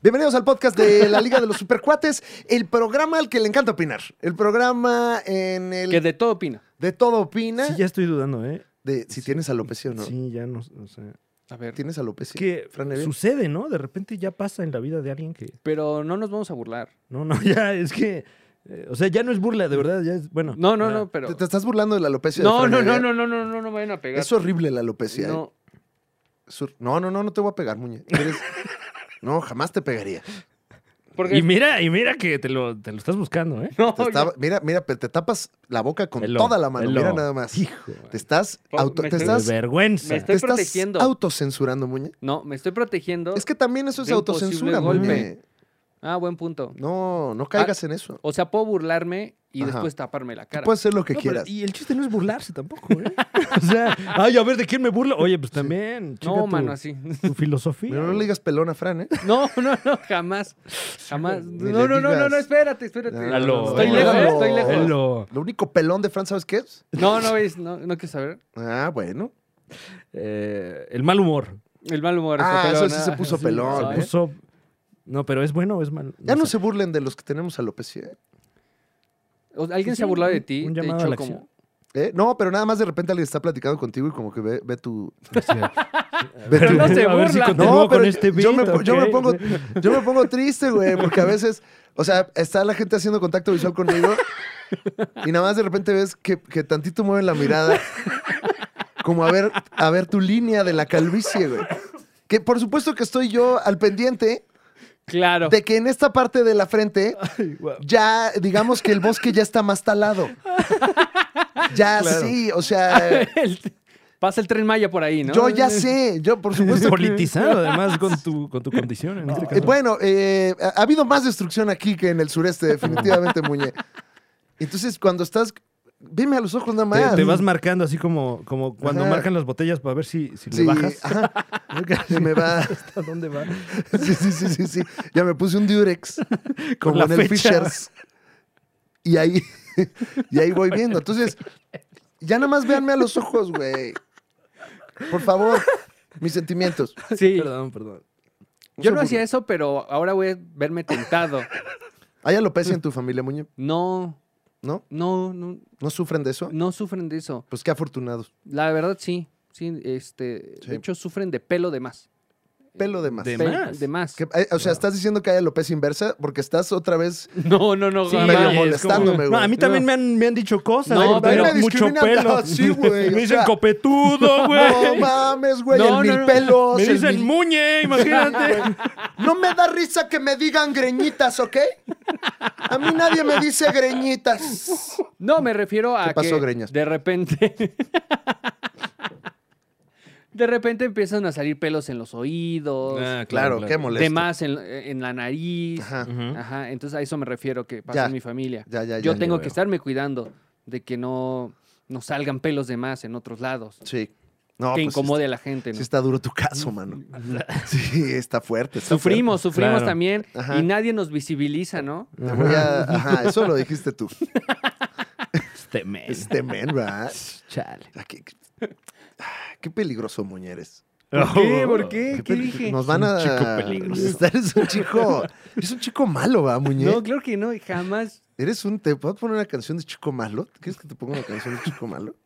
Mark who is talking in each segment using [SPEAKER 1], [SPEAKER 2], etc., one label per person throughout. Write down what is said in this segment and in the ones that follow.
[SPEAKER 1] Bienvenidos al podcast de la Liga de los Supercuates, el programa al que le encanta opinar. El programa en el
[SPEAKER 2] Que
[SPEAKER 1] que
[SPEAKER 2] de todo opina.
[SPEAKER 1] de todo opina.
[SPEAKER 3] Sí, ya estoy dudando, ¿eh?
[SPEAKER 1] de si tienes alopecia o no.
[SPEAKER 3] Sí, ya no, o sea,
[SPEAKER 2] A ver.
[SPEAKER 1] ¿Tienes
[SPEAKER 3] es
[SPEAKER 1] alopecia?
[SPEAKER 3] que
[SPEAKER 1] Fran Evia.
[SPEAKER 3] sucede, ¿no? De repente ya pasa en la vida de alguien que,
[SPEAKER 2] Pero no nos vamos a burlar.
[SPEAKER 3] no, no, ya es que, eh, o sea, ya no es burla, de verdad, ya es, bueno.
[SPEAKER 2] No, no,
[SPEAKER 3] ya.
[SPEAKER 2] no, pero.
[SPEAKER 1] Ah. ¿Te, te estás burlando de la alopecia? de
[SPEAKER 2] No,
[SPEAKER 1] Fran
[SPEAKER 2] no, no,
[SPEAKER 1] Evia?
[SPEAKER 2] no, no, no, no, no me vayan a pegar.
[SPEAKER 1] Es horrible la alopecia. ¿eh?
[SPEAKER 2] No,
[SPEAKER 1] Es hor- No, no, no, no te voy a pegar, muñe. Eres- no, jamás te pegaría.
[SPEAKER 2] porque.
[SPEAKER 3] Y mira, y mira que te lo, te lo estás buscando, ¿eh?
[SPEAKER 2] No,
[SPEAKER 1] Te estaba- mira, mira, pe- te tapas la boca con
[SPEAKER 3] Velo,
[SPEAKER 1] toda la mano.
[SPEAKER 3] velo.
[SPEAKER 1] Mira nada más.
[SPEAKER 3] Hijo,
[SPEAKER 1] Te estás, auto-
[SPEAKER 2] Pues, Me
[SPEAKER 1] te
[SPEAKER 2] estoy-
[SPEAKER 1] estás,
[SPEAKER 3] de
[SPEAKER 1] te
[SPEAKER 3] vergüenza.
[SPEAKER 2] me estoy-
[SPEAKER 1] estás
[SPEAKER 2] protegiendo.
[SPEAKER 1] autocensurando, muñe.
[SPEAKER 2] no, me estoy protegiendo.
[SPEAKER 1] Es que también eso es
[SPEAKER 2] De un posible
[SPEAKER 1] autocensura,
[SPEAKER 2] golpe.
[SPEAKER 1] muñe.
[SPEAKER 2] Ah, buen punto.
[SPEAKER 1] No, no caigas en eso.
[SPEAKER 2] O sea, puedo burlarme y
[SPEAKER 1] Ajá.
[SPEAKER 2] después taparme la cara.
[SPEAKER 1] Puedes hacer lo que
[SPEAKER 3] No, pero-
[SPEAKER 1] quieras.
[SPEAKER 3] y el chiste no es burlarse tampoco, ¿eh? O sea, ay, a ver, ¿de quién me burlo? Oye, pues también. chica
[SPEAKER 2] no,
[SPEAKER 3] tu-
[SPEAKER 2] mano, así.
[SPEAKER 3] Tu filosofía.
[SPEAKER 1] Pero no le digas pelón a Fran, ¿eh?
[SPEAKER 2] No, no, no, jamás. Jamás.
[SPEAKER 1] Ni le
[SPEAKER 2] No, no, no, no, no,
[SPEAKER 1] digas.
[SPEAKER 2] espérate, espérate.
[SPEAKER 1] No,
[SPEAKER 3] Lalo,
[SPEAKER 1] no,
[SPEAKER 2] Estoy
[SPEAKER 3] eh,
[SPEAKER 2] lejos,
[SPEAKER 3] Lalo,
[SPEAKER 2] estoy lejos.
[SPEAKER 3] Lalo.
[SPEAKER 1] Lo único pelón de Fran, ¿sabes qué es?
[SPEAKER 2] No, no ves, no, no quieres saber.
[SPEAKER 1] Ah, bueno.
[SPEAKER 3] Eh, el mal humor.
[SPEAKER 2] El mal humor.
[SPEAKER 1] Ah,
[SPEAKER 2] está
[SPEAKER 1] eso
[SPEAKER 2] pelón,
[SPEAKER 1] sí se
[SPEAKER 2] ah.
[SPEAKER 1] puso pelón,
[SPEAKER 2] ¿eh?
[SPEAKER 3] se puso- No, pero es bueno o es malo.
[SPEAKER 1] Ya no
[SPEAKER 3] sé.
[SPEAKER 1] se burlen de los que tenemos ¿eh? alopecia.
[SPEAKER 2] O sea, ¿Alguien
[SPEAKER 3] Pues
[SPEAKER 2] se ha
[SPEAKER 3] sí,
[SPEAKER 2] burlado de
[SPEAKER 3] un-
[SPEAKER 2] ti?
[SPEAKER 3] un
[SPEAKER 2] Te ha
[SPEAKER 3] llamado
[SPEAKER 2] dicho
[SPEAKER 3] a la
[SPEAKER 2] como-
[SPEAKER 3] acción.
[SPEAKER 1] ¿Eh? No, pero nada más de repente alguien está platicando contigo y como que ve, ve tu... ve
[SPEAKER 2] Pero
[SPEAKER 1] tu-
[SPEAKER 2] no se
[SPEAKER 3] A ver si
[SPEAKER 2] burla.
[SPEAKER 3] continúo
[SPEAKER 1] Ah, No, pero
[SPEAKER 3] con este
[SPEAKER 1] yo, me,
[SPEAKER 3] beat,
[SPEAKER 1] po- yo me
[SPEAKER 3] ¿ok?
[SPEAKER 1] pongo, yo me pongo triste, güey, porque a veces, o sea, está la gente haciendo contacto visual conmigo y nada más de repente ves que, que tantito mueven la mirada como a ver, a ver tu línea de la calvicie, güey. Que por supuesto que estoy yo al pendiente
[SPEAKER 2] Claro.
[SPEAKER 1] de que en esta parte de la frente
[SPEAKER 3] guau.
[SPEAKER 1] ya, digamos que el bosque ya está más talado. Ya
[SPEAKER 3] Claro.
[SPEAKER 1] sí, o sea,
[SPEAKER 2] El- Pasa el tren Maya por ahí, ¿no?
[SPEAKER 1] yo ya sé, yo por supuesto.
[SPEAKER 3] Politizado además con tu, con tu condición en este
[SPEAKER 1] Eh,
[SPEAKER 3] caso.
[SPEAKER 1] bueno, eh, ha ha habido más destrucción aquí que en el sureste, definitivamente, Muñe. Entonces, cuando estás, veme a los ojos nada más.
[SPEAKER 3] te, te vas marcando así como, como cuando
[SPEAKER 1] Ajá.
[SPEAKER 3] marcan las botellas para ver si, si
[SPEAKER 1] Sí,
[SPEAKER 3] le bajas.
[SPEAKER 1] ajá. Se me va.
[SPEAKER 3] ¿Hasta dónde va?
[SPEAKER 1] Sí, sí, sí, sí, sí. Ya me puse un Durex, como
[SPEAKER 3] la
[SPEAKER 1] en el
[SPEAKER 3] fecha.
[SPEAKER 1] Fishers. Y ahí, y ahí voy viendo. Entonces, ya nada más véanme a los ojos, güey. Por favor, mis sentimientos.
[SPEAKER 2] Sí.
[SPEAKER 3] Perdón, perdón.
[SPEAKER 2] Yo no
[SPEAKER 1] se
[SPEAKER 2] hacía eso, pero ahora voy a verme tentado.
[SPEAKER 1] ¿Hay alopecia en tu familia, Muñe?
[SPEAKER 2] No,
[SPEAKER 1] ¿No?
[SPEAKER 2] no, no,
[SPEAKER 1] ¿No sufren de eso?
[SPEAKER 2] no sufren de eso.
[SPEAKER 1] Pues qué afortunados.
[SPEAKER 2] La verdad, sí. Sí, este.
[SPEAKER 1] Sí.
[SPEAKER 2] De hecho, sufren de pelo de más.
[SPEAKER 1] Pelo de más.
[SPEAKER 3] De
[SPEAKER 2] Pel-
[SPEAKER 3] más.
[SPEAKER 2] De más.
[SPEAKER 1] Que- eh, o sea, estás diciendo que hay alopecia inversa porque estás otra vez.
[SPEAKER 2] No, no, no,
[SPEAKER 3] Sí,
[SPEAKER 2] jamás.
[SPEAKER 1] medio
[SPEAKER 3] es
[SPEAKER 1] molestándome,
[SPEAKER 3] como-
[SPEAKER 1] güey.
[SPEAKER 3] No, a mí también me han, me han dicho cosas.
[SPEAKER 2] No,
[SPEAKER 3] No,
[SPEAKER 2] pero
[SPEAKER 3] pero
[SPEAKER 1] me
[SPEAKER 3] mucho
[SPEAKER 1] discriminan,
[SPEAKER 3] pelo.
[SPEAKER 1] ah, sí, güey, o
[SPEAKER 3] me dicen
[SPEAKER 1] sea.
[SPEAKER 3] copetudo,
[SPEAKER 1] No
[SPEAKER 3] güey.
[SPEAKER 1] mames, güey.
[SPEAKER 2] No, no,
[SPEAKER 1] el mil
[SPEAKER 2] no.
[SPEAKER 1] pelos.
[SPEAKER 3] me
[SPEAKER 1] el
[SPEAKER 3] dicen
[SPEAKER 1] mil-
[SPEAKER 3] muñe, imagínate.
[SPEAKER 1] No me da risa que me digan greñitas, ¿ok? A mí nadie me dice greñitas.
[SPEAKER 2] No, me refiero a
[SPEAKER 1] ¿Qué pasó,
[SPEAKER 2] que
[SPEAKER 1] greñas?
[SPEAKER 2] de repente... de repente empiezan a salir pelos en los oídos,
[SPEAKER 1] Ah, Claro, qué Ah, molesto.
[SPEAKER 2] de más en, en la nariz. Ajá.
[SPEAKER 1] Ajá.
[SPEAKER 3] Ujú.
[SPEAKER 2] Entonces a eso me refiero que pasa
[SPEAKER 1] Ya.
[SPEAKER 2] en mi familia.
[SPEAKER 1] Ya, ya, ya.
[SPEAKER 2] Yo tengo
[SPEAKER 3] veo.
[SPEAKER 2] que estarme cuidando de que no, no salgan pelos de más en otros lados.
[SPEAKER 1] Sí. No,
[SPEAKER 2] que
[SPEAKER 1] pues sí
[SPEAKER 2] incomode
[SPEAKER 1] está-
[SPEAKER 2] a la gente.
[SPEAKER 1] Sí,
[SPEAKER 2] ¿no?
[SPEAKER 1] está duro tu caso, mano. Sí, está fuerte. está
[SPEAKER 2] Sufrimos, sufrimos
[SPEAKER 3] Claro.
[SPEAKER 2] también
[SPEAKER 1] Ajá.
[SPEAKER 2] y nadie nos visibiliza, ¿no?
[SPEAKER 1] fuerte. Te voy a- Ajá, eso lo dijiste tú.
[SPEAKER 3] Este men.
[SPEAKER 1] Este men, ¿verdad?
[SPEAKER 3] Chale.
[SPEAKER 1] Ah, Qué, qué- ah, qué peligroso muñeres.
[SPEAKER 2] ¿Por qué? ¿Por qué? ¿Qué
[SPEAKER 1] peli-
[SPEAKER 2] dije?
[SPEAKER 1] Nos van
[SPEAKER 3] Es
[SPEAKER 1] a.
[SPEAKER 3] un chico peligroso.
[SPEAKER 1] Estar- Es un chico. Es un chico malo, ¿va, Muñe?
[SPEAKER 2] No, claro que no, y jamás.
[SPEAKER 1] ¿Eres un. ¿Te puedo poner una canción de chico malo? ¿Quieres que te ponga una canción de chico malo?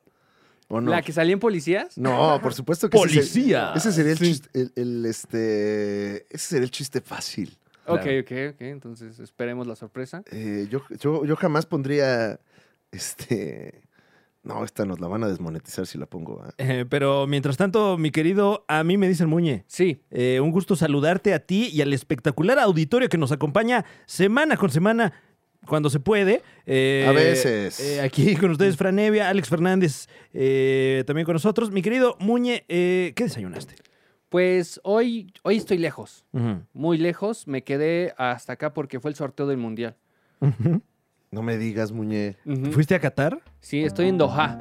[SPEAKER 1] ¿O no?
[SPEAKER 2] ¿La que salían policías?
[SPEAKER 1] No, por supuesto que. ese sería-
[SPEAKER 3] Policía.
[SPEAKER 1] Ese sería el
[SPEAKER 3] Sí.
[SPEAKER 1] chiste. El, el, este, ese sería el chiste fácil.
[SPEAKER 2] Ok,
[SPEAKER 3] Claro.
[SPEAKER 2] ok, ok. Entonces esperemos la sorpresa.
[SPEAKER 1] Eh, yo, yo, yo jamás pondría. Este. No, esta nos la van a desmonetizar si la pongo. ¿va?
[SPEAKER 3] Eh, pero mientras tanto, mi querido, a mí me dicen muñe.
[SPEAKER 2] Sí,
[SPEAKER 3] Eh, un gusto saludarte a ti y al espectacular auditorio que nos acompaña semana con semana. Cuando se puede. Eh,
[SPEAKER 1] A veces.
[SPEAKER 3] eh, aquí con ustedes, Fran Evia, Alex Fernández, eh, también con nosotros. Mi querido Muñe, eh, ¿qué desayunaste?
[SPEAKER 2] pues hoy, hoy estoy lejos, muy lejos. Me quedé hasta acá porque fue el sorteo del mundial.
[SPEAKER 1] No me digas, Muñe.
[SPEAKER 2] Ujú.
[SPEAKER 3] ¿Fuiste a Qatar?
[SPEAKER 2] Sí, estoy en Doha.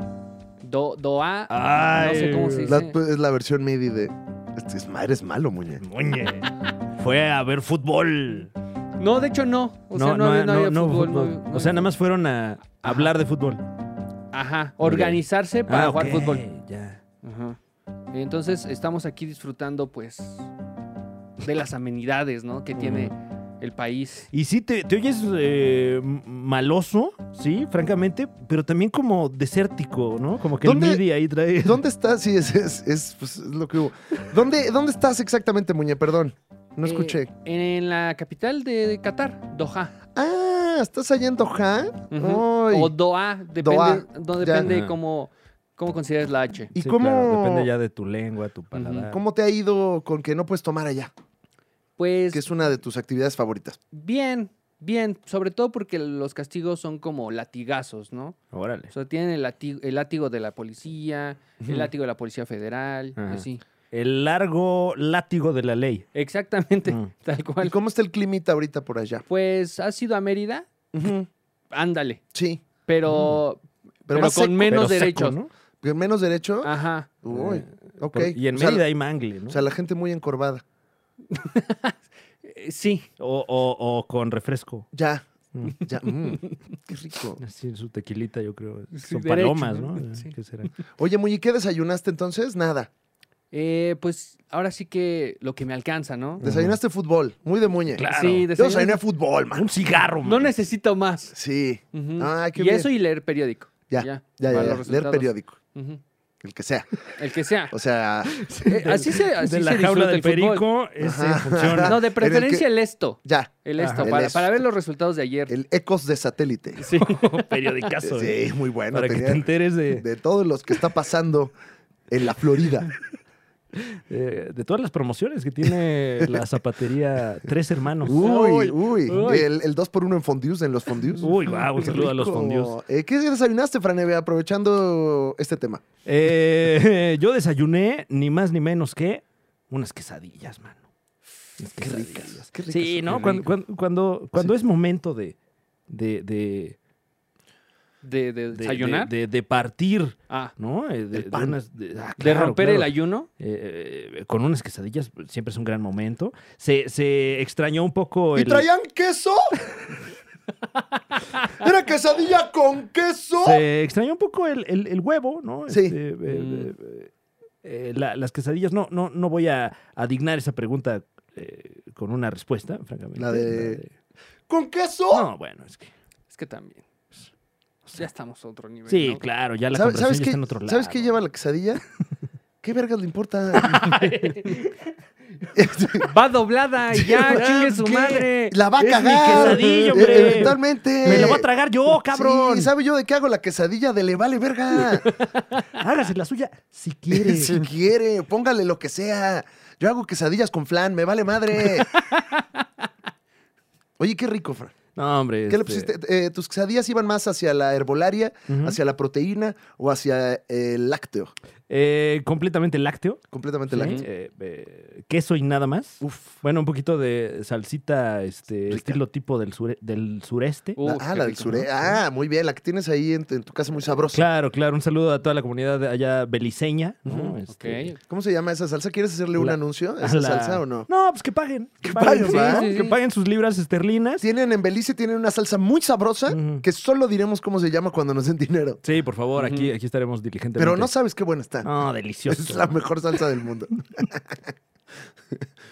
[SPEAKER 2] Do, Doha.
[SPEAKER 3] Ay.
[SPEAKER 2] no sé cómo se dice.
[SPEAKER 1] La- pues, es la versión MIDI de. este, es- eres malo, Muñe.
[SPEAKER 3] Muñe. Fue a ver fútbol.
[SPEAKER 2] No, de hecho no. O sea, no, había, no había
[SPEAKER 3] no hubo
[SPEAKER 2] fútbol. no
[SPEAKER 3] fútbol.
[SPEAKER 2] había- no
[SPEAKER 3] o sea,
[SPEAKER 2] había-
[SPEAKER 3] nada más fueron a hablar de fútbol.
[SPEAKER 2] Ajá, organizarse para
[SPEAKER 3] Ah,
[SPEAKER 2] jugar
[SPEAKER 3] ok,
[SPEAKER 2] fútbol.
[SPEAKER 3] Ya.
[SPEAKER 2] Ajá. Entonces estamos aquí disfrutando, pues, de las amenidades, ¿no? Que tiene el país.
[SPEAKER 3] Y sí, te, te oyes eh, m- maloso, sí, francamente, pero también como desértico, ¿no? Como que
[SPEAKER 1] ¿Dónde-
[SPEAKER 3] el MIDI ahí trae.
[SPEAKER 1] ¿Dónde estás? Sí, es, es, es, pues, es lo que hubo. ¿Dónde, ¿Dónde estás exactamente, Muñe? Perdón, no
[SPEAKER 2] Eh,
[SPEAKER 1] escuché.
[SPEAKER 2] en la capital de, de Qatar, Doha.
[SPEAKER 1] Ah, ¿estás allá en Doha?
[SPEAKER 2] Ujú.
[SPEAKER 1] Ay.
[SPEAKER 2] O Doha, depende,
[SPEAKER 1] Doha,
[SPEAKER 2] no,
[SPEAKER 1] ya.
[SPEAKER 2] depende
[SPEAKER 3] Ajá.
[SPEAKER 2] cómo, cómo consideres la H.
[SPEAKER 1] ¿Y
[SPEAKER 3] Sí,
[SPEAKER 1] cómo,
[SPEAKER 3] claro, depende ya de tu lengua, tu paladar.
[SPEAKER 1] cómo te ha ido con que no puedes tomar allá?
[SPEAKER 2] Pues
[SPEAKER 1] Que es una de tus actividades favoritas.
[SPEAKER 2] bien, bien, sobre todo porque los castigos son como latigazos, ¿no?
[SPEAKER 3] Órale.
[SPEAKER 2] O sea, tienen el, lati- el látigo de la policía,
[SPEAKER 3] Ujú.
[SPEAKER 2] el látigo de la policía federal,
[SPEAKER 3] Ajá.
[SPEAKER 2] así.
[SPEAKER 3] El largo látigo de la ley.
[SPEAKER 2] Exactamente,
[SPEAKER 3] Mm.
[SPEAKER 2] tal
[SPEAKER 1] ¿Y
[SPEAKER 2] cual.
[SPEAKER 1] cómo está el climita ahorita por allá?
[SPEAKER 2] Pues, ¿has ido a Mérida? Ándale,
[SPEAKER 1] Sí,
[SPEAKER 2] pero,
[SPEAKER 1] Mm.
[SPEAKER 2] pero,
[SPEAKER 1] más
[SPEAKER 2] con
[SPEAKER 1] seco.
[SPEAKER 2] menos
[SPEAKER 3] Pero seco,
[SPEAKER 2] derechos.
[SPEAKER 3] ¿no?
[SPEAKER 1] ¿Con menos derecho.
[SPEAKER 2] Ajá.
[SPEAKER 1] Uy, ok.
[SPEAKER 3] eh, Por- y en
[SPEAKER 1] o sea,
[SPEAKER 3] Mérida hay mangle, ¿no?
[SPEAKER 1] O sea, la gente muy encorvada.
[SPEAKER 2] Eh, Sí,
[SPEAKER 3] o, o- o con refresco.
[SPEAKER 1] Ya,
[SPEAKER 3] Mm.
[SPEAKER 1] ya. mm, qué rico.
[SPEAKER 3] Así en su tequilita, yo creo.
[SPEAKER 2] Sí,
[SPEAKER 3] Son
[SPEAKER 2] derecho,
[SPEAKER 3] palomas,
[SPEAKER 2] ¿no?
[SPEAKER 3] ¿no?
[SPEAKER 2] Sí.
[SPEAKER 3] ¿Qué será?
[SPEAKER 1] Oye, Muñe, ¿qué desayunaste entonces? Nada.
[SPEAKER 2] Eh, pues ahora sí que lo que me alcanza, ¿no?
[SPEAKER 1] Desayunaste fútbol. Muy de Muñe.
[SPEAKER 3] Claro.
[SPEAKER 2] Sí,
[SPEAKER 1] Yo
[SPEAKER 2] desayuno.
[SPEAKER 1] desayuné fútbol, man.
[SPEAKER 3] Un cigarro,
[SPEAKER 2] No
[SPEAKER 3] man.
[SPEAKER 2] necesito más.
[SPEAKER 1] Sí. Ah,
[SPEAKER 2] Ujú.
[SPEAKER 1] Ay, qué
[SPEAKER 2] y
[SPEAKER 1] bien.
[SPEAKER 2] eso y leer periódico.
[SPEAKER 1] Ya, ya, ya. ya.
[SPEAKER 2] para los
[SPEAKER 1] Leer
[SPEAKER 2] resultados.
[SPEAKER 1] periódico.
[SPEAKER 2] Ujú.
[SPEAKER 1] El que sea.
[SPEAKER 2] El que sea.
[SPEAKER 1] O sea,
[SPEAKER 2] Eh, así se, así
[SPEAKER 3] de
[SPEAKER 2] se
[SPEAKER 3] la
[SPEAKER 2] disfruta
[SPEAKER 3] jaula del
[SPEAKER 2] el fútbol.
[SPEAKER 3] perico, ese
[SPEAKER 1] Ajá.
[SPEAKER 3] funciona.
[SPEAKER 2] No,
[SPEAKER 1] En
[SPEAKER 2] de
[SPEAKER 1] el
[SPEAKER 2] preferencia
[SPEAKER 1] que-
[SPEAKER 2] el esto.
[SPEAKER 1] ya.
[SPEAKER 2] El esto,
[SPEAKER 3] Ajá.
[SPEAKER 2] para,
[SPEAKER 1] El
[SPEAKER 2] para ver
[SPEAKER 1] esto.
[SPEAKER 2] los resultados de ayer.
[SPEAKER 1] El ecos de satélite.
[SPEAKER 2] Sí.
[SPEAKER 3] periodicazo. ¿eh?
[SPEAKER 1] Sí, muy bueno.
[SPEAKER 3] Para que te
[SPEAKER 1] tenía-
[SPEAKER 3] enteres de,
[SPEAKER 1] de todos los que está pasando en la Florida.
[SPEAKER 3] eh, de todas las promociones que tiene la zapatería Tres Hermanos.
[SPEAKER 1] Uy, uy.
[SPEAKER 2] uy.
[SPEAKER 1] El, el 2x1 en fondues, en los fondues.
[SPEAKER 3] Uy, guau, un
[SPEAKER 1] Qué
[SPEAKER 3] saludo a los
[SPEAKER 1] rico.
[SPEAKER 3] fondios.
[SPEAKER 1] Eh, ¿Qué desayunaste, Franeve, aprovechando este tema?
[SPEAKER 3] Eh, yo desayuné ni más ni menos que unas quesadillas, mano. Unas
[SPEAKER 1] Qué
[SPEAKER 3] quesadillas.
[SPEAKER 1] ricas. Qué ricas.
[SPEAKER 3] Sí, ¿no? Cuando, cuando, cuando- cuando es momento de, de, de,
[SPEAKER 2] De, de
[SPEAKER 3] de-
[SPEAKER 2] desayunar.
[SPEAKER 3] de- de- de partir,
[SPEAKER 2] ah,
[SPEAKER 3] ¿no? Eh, De,
[SPEAKER 1] El
[SPEAKER 3] de
[SPEAKER 1] pan.
[SPEAKER 3] unas- de- ah,
[SPEAKER 2] de
[SPEAKER 3] claro,
[SPEAKER 2] romper el
[SPEAKER 3] claro.
[SPEAKER 2] ayuno.
[SPEAKER 3] Eh, eh, con unas quesadillas pues, siempre es un gran momento. Se, se extrañó un poco
[SPEAKER 1] ¿Y
[SPEAKER 3] el...
[SPEAKER 1] traían queso? ¿Era quesadilla con queso?
[SPEAKER 3] Se extrañó un poco el, el- el huevo, ¿no?
[SPEAKER 1] Oh. Sí. Mm.
[SPEAKER 3] Este, eh, eh, eh, la- las quesadillas, no, no, no voy a, a dignar esa pregunta eh, con una respuesta, francamente.
[SPEAKER 1] La de- Oh. ¿Con queso?
[SPEAKER 3] No, bueno, es que.
[SPEAKER 2] Es que también. Ya estamos a otro nivel.
[SPEAKER 3] Sí,
[SPEAKER 2] ¿no?
[SPEAKER 3] claro, ya la
[SPEAKER 1] ¿Sabes,
[SPEAKER 3] conversación
[SPEAKER 1] sabes
[SPEAKER 3] ya
[SPEAKER 1] qué,
[SPEAKER 3] está en otro lado.
[SPEAKER 1] ¿Sabes qué lleva la quesadilla? ¿Qué vergas le importa?
[SPEAKER 2] Va doblada y ya, chingue su
[SPEAKER 1] ¿Qué?
[SPEAKER 2] madre.
[SPEAKER 1] La va a
[SPEAKER 3] Es mi
[SPEAKER 1] cagar.
[SPEAKER 3] quesadilla,
[SPEAKER 1] Eh,
[SPEAKER 3] hombre.
[SPEAKER 1] Eventualmente.
[SPEAKER 3] ¡Me la voy a tragar yo, cabrón!
[SPEAKER 1] Sí, ¿sabe yo de qué hago la quesadilla? De le vale verga.
[SPEAKER 3] Hágase la suya si quiere.
[SPEAKER 1] si quiere, póngale lo que sea. Yo hago quesadillas con flan, me vale madre. Oye, qué rico, Fran.
[SPEAKER 3] No, hombre.
[SPEAKER 1] ¿Qué le
[SPEAKER 3] este,
[SPEAKER 1] pusiste? Eh, ¿Tus quesadillas iban más hacia la herbolaria,
[SPEAKER 3] Ujú.
[SPEAKER 1] hacia la proteína o hacia eh, el lácteo?
[SPEAKER 3] eh, completamente lácteo.
[SPEAKER 1] Completamente
[SPEAKER 3] Sí,
[SPEAKER 1] lácteo.
[SPEAKER 3] eh, eh, queso y nada más.
[SPEAKER 1] Uf.
[SPEAKER 3] Bueno, un poquito de salsita, este,
[SPEAKER 1] Rica.
[SPEAKER 3] estilo tipo del, sure- del sureste.
[SPEAKER 2] Uf,
[SPEAKER 1] La- ah,
[SPEAKER 2] qué
[SPEAKER 1] la del
[SPEAKER 2] rico,
[SPEAKER 1] sureste.
[SPEAKER 2] ¿no?
[SPEAKER 1] Ah, muy bien, la que tienes ahí en, en tu casa muy sabrosa.
[SPEAKER 3] Claro, claro. Un saludo a toda la comunidad de allá beliceña. ¿no?
[SPEAKER 1] Ujú,
[SPEAKER 3] Este,
[SPEAKER 2] Ok.
[SPEAKER 1] ¿Cómo se llama esa salsa? ¿Quieres hacerle un
[SPEAKER 3] La-
[SPEAKER 1] anuncio?
[SPEAKER 3] a
[SPEAKER 1] ¿Esa
[SPEAKER 3] la-
[SPEAKER 1] salsa o no?
[SPEAKER 3] No, pues que paguen. Que
[SPEAKER 1] paguen, ¿va?
[SPEAKER 3] sí,
[SPEAKER 2] Sí,
[SPEAKER 3] que
[SPEAKER 2] sí.
[SPEAKER 3] paguen sus libras esterlinas.
[SPEAKER 1] Tienen en Belice, tienen una salsa muy sabrosa
[SPEAKER 3] Ujú.
[SPEAKER 1] que solo diremos cómo se llama cuando nos den dinero.
[SPEAKER 3] Sí, por favor, aquí,
[SPEAKER 2] Ujú.
[SPEAKER 3] aquí estaremos diligentemente.
[SPEAKER 1] Pero no sabes qué buena
[SPEAKER 2] Ah,
[SPEAKER 1] está.
[SPEAKER 3] No, delicioso.
[SPEAKER 1] Es la mejor salsa del mundo.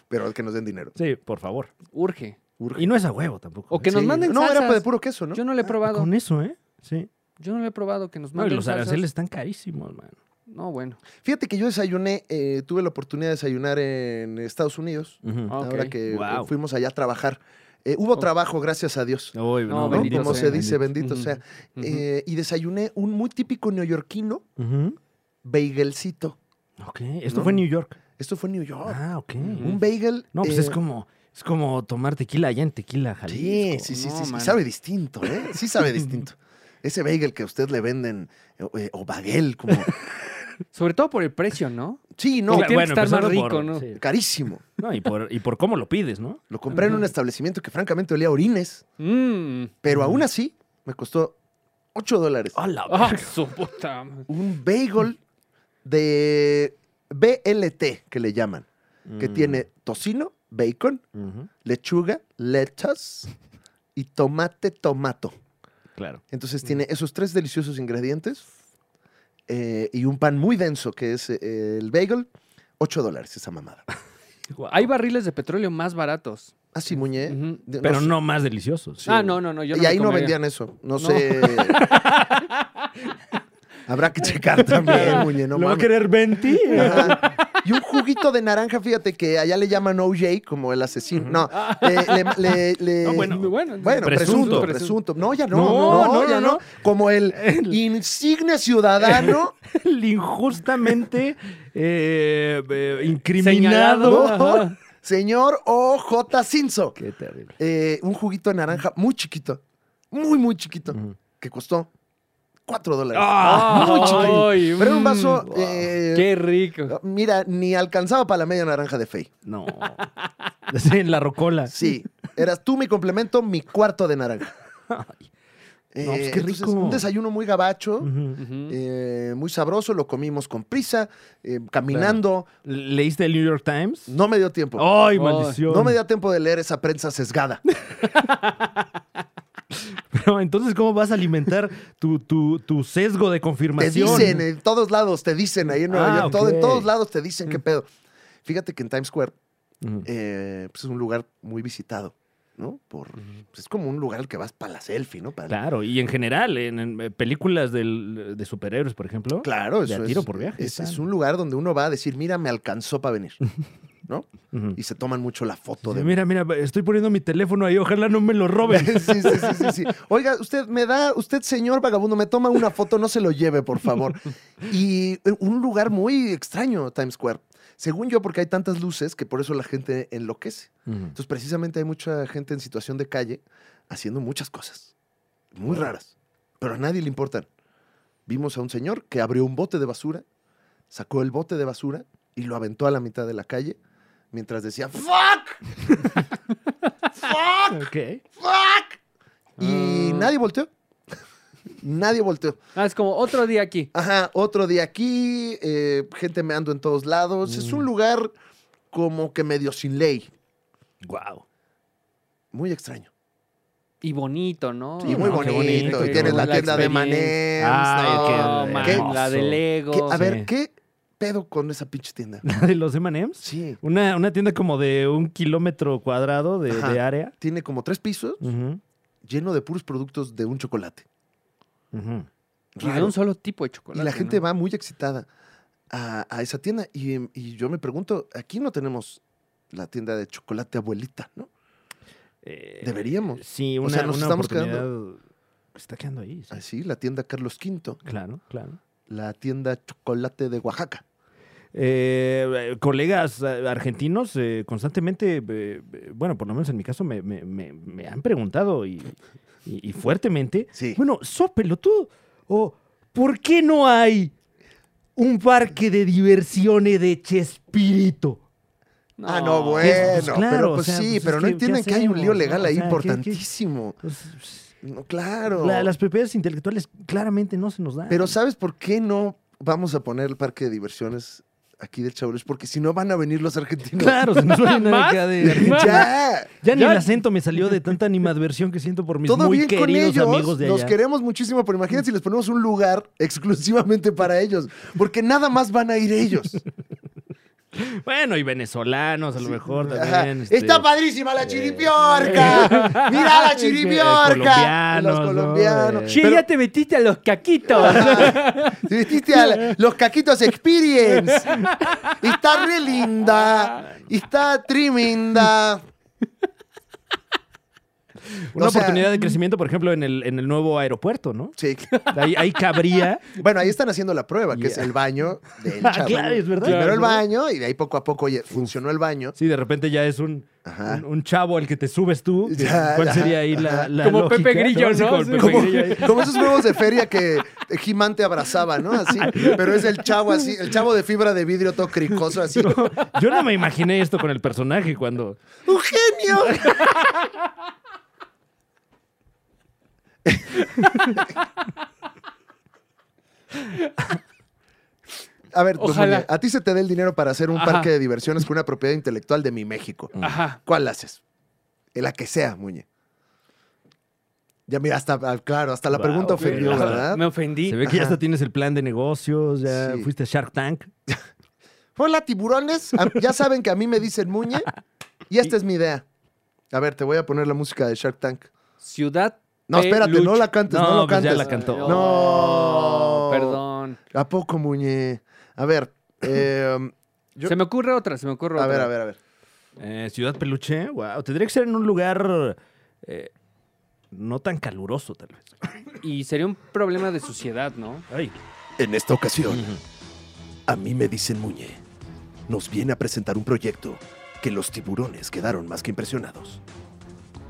[SPEAKER 1] Pero que nos den dinero.
[SPEAKER 3] Sí, por favor.
[SPEAKER 2] Urge.
[SPEAKER 1] Urge.
[SPEAKER 3] Y no es a huevo tampoco.
[SPEAKER 2] O que
[SPEAKER 3] ¿eh?
[SPEAKER 2] nos manden
[SPEAKER 1] No, era
[SPEAKER 2] salsas.
[SPEAKER 1] de puro queso, ¿no?
[SPEAKER 2] Yo no le he probado.
[SPEAKER 3] Con eso, ¿eh? Sí.
[SPEAKER 2] Yo no le he probado que nos
[SPEAKER 3] No, y
[SPEAKER 2] manden
[SPEAKER 3] los
[SPEAKER 2] salsas.
[SPEAKER 3] aranceles están carísimos, man.
[SPEAKER 2] No, bueno.
[SPEAKER 1] Fíjate que yo desayuné, eh, tuve la oportunidad de desayunar en Estados Unidos,
[SPEAKER 3] Ujú.
[SPEAKER 2] Ah,
[SPEAKER 1] ahora
[SPEAKER 2] ok.
[SPEAKER 1] que eh,
[SPEAKER 3] Guau.
[SPEAKER 1] fuimos allá a trabajar. Eh, hubo
[SPEAKER 2] Oh.
[SPEAKER 1] trabajo, gracias a Dios. ¿no?
[SPEAKER 3] Ay,
[SPEAKER 2] No, bendito
[SPEAKER 1] Como
[SPEAKER 2] sea,
[SPEAKER 1] se dice, bendito,
[SPEAKER 2] bendito.
[SPEAKER 1] sea.
[SPEAKER 2] Ujú.
[SPEAKER 1] Eh, y desayuné un muy típico neoyorquino,
[SPEAKER 3] Ujú.
[SPEAKER 1] bagelcito.
[SPEAKER 3] Ok, esto
[SPEAKER 1] No. Oh.
[SPEAKER 3] fue en New York.
[SPEAKER 1] Esto fue en New York.
[SPEAKER 3] Ah, ok.
[SPEAKER 2] Ujú.
[SPEAKER 1] Un bagel.
[SPEAKER 3] No, pues
[SPEAKER 1] eh,
[SPEAKER 3] es como es como tomar tequila allá en Tequila, Jalisco.
[SPEAKER 1] Sí, sí, sí,
[SPEAKER 2] No,
[SPEAKER 1] sí, sí,
[SPEAKER 2] mano.
[SPEAKER 1] Sabe distinto, ¿eh? Sí sabe distinto. Ese bagel que a usted le venden, eh, eh, o bagel, como...
[SPEAKER 2] Sobre todo por el precio, ¿no?
[SPEAKER 1] Sí, no,
[SPEAKER 2] Claro. tiene que estar
[SPEAKER 3] empezando
[SPEAKER 2] más
[SPEAKER 3] por-
[SPEAKER 2] rico, ¿no?
[SPEAKER 3] sí.
[SPEAKER 1] carísimo.
[SPEAKER 3] No, y por, y por cómo lo pides, ¿no?
[SPEAKER 1] Lo compré en un
[SPEAKER 2] Ujú.
[SPEAKER 1] establecimiento que francamente olía a orines,
[SPEAKER 2] Mmm.
[SPEAKER 1] pero aún así me costó 8 dólares.
[SPEAKER 3] ¡Hala!
[SPEAKER 2] Ah, su puta. madre.
[SPEAKER 1] Un bagel de BLT, que le llaman,
[SPEAKER 3] Mm,
[SPEAKER 1] que
[SPEAKER 2] Mm.
[SPEAKER 1] tiene tocino, bacon, lechuga, lettuce y tomate, tomato.
[SPEAKER 3] Claro.
[SPEAKER 1] Entonces tiene esos tres deliciosos ingredientes eh, y un pan muy denso que es eh, el bagel. 8 dólares esa mamada.
[SPEAKER 2] Hay barriles de petróleo más baratos.
[SPEAKER 1] Ah, sí, Muñe.
[SPEAKER 2] Ujú.
[SPEAKER 1] De-
[SPEAKER 3] Pero
[SPEAKER 1] sé.
[SPEAKER 3] no más deliciosos.
[SPEAKER 2] Ah, no, no, no. Yo
[SPEAKER 1] y ahí
[SPEAKER 2] me
[SPEAKER 1] no
[SPEAKER 2] comería.
[SPEAKER 1] vendían eso. No,
[SPEAKER 2] No.
[SPEAKER 1] sé. Habrá que checar también, Muñe. No
[SPEAKER 3] ¿Lo va a
[SPEAKER 1] mames.
[SPEAKER 3] querer Venti?
[SPEAKER 1] Ajá. Y un juguito de naranja, fíjate que allá le llaman OJ como el asesino. No, eh, le, le- le-
[SPEAKER 3] No, bueno.
[SPEAKER 2] Bueno,
[SPEAKER 1] Bueno, presunto,
[SPEAKER 3] Presunto,
[SPEAKER 1] presunto. No, ya no,
[SPEAKER 3] No,
[SPEAKER 1] no,
[SPEAKER 3] no,
[SPEAKER 1] ya
[SPEAKER 3] no,
[SPEAKER 1] no.
[SPEAKER 3] no.
[SPEAKER 1] Como el insigne ciudadano.
[SPEAKER 3] El injustamente eh, eh,
[SPEAKER 2] Señalado.
[SPEAKER 3] incriminado.
[SPEAKER 2] Ajá.
[SPEAKER 1] Señor O.J. Cinzo.
[SPEAKER 3] Qué terrible.
[SPEAKER 1] Eh, un juguito de naranja muy chiquito. Muy, muy chiquito. Que costó 4 dólares.
[SPEAKER 3] Ah,
[SPEAKER 1] muy chiquito.
[SPEAKER 2] ay,
[SPEAKER 1] Pero era un
[SPEAKER 2] mm,
[SPEAKER 1] vaso.
[SPEAKER 3] wow.
[SPEAKER 1] eh,
[SPEAKER 2] Qué rico.
[SPEAKER 1] Mira, ni alcanzaba para la media naranja de Fey.
[SPEAKER 3] No. Sí, en la rocola.
[SPEAKER 1] Sí. Eras tú mi complemento, mi cuarto de naranja. Eh,
[SPEAKER 3] No, pues qué
[SPEAKER 1] entonces,
[SPEAKER 3] rico.
[SPEAKER 1] un desayuno muy gabacho,
[SPEAKER 3] Ujú.
[SPEAKER 2] Ujú.
[SPEAKER 1] eh, muy sabroso, lo comimos con prisa, eh, caminando.
[SPEAKER 3] ¿Leíste el New York Times?
[SPEAKER 1] No me dio tiempo.
[SPEAKER 3] ¡Ay,
[SPEAKER 2] Ay.
[SPEAKER 3] maldición!
[SPEAKER 1] No me dio tiempo de leer esa prensa sesgada.
[SPEAKER 3] Pero entonces, ¿cómo vas a alimentar tu, tu, tu sesgo de
[SPEAKER 1] Te
[SPEAKER 3] confirmación?
[SPEAKER 1] dicen, en todos lados te dicen, ahí en Nueva
[SPEAKER 3] Ah,
[SPEAKER 1] York, todo- en
[SPEAKER 3] ok. Mm.
[SPEAKER 1] todos lados te dicen qué pedo. Fíjate que en Times Square
[SPEAKER 3] Ujú.
[SPEAKER 1] eh, pues es un lugar muy visitado, ¿no? Por, pues es como un lugar al que vas para la selfie, ¿no? Para la-
[SPEAKER 3] Claro, y en general, en, en películas del- de superhéroes, por ejemplo.
[SPEAKER 1] Claro,
[SPEAKER 3] De a
[SPEAKER 1] eso
[SPEAKER 3] tiro
[SPEAKER 1] es,
[SPEAKER 3] por viaje,
[SPEAKER 1] Es,
[SPEAKER 3] están.
[SPEAKER 1] es un lugar donde uno va a decir, mira, me alcanzó para venir, ¿no?
[SPEAKER 3] Ujú.
[SPEAKER 1] Y se toman mucho la foto de...
[SPEAKER 3] Mira, mira, estoy poniendo mi teléfono ahí, ojalá no me lo roben.
[SPEAKER 1] Sí, sí, sí, sí, sí. Oiga, usted me da, usted señor vagabundo, me toma una foto, no se lo lleve, por favor. Y eh, un lugar muy extraño, Times Square. Según yo, porque hay tantas luces que por eso la gente enloquece. Entonces, precisamente hay mucha gente en situación de calle haciendo muchas cosas, muy raras, pero a nadie le importan. Vimos a un señor que abrió un bote de basura, sacó el bote de basura y lo aventó a la mitad de la calle mientras decía ¡Fuck! ¡Fuck!
[SPEAKER 3] Ok.
[SPEAKER 1] ¡Fuck! Y
[SPEAKER 2] Ah.
[SPEAKER 1] nadie volteó. nadie volteó.
[SPEAKER 2] Ah, es como otro día aquí.
[SPEAKER 1] Ajá, otro día aquí, eh, gente meando en todos lados. Es
[SPEAKER 3] Mm.
[SPEAKER 1] un lugar como que medio sin ley,
[SPEAKER 3] Wow.
[SPEAKER 1] muy extraño.
[SPEAKER 2] Y bonito, ¿no? Ah,
[SPEAKER 1] Sí,
[SPEAKER 3] Mm, no,
[SPEAKER 1] muy
[SPEAKER 3] qué
[SPEAKER 1] bonito.
[SPEAKER 3] bonito,
[SPEAKER 1] Y
[SPEAKER 3] qué
[SPEAKER 1] tienes la
[SPEAKER 3] bonita
[SPEAKER 1] tienda de Mané.
[SPEAKER 2] experiencia.
[SPEAKER 3] Ay,
[SPEAKER 2] No,
[SPEAKER 3] qué
[SPEAKER 2] man,
[SPEAKER 3] hermoso.
[SPEAKER 2] la de Lego.
[SPEAKER 1] a ver,
[SPEAKER 3] sí.
[SPEAKER 1] ¿qué pedo con esa pinche tienda?
[SPEAKER 3] ¿La de los M&M's?
[SPEAKER 1] Sí.
[SPEAKER 3] Una, una tienda como de un kilómetro cuadrado de,
[SPEAKER 1] Ajá.
[SPEAKER 3] de área.
[SPEAKER 1] Tiene como tres pisos
[SPEAKER 3] Ujú,
[SPEAKER 1] lleno de puros productos de un chocolate.
[SPEAKER 3] ujú.
[SPEAKER 2] Y de
[SPEAKER 1] Raro.
[SPEAKER 2] un solo tipo de
[SPEAKER 1] Y
[SPEAKER 2] chocolate.
[SPEAKER 1] la gente
[SPEAKER 2] ¿no?
[SPEAKER 1] va muy excitada a, a esa tienda. Y, em, y yo me pregunto, aquí no tenemos la tienda de chocolate abuelita, ¿no?
[SPEAKER 3] Eh,
[SPEAKER 1] Deberíamos.
[SPEAKER 3] Sí, una,
[SPEAKER 1] O sea, nos
[SPEAKER 3] una
[SPEAKER 1] estamos
[SPEAKER 3] oportunidad... Está quedando ahí. sí.
[SPEAKER 1] Así, Ah, la tienda Carlos V,
[SPEAKER 3] Claro, claro.
[SPEAKER 1] la tienda chocolate de Oaxaca.
[SPEAKER 3] Eh, eh, colegas eh, argentinos eh, constantemente, eh, eh, bueno, por lo menos en mi caso, me, me- me- me han preguntado y, y- y fuertemente,
[SPEAKER 1] Sí.
[SPEAKER 3] bueno, ¿sos pelotudo? ¿O por qué no hay un parque de diversiones de Chespirito?
[SPEAKER 1] Ah, no,
[SPEAKER 3] Y es- pues,
[SPEAKER 1] bueno.
[SPEAKER 3] claro,
[SPEAKER 1] pero
[SPEAKER 3] o
[SPEAKER 1] pues
[SPEAKER 3] sea,
[SPEAKER 1] sí,
[SPEAKER 3] pues,
[SPEAKER 1] pero
[SPEAKER 3] es
[SPEAKER 1] no
[SPEAKER 3] que, ¿qué
[SPEAKER 1] entienden que hay un lío
[SPEAKER 3] hacemos,
[SPEAKER 1] legal
[SPEAKER 3] no? O
[SPEAKER 1] ahí
[SPEAKER 3] sea, ¿qué- qué-
[SPEAKER 1] importantísimo.
[SPEAKER 3] Pues,
[SPEAKER 1] No, claro.
[SPEAKER 3] la- las propiedades intelectuales claramente no se nos dan.
[SPEAKER 1] Pero ¿sabes por qué no vamos a poner el parque de diversiones aquí del Chavo? Es porque si no van a venir los argentinos.
[SPEAKER 3] Claro, se nos va a llenar
[SPEAKER 2] ¿Más?
[SPEAKER 3] acá de-
[SPEAKER 2] ¿Más?
[SPEAKER 1] ya.
[SPEAKER 3] Ya ni
[SPEAKER 2] Ya-
[SPEAKER 3] el acento me salió de tanta animadversión que siento por mis
[SPEAKER 1] Todo
[SPEAKER 3] muy
[SPEAKER 1] bien con
[SPEAKER 3] queridos
[SPEAKER 1] ellos.
[SPEAKER 3] amigos de
[SPEAKER 1] Los
[SPEAKER 3] allá.
[SPEAKER 1] queremos muchísimo, pero imagínate si les ponemos un lugar exclusivamente para ellos. Porque nada más van a ir ellos.
[SPEAKER 3] Bueno, y venezolanos a lo mejor
[SPEAKER 1] Ajá.
[SPEAKER 3] también. este, eh,
[SPEAKER 1] Está padrísima la chiripiorca. Mira la chiripiorca.
[SPEAKER 3] Colombianos,
[SPEAKER 1] Los
[SPEAKER 3] ¿no?
[SPEAKER 1] colombianos.
[SPEAKER 3] Eh,
[SPEAKER 2] Che,
[SPEAKER 1] Pero-
[SPEAKER 2] ya te metiste a los caquitos.
[SPEAKER 1] Ajá. Te vestiste a la- los caquitos experience. Está re linda. Está tremenda.
[SPEAKER 3] Una
[SPEAKER 1] o sea- mm.
[SPEAKER 3] oportunidad de crecimiento, por ejemplo, en el, en el nuevo aeropuerto, ¿no?
[SPEAKER 1] Sí.
[SPEAKER 3] Ahí, ahí cabría.
[SPEAKER 1] Bueno, ahí están haciendo la prueba, que es
[SPEAKER 3] Yeah.
[SPEAKER 1] el baño del
[SPEAKER 3] Ah,
[SPEAKER 1] chavo.
[SPEAKER 3] claro, es verdad.
[SPEAKER 1] Primero
[SPEAKER 3] es
[SPEAKER 1] el
[SPEAKER 3] verdad.
[SPEAKER 1] baño y de ahí poco a poco, oye, funcionó el baño.
[SPEAKER 3] Sí, de repente ya es un,
[SPEAKER 1] Ajá.
[SPEAKER 3] un, un chavo al que te subes tú. que-
[SPEAKER 1] Ya,
[SPEAKER 3] ¿Cuál
[SPEAKER 1] ajá,
[SPEAKER 3] sería ahí la,
[SPEAKER 1] ajá.
[SPEAKER 3] la
[SPEAKER 2] Como
[SPEAKER 3] lógica,
[SPEAKER 2] Pepe Grillo,
[SPEAKER 3] Así
[SPEAKER 2] ¿no?
[SPEAKER 3] como el
[SPEAKER 2] Sí.
[SPEAKER 3] Pepe
[SPEAKER 1] Como,
[SPEAKER 3] Grillo ahí.
[SPEAKER 1] como esos juegos de feria que He-Man te abrazaba, ¿no? Así. Pero es el chavo así, el chavo de fibra de vidrio todo cricoso así.
[SPEAKER 3] Yo no me imaginé esto con el personaje cuando...
[SPEAKER 1] ¡Un genio! A ver, pues,
[SPEAKER 2] Ojalá.
[SPEAKER 1] Muñe, a ti se te dé el dinero para hacer un
[SPEAKER 2] Ajá.
[SPEAKER 1] parque de diversiones con una propiedad intelectual de mi México.
[SPEAKER 3] Mm.
[SPEAKER 2] Ajá.
[SPEAKER 1] ¿Cuál haces? La que sea, Muñe. Ya mira, hasta, ah, claro, hasta la
[SPEAKER 3] Wow,
[SPEAKER 1] pregunta
[SPEAKER 3] ok,
[SPEAKER 1] ofendió,
[SPEAKER 3] ajá.
[SPEAKER 1] ¿verdad?
[SPEAKER 2] Me ofendí.
[SPEAKER 3] Se ve que ya
[SPEAKER 1] Ajá.
[SPEAKER 3] hasta tienes el plan de negocios, ya
[SPEAKER 1] Sí.
[SPEAKER 3] fuiste a Shark Tank.
[SPEAKER 1] Hola, tiburones. A- Ya saben que a mí me dicen Muñe. Y esta es mi idea. A ver, te voy a poner la música de Shark Tank.
[SPEAKER 2] Ciudad.
[SPEAKER 1] No, espérate, no
[SPEAKER 2] Peluche.
[SPEAKER 1] la cantes, no,
[SPEAKER 3] No,
[SPEAKER 1] lo
[SPEAKER 3] pues ya
[SPEAKER 1] cantes.
[SPEAKER 3] la cantó.
[SPEAKER 1] No.
[SPEAKER 2] Perdón.
[SPEAKER 1] ¿A poco, Muñe? A ver, eh, Yo-
[SPEAKER 2] Se me ocurre otra, se me ocurre otra.
[SPEAKER 1] a ver, a ver, a ver.
[SPEAKER 3] Eh, Ciudad Peluche, wow. Tendría que ser en un lugar eh, no tan caluroso, tal vez.
[SPEAKER 2] Y sería un problema de suciedad, ¿no?
[SPEAKER 3] Ay.
[SPEAKER 4] En esta ocasión, a mí me dicen Muñe. Nos viene a presentar un proyecto que los tiburones quedaron más que impresionados.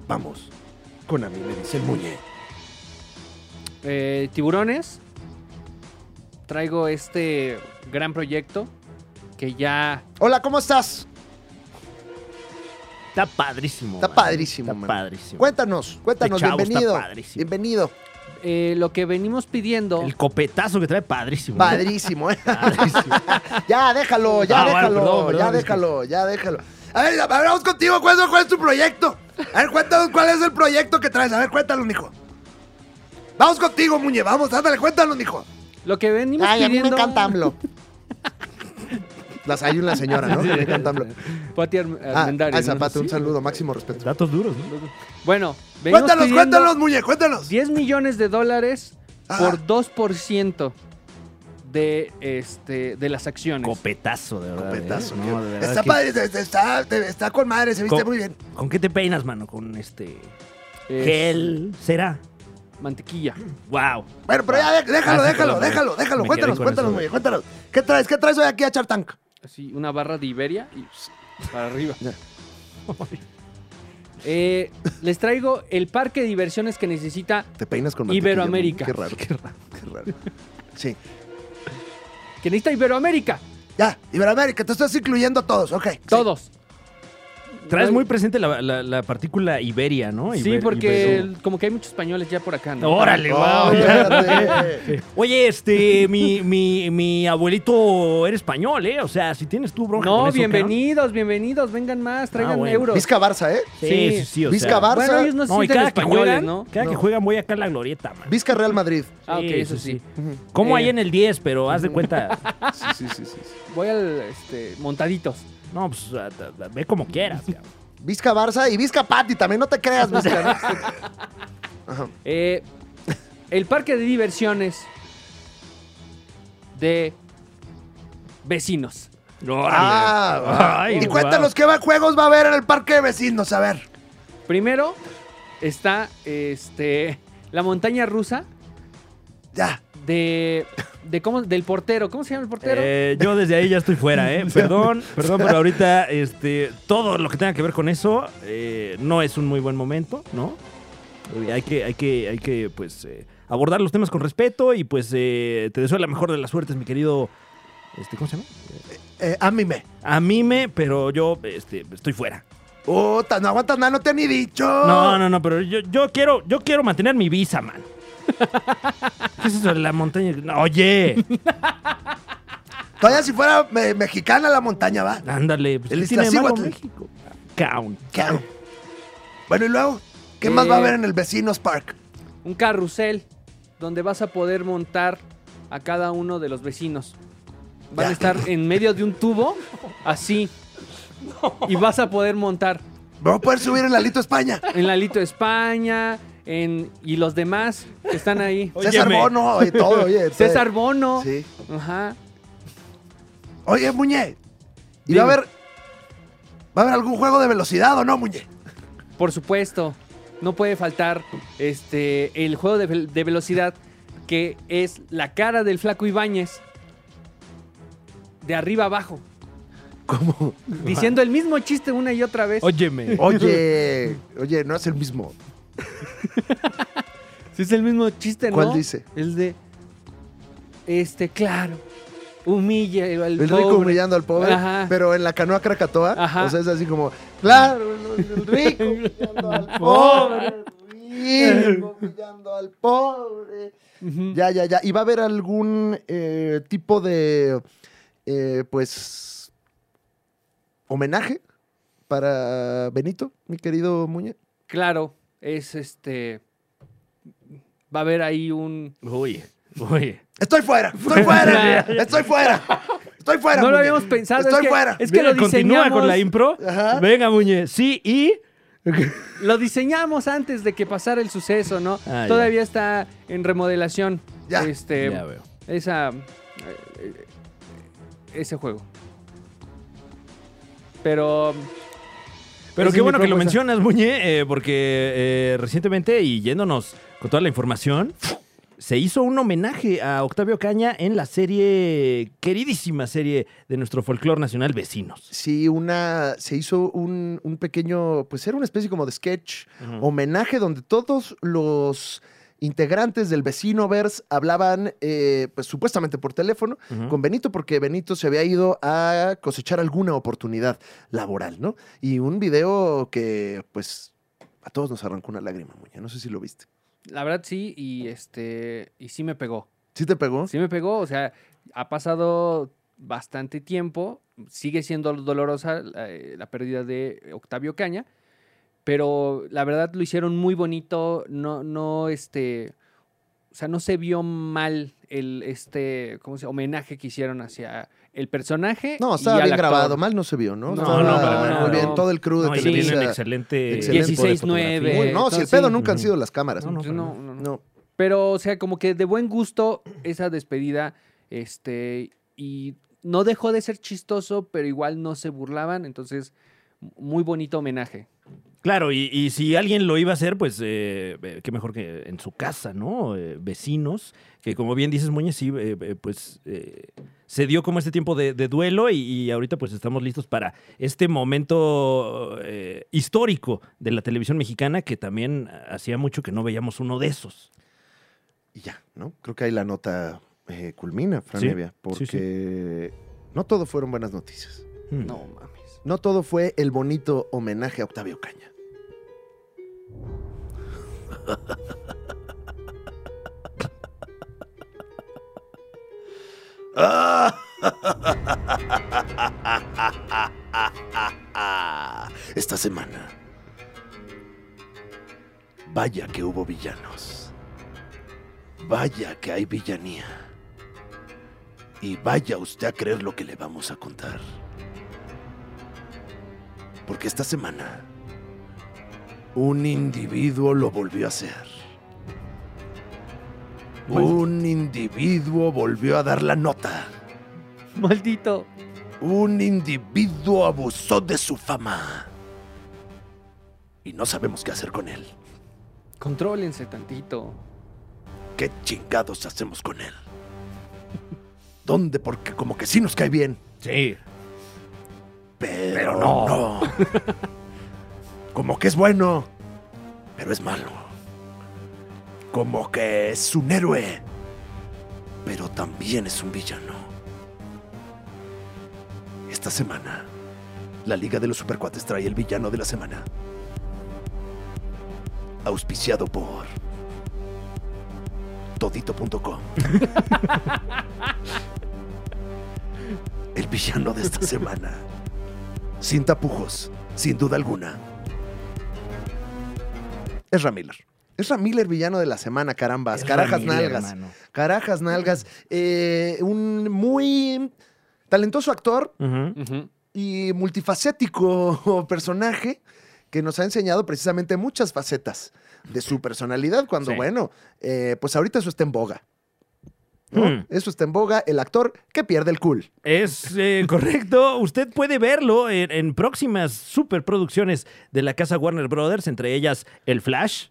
[SPEAKER 4] Vamos, con a mí me dicen Muñe.
[SPEAKER 2] Eh, tiburones. Traigo este gran proyecto que ya
[SPEAKER 1] Hola, ¿cómo estás?
[SPEAKER 3] Está padrísimo.
[SPEAKER 1] Está
[SPEAKER 3] man.
[SPEAKER 1] padrísimo,
[SPEAKER 3] Está
[SPEAKER 1] man.
[SPEAKER 3] padrísimo.
[SPEAKER 1] Cuéntanos, cuéntanos,
[SPEAKER 3] chavo está
[SPEAKER 1] bienvenido.
[SPEAKER 3] padrísimo.
[SPEAKER 1] Bienvenido.
[SPEAKER 2] eh, lo que venimos pidiendo.
[SPEAKER 3] El copetazo que trae padrísimo.
[SPEAKER 1] Padrísimo, ¿eh?
[SPEAKER 3] Padrísimo.
[SPEAKER 1] Ya, déjalo, ya
[SPEAKER 3] Ah, bueno,
[SPEAKER 1] déjalo,
[SPEAKER 3] perdón, perdón,
[SPEAKER 1] ya
[SPEAKER 3] es que-
[SPEAKER 1] déjalo, ya déjalo. A ver, a- hablamos contigo, ¿cuál es, cuál es tu proyecto? A ver, cuéntanos cuál es el proyecto que traes. A ver, cuéntalo, mijo. Vamos contigo, Muñe, vamos, ándale, cuéntalo, mijo.
[SPEAKER 2] Lo que venimos pidiendo.
[SPEAKER 1] AMLO. Las hay una señora, ¿no? Que le encanta AMLO.
[SPEAKER 2] Pati Arm- Armendariz,
[SPEAKER 1] ah,
[SPEAKER 2] ¿no?
[SPEAKER 1] Zapata, un
[SPEAKER 2] Sí.
[SPEAKER 1] saludo, máximo respeto.
[SPEAKER 3] Datos duros, ¿no?
[SPEAKER 2] Bueno, venimos
[SPEAKER 1] Cuéntanos,
[SPEAKER 2] pidiendo
[SPEAKER 1] cuéntanos, Ah. Muñe, cuéntanos.
[SPEAKER 2] 10 millones de dólares
[SPEAKER 1] Ajá.
[SPEAKER 2] por 2% de, este, de las acciones.
[SPEAKER 3] Copetazo, de verdad. ¿eh?
[SPEAKER 1] Copetazo,
[SPEAKER 3] No,
[SPEAKER 1] que-
[SPEAKER 3] de verdad
[SPEAKER 1] Está
[SPEAKER 3] que-
[SPEAKER 1] padre, te- te- está, te- está con madre, se viste
[SPEAKER 3] Co-
[SPEAKER 1] muy bien.
[SPEAKER 3] ¿Con qué te peinas, mano? Con este.
[SPEAKER 2] Es
[SPEAKER 3] Gel. ¿Será?
[SPEAKER 2] Mantequilla.
[SPEAKER 3] ¡Wow!
[SPEAKER 1] Bueno, pero ya de- déjalo,
[SPEAKER 3] Ah,
[SPEAKER 1] déjalo,
[SPEAKER 3] sí, perdón,
[SPEAKER 1] déjalo, déjalo.
[SPEAKER 3] me quedé
[SPEAKER 1] Cuéntanos,
[SPEAKER 3] con
[SPEAKER 1] cuéntanos,
[SPEAKER 3] eso.
[SPEAKER 1] Muñe, cuéntanos. ¿Qué traes? ¿Qué traes hoy aquí a Chartank?
[SPEAKER 2] Así, una barra de Iberia y pss, para arriba.
[SPEAKER 1] Ya.
[SPEAKER 2] Eh, les traigo el parque de diversiones que necesita,
[SPEAKER 1] Te peinas con
[SPEAKER 2] mantequilla, Iberoamérica.
[SPEAKER 1] Qué raro, qué raro, qué raro. Sí.
[SPEAKER 2] que necesita Iberoamérica.
[SPEAKER 1] Ya, Iberoamérica, te estás incluyendo a todos, ok. sí.
[SPEAKER 2] Todos.
[SPEAKER 3] Traes
[SPEAKER 2] Ay,
[SPEAKER 3] muy presente la, la- la partícula Iberia, ¿no?
[SPEAKER 2] Sí,
[SPEAKER 3] Iber-
[SPEAKER 2] porque
[SPEAKER 3] Ibero.
[SPEAKER 2] el- como que hay muchos españoles ya por acá, ¿no?
[SPEAKER 3] ¡Órale,
[SPEAKER 1] Oh,
[SPEAKER 3] wow!
[SPEAKER 1] espérate.
[SPEAKER 3] Oye, este, mi, mi, mi abuelito era español, ¿eh? O sea, si tienes tu bronca con
[SPEAKER 2] No,
[SPEAKER 3] eso, Ah,
[SPEAKER 2] bienvenidos, bienvenidos, vengan más, traigan
[SPEAKER 3] bueno.
[SPEAKER 2] euros.
[SPEAKER 1] Visca Barça, ¿eh?
[SPEAKER 3] cabrón. Sí, sí, sí, o
[SPEAKER 1] Vizca
[SPEAKER 3] sea.
[SPEAKER 1] Barça.
[SPEAKER 2] Bueno, ellos no se
[SPEAKER 3] No, y
[SPEAKER 2] sienten
[SPEAKER 3] cada que
[SPEAKER 2] españoles,
[SPEAKER 3] juegan,
[SPEAKER 2] ¿no?
[SPEAKER 3] cada que
[SPEAKER 1] No.
[SPEAKER 3] juegan voy acá a la glorieta, man.
[SPEAKER 1] Visca Real Madrid.
[SPEAKER 2] Ah, ok,
[SPEAKER 3] Sí,
[SPEAKER 2] eso
[SPEAKER 3] sí,
[SPEAKER 2] sí.
[SPEAKER 1] Ujú.
[SPEAKER 3] ¿Cómo
[SPEAKER 2] Eh.
[SPEAKER 3] hay en el 10? Pero haz de cuenta.
[SPEAKER 1] Sí, sí, sí, sí. sí.
[SPEAKER 2] Voy al, este, montaditos.
[SPEAKER 3] No, pues a- a- a- ve como quieras, cabrón.
[SPEAKER 1] Vizca Barça y Vizca Pati, también no te creas, Vizca. ¿no? Ajá.
[SPEAKER 2] Eh, el parque de diversiones de vecinos.
[SPEAKER 3] Órale.
[SPEAKER 1] Ah,
[SPEAKER 3] Ay,
[SPEAKER 1] y
[SPEAKER 3] guau. Eh,
[SPEAKER 1] cuéntanos qué va- juegos va a haber en el parque de vecinos, a ver.
[SPEAKER 2] Primero está este, la montaña rusa
[SPEAKER 1] Ya.
[SPEAKER 2] de, de cómo, del portero. ¿Cómo se llama el portero?
[SPEAKER 3] Eh, yo desde ahí ya estoy fuera, ¿eh? Perdón, perdón, pero ahorita este, todo lo que tenga que ver con eso eh, no es un muy buen momento, ¿no? Eh, Hay que, hay que, hay que pues, eh, abordar los temas con respeto y pues eh, te deseo la mejor de las suertes, mi querido... Este, ¿Cómo se llama?
[SPEAKER 1] Eh, ámime.
[SPEAKER 3] A mí me, pero yo este, estoy fuera.
[SPEAKER 1] Puta, no aguantas nada, no te han ni dicho.
[SPEAKER 3] No,
[SPEAKER 2] Oh.
[SPEAKER 3] no, no, pero yo, yo quiero yo quiero mantener mi visa, man. ¿Qué es eso de la montaña? No, oye,
[SPEAKER 1] Todavía si fuera eh, mexicana la montaña, va.
[SPEAKER 3] ándale. Pues,
[SPEAKER 1] El
[SPEAKER 3] ¿qué tiene de malo
[SPEAKER 1] Iztaccíhuatl.
[SPEAKER 3] México? Caun.
[SPEAKER 1] ¿Qué hago? Bueno, y luego, ¿qué más va a haber en el vecinos park?
[SPEAKER 2] Un carrusel donde vas a poder montar a cada uno de los vecinos. Van
[SPEAKER 1] Ya.
[SPEAKER 2] a estar en medio de un tubo, así. Y vas a poder montar
[SPEAKER 1] Vamos a poder subir el alito a España.
[SPEAKER 2] en Lalito España, en, y los demás que están ahí.
[SPEAKER 1] César
[SPEAKER 3] Óyeme.
[SPEAKER 1] Bono y todo, oye. este,
[SPEAKER 2] César Bono.
[SPEAKER 1] Sí.
[SPEAKER 2] Ajá.
[SPEAKER 1] Oye, Muñe. ¿Y
[SPEAKER 2] Dime.
[SPEAKER 1] va a haber. ¿Va a haber algún juego de velocidad o no, Muñe?
[SPEAKER 2] Por supuesto. No puede faltar este el juego de, vel- de velocidad que es la cara del flaco Ibáñez de arriba abajo.
[SPEAKER 1] ¿Cómo?
[SPEAKER 2] Diciendo el mismo chiste una y otra vez.
[SPEAKER 3] Óyeme.
[SPEAKER 1] Oye, oye, no es el mismo.
[SPEAKER 2] Si es el mismo chiste, ¿no?
[SPEAKER 1] ¿Cuál dice?
[SPEAKER 2] El de. Este, claro. Humilla al
[SPEAKER 1] El rico
[SPEAKER 2] pobre.
[SPEAKER 1] humillando al pobre,
[SPEAKER 2] Ajá.
[SPEAKER 1] pero en la canoa Krakatoa,
[SPEAKER 2] Ajá.
[SPEAKER 1] o sea, es así como, claro, el el rico humillando al pobre, el rico humillando al pobre.
[SPEAKER 2] Ujú.
[SPEAKER 1] Ya, ya, ya. ¿Y va a haber algún eh, tipo de, eh, pues, homenaje para Benito, mi querido Muñe?
[SPEAKER 2] Claro, es este. Va a haber ahí un.
[SPEAKER 3] Oye, oye.
[SPEAKER 1] Estoy fuera, estoy fuera, estoy fuera, estoy fuera, Estoy fuera.
[SPEAKER 2] no lo
[SPEAKER 1] Muñe.
[SPEAKER 2] habíamos pensado.
[SPEAKER 1] Estoy
[SPEAKER 2] es que,
[SPEAKER 1] fuera.
[SPEAKER 2] Es que
[SPEAKER 3] Mira,
[SPEAKER 2] lo diseñamos. Ah.
[SPEAKER 3] Continúa con la impro.
[SPEAKER 1] Ajá.
[SPEAKER 3] Venga, Muñe. Sí, y.
[SPEAKER 2] Lo diseñamos antes de que pasara el suceso, ¿no?
[SPEAKER 3] Ah, ya.
[SPEAKER 2] Todavía está en remodelación.
[SPEAKER 1] Ya.
[SPEAKER 2] Este,
[SPEAKER 3] Ya veo.
[SPEAKER 2] Esa. eh, Ese juego. Pero.
[SPEAKER 3] Pero
[SPEAKER 2] Esa
[SPEAKER 3] qué
[SPEAKER 2] es mi
[SPEAKER 3] bueno que lo
[SPEAKER 2] propuesta.
[SPEAKER 3] mencionas, Muñe, eh, porque eh, recientemente y yéndonos con toda la información, se hizo un homenaje a Octavio Caña en la serie, queridísima serie de nuestro folclore nacional, Vecinos.
[SPEAKER 1] Sí, una, se hizo un, un pequeño, pues era una especie como de sketch,
[SPEAKER 2] Mm.
[SPEAKER 1] homenaje donde todos los integrantes del vecino Verse hablaban, eh, pues supuestamente por teléfono,
[SPEAKER 3] Ujú.
[SPEAKER 1] con Benito, porque Benito se había ido a cosechar alguna oportunidad laboral, ¿no? Y un video que, pues, a todos nos arrancó una lágrima, Muña. No sé si lo viste.
[SPEAKER 2] La verdad sí, y este. Y sí me pegó.
[SPEAKER 1] ¿Sí te pegó?
[SPEAKER 2] Sí me pegó, o sea, ha pasado bastante tiempo, sigue siendo dolorosa la, eh, la pérdida de Octavio Caña, pero la verdad lo hicieron muy bonito, no, no, este, o sea, no se vio mal el, este, ¿cómo se llama? Homenaje que hicieron hacia el personaje.
[SPEAKER 1] No,
[SPEAKER 2] y
[SPEAKER 1] estaba
[SPEAKER 2] al
[SPEAKER 1] bien
[SPEAKER 2] actor.
[SPEAKER 1] grabado. Mal no se vio, ¿no?
[SPEAKER 2] No,
[SPEAKER 1] Estaba
[SPEAKER 3] no, para nada,
[SPEAKER 1] Muy bien,
[SPEAKER 2] no.
[SPEAKER 1] todo el crew de
[SPEAKER 3] No, y
[SPEAKER 2] sí.
[SPEAKER 3] tienen
[SPEAKER 1] Televisa.
[SPEAKER 3] excelente.
[SPEAKER 1] excelente
[SPEAKER 3] equipo de
[SPEAKER 2] 16-9.
[SPEAKER 3] fotografía.
[SPEAKER 1] Muy- no, si el
[SPEAKER 2] Entonces,
[SPEAKER 1] pedo nunca han
[SPEAKER 3] ujú.
[SPEAKER 1] sido las cámaras.
[SPEAKER 3] No, no,
[SPEAKER 2] Entonces,
[SPEAKER 3] para
[SPEAKER 2] Pues no, no, no.
[SPEAKER 1] No.
[SPEAKER 2] Pero, o sea, como que de buen gusto esa despedida, este, y no dejó de ser chistoso, pero igual no se burlaban, entonces, muy bonito homenaje.
[SPEAKER 3] Claro, y, y si alguien lo iba a hacer, pues eh, eh, qué mejor que en su casa, ¿no? Eh, vecinos, que como bien dices, Muñe, sí, eh, eh, pues eh, se dio como este tiempo de, de duelo y, y ahorita pues estamos listos para este momento eh, histórico de la televisión mexicana que también hacía mucho que no veíamos uno de esos.
[SPEAKER 1] Y ya, ¿no? Creo que ahí la nota eh, culmina, Fran
[SPEAKER 3] Sí,
[SPEAKER 1] Evia,
[SPEAKER 3] sí, sí.
[SPEAKER 1] porque no todo fueron buenas noticias.
[SPEAKER 3] Hmm.
[SPEAKER 2] No mames.
[SPEAKER 1] No todo fue el bonito homenaje a Octavio Caña.
[SPEAKER 4] Esta semana. Vaya que hubo villanos. Vaya que hay villanía. Y vaya usted a creer lo que le vamos a contar. Porque esta semana un individuo lo volvió a hacer. Un individuo volvió a dar la nota.
[SPEAKER 2] Maldito.
[SPEAKER 4] Un individuo abusó de su fama. Y no sabemos qué hacer con él.
[SPEAKER 2] Contrólense tantito.
[SPEAKER 4] ¿Qué chingados hacemos con él? ¿Dónde? Porque como que sí nos cae bien.
[SPEAKER 3] Sí.
[SPEAKER 4] Pero,
[SPEAKER 3] Pero no.
[SPEAKER 4] no. como que es bueno. Pero es malo. Como que es un héroe. Pero también es un villano. Esta semana, la Liga de los Supercuates trae el villano de la semana. Auspiciado por todito.com. el villano de esta semana. Sin tapujos, sin duda alguna.
[SPEAKER 1] Es Ramiller. Es Ramiller villano de la semana, carambas. Carajas nalgas. Carajas nalgas. Eh, un muy talentoso actor y multifacético personaje que nos ha enseñado precisamente muchas facetas de su personalidad cuando,
[SPEAKER 3] Sí.
[SPEAKER 1] bueno, eh, pues ahorita eso está en boga. ¿no?
[SPEAKER 3] Mm.
[SPEAKER 1] Eso está en boga. El actor que pierde el cool.
[SPEAKER 3] Es eh, correcto. Usted puede verlo en, en próximas superproducciones de la casa Warner Brothers, entre ellas El Flash,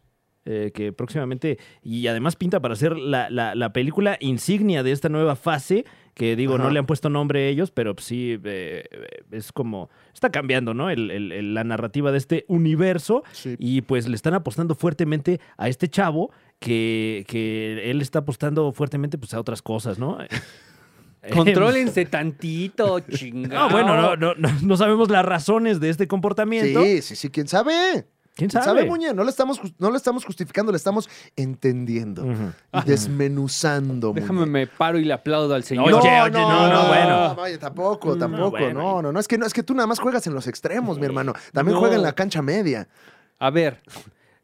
[SPEAKER 3] eh, que próximamente, y además pinta para ser la, la- la película insignia de esta nueva fase, que digo, no
[SPEAKER 1] Ajá.
[SPEAKER 3] le han puesto nombre ellos, pero pues, sí, eh, es como, está cambiando, ¿no? El- el- el- la narrativa de este universo. Y pues le están apostando fuertemente a este chavo que, que él está apostando fuertemente pues a otras cosas, ¿no? Em,
[SPEAKER 2] Contrólense tantito, chingado.
[SPEAKER 3] No, Ah, bueno, no, no, no- no sabemos las razones de este comportamiento.
[SPEAKER 1] Sí, sí, sí, quién sabe.
[SPEAKER 3] ¿Quién
[SPEAKER 1] ¿Quién
[SPEAKER 3] sabe?
[SPEAKER 1] sabe, Muñe? No lo, estamos, jus- no lo estamos justificando, lo estamos entendiendo
[SPEAKER 3] Ujú.
[SPEAKER 1] y desmenuzando.
[SPEAKER 2] Déjame,
[SPEAKER 1] Muñe.
[SPEAKER 2] me paro y le aplaudo al señor.
[SPEAKER 3] Oye, oye, no, no, bueno. Mm,
[SPEAKER 1] vaya, tampoco,
[SPEAKER 3] No,
[SPEAKER 1] tampoco. No,
[SPEAKER 3] bueno.
[SPEAKER 1] no, no, Es que, no, es que tú nada más juegas en los extremos, mi hermano. También
[SPEAKER 2] No.
[SPEAKER 1] juega en la cancha media.
[SPEAKER 2] A ver,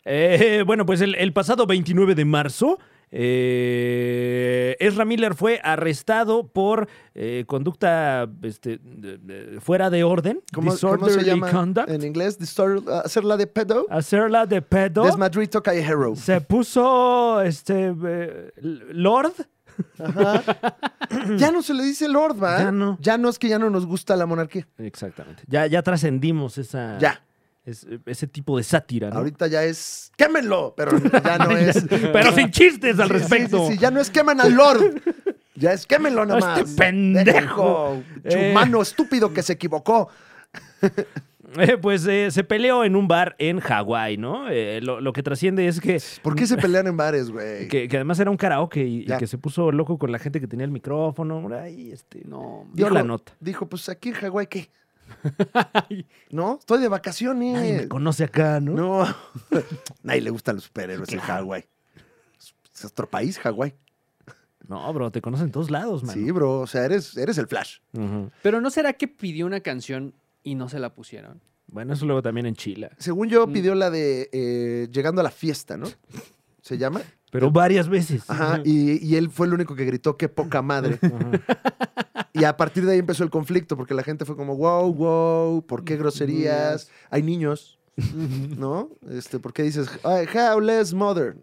[SPEAKER 3] Eh, bueno, pues el, el pasado 29 de marzo, Eh, Ezra Miller fue arrestado por eh, conducta este, de- de- fuera de orden.
[SPEAKER 1] ¿Cómo, cómo se
[SPEAKER 3] disorderly
[SPEAKER 1] llama Eh,
[SPEAKER 3] conduct.
[SPEAKER 1] en inglés? Disorder- hacerla de pedo.
[SPEAKER 3] Hacerla de pedo.
[SPEAKER 1] Desmadrito callejero.
[SPEAKER 3] Se puso este eh, Lord.
[SPEAKER 1] Ya no se le dice Lord, ¿va?
[SPEAKER 3] Ya no.
[SPEAKER 1] Ya no es que ya no nos gusta la monarquía.
[SPEAKER 3] Exactamente. Ya, ya trascendimos esa.
[SPEAKER 1] Ya.
[SPEAKER 3] es- ese tipo de sátira, Ah, ¿no?
[SPEAKER 1] Ahorita ya es quémenlo, pero ya no es.
[SPEAKER 3] Pero sin chistes al
[SPEAKER 1] Sí, sí,
[SPEAKER 3] respecto.
[SPEAKER 1] Sí, sí, ya no es quemen al Lord. Ya es quémenlo
[SPEAKER 3] A
[SPEAKER 1] nomás.
[SPEAKER 3] este pendejo. Eh.
[SPEAKER 1] Humano estúpido que se equivocó.
[SPEAKER 3] Eh, pues eh, se peleó en un bar en Hawái, ¿no? Eh, lo, lo que trasciende es que,
[SPEAKER 1] ¿Por qué se pelean en bares, güey?
[SPEAKER 3] que, que además era un karaoke y, y
[SPEAKER 1] Ya.
[SPEAKER 3] que se puso loco con la gente que tenía el micrófono. Ay, este, no, dio
[SPEAKER 1] Dijo-
[SPEAKER 3] la nota.
[SPEAKER 1] Dijo, pues aquí en Hawái, ¿qué? ¿No? Estoy de vacaciones.
[SPEAKER 3] Nadie me conoce acá, ¿no?
[SPEAKER 1] No. Nadie le gustan los superhéroes en Hawái. Es otro país, Hawái.
[SPEAKER 3] No, bro, te conocen en todos lados, man.
[SPEAKER 1] Sí, bro. O sea, eres, eres el Flash.
[SPEAKER 2] Pero ¿no será que pidió una canción y no se la pusieron?
[SPEAKER 3] Bueno, eso luego también en Chile.
[SPEAKER 1] Según yo, pidió la de eh, Llegando a la fiesta, ¿no? ¿Se llama?
[SPEAKER 3] Pero varias veces.
[SPEAKER 1] Ajá. Y, y él fue el único que gritó, qué poca madre. Y a partir de ahí empezó el conflicto, porque la gente fue como, wow, wow, ¿por qué groserías? Hay niños, ¿no? Este, ¿Por qué dices, "Ay, howless mother?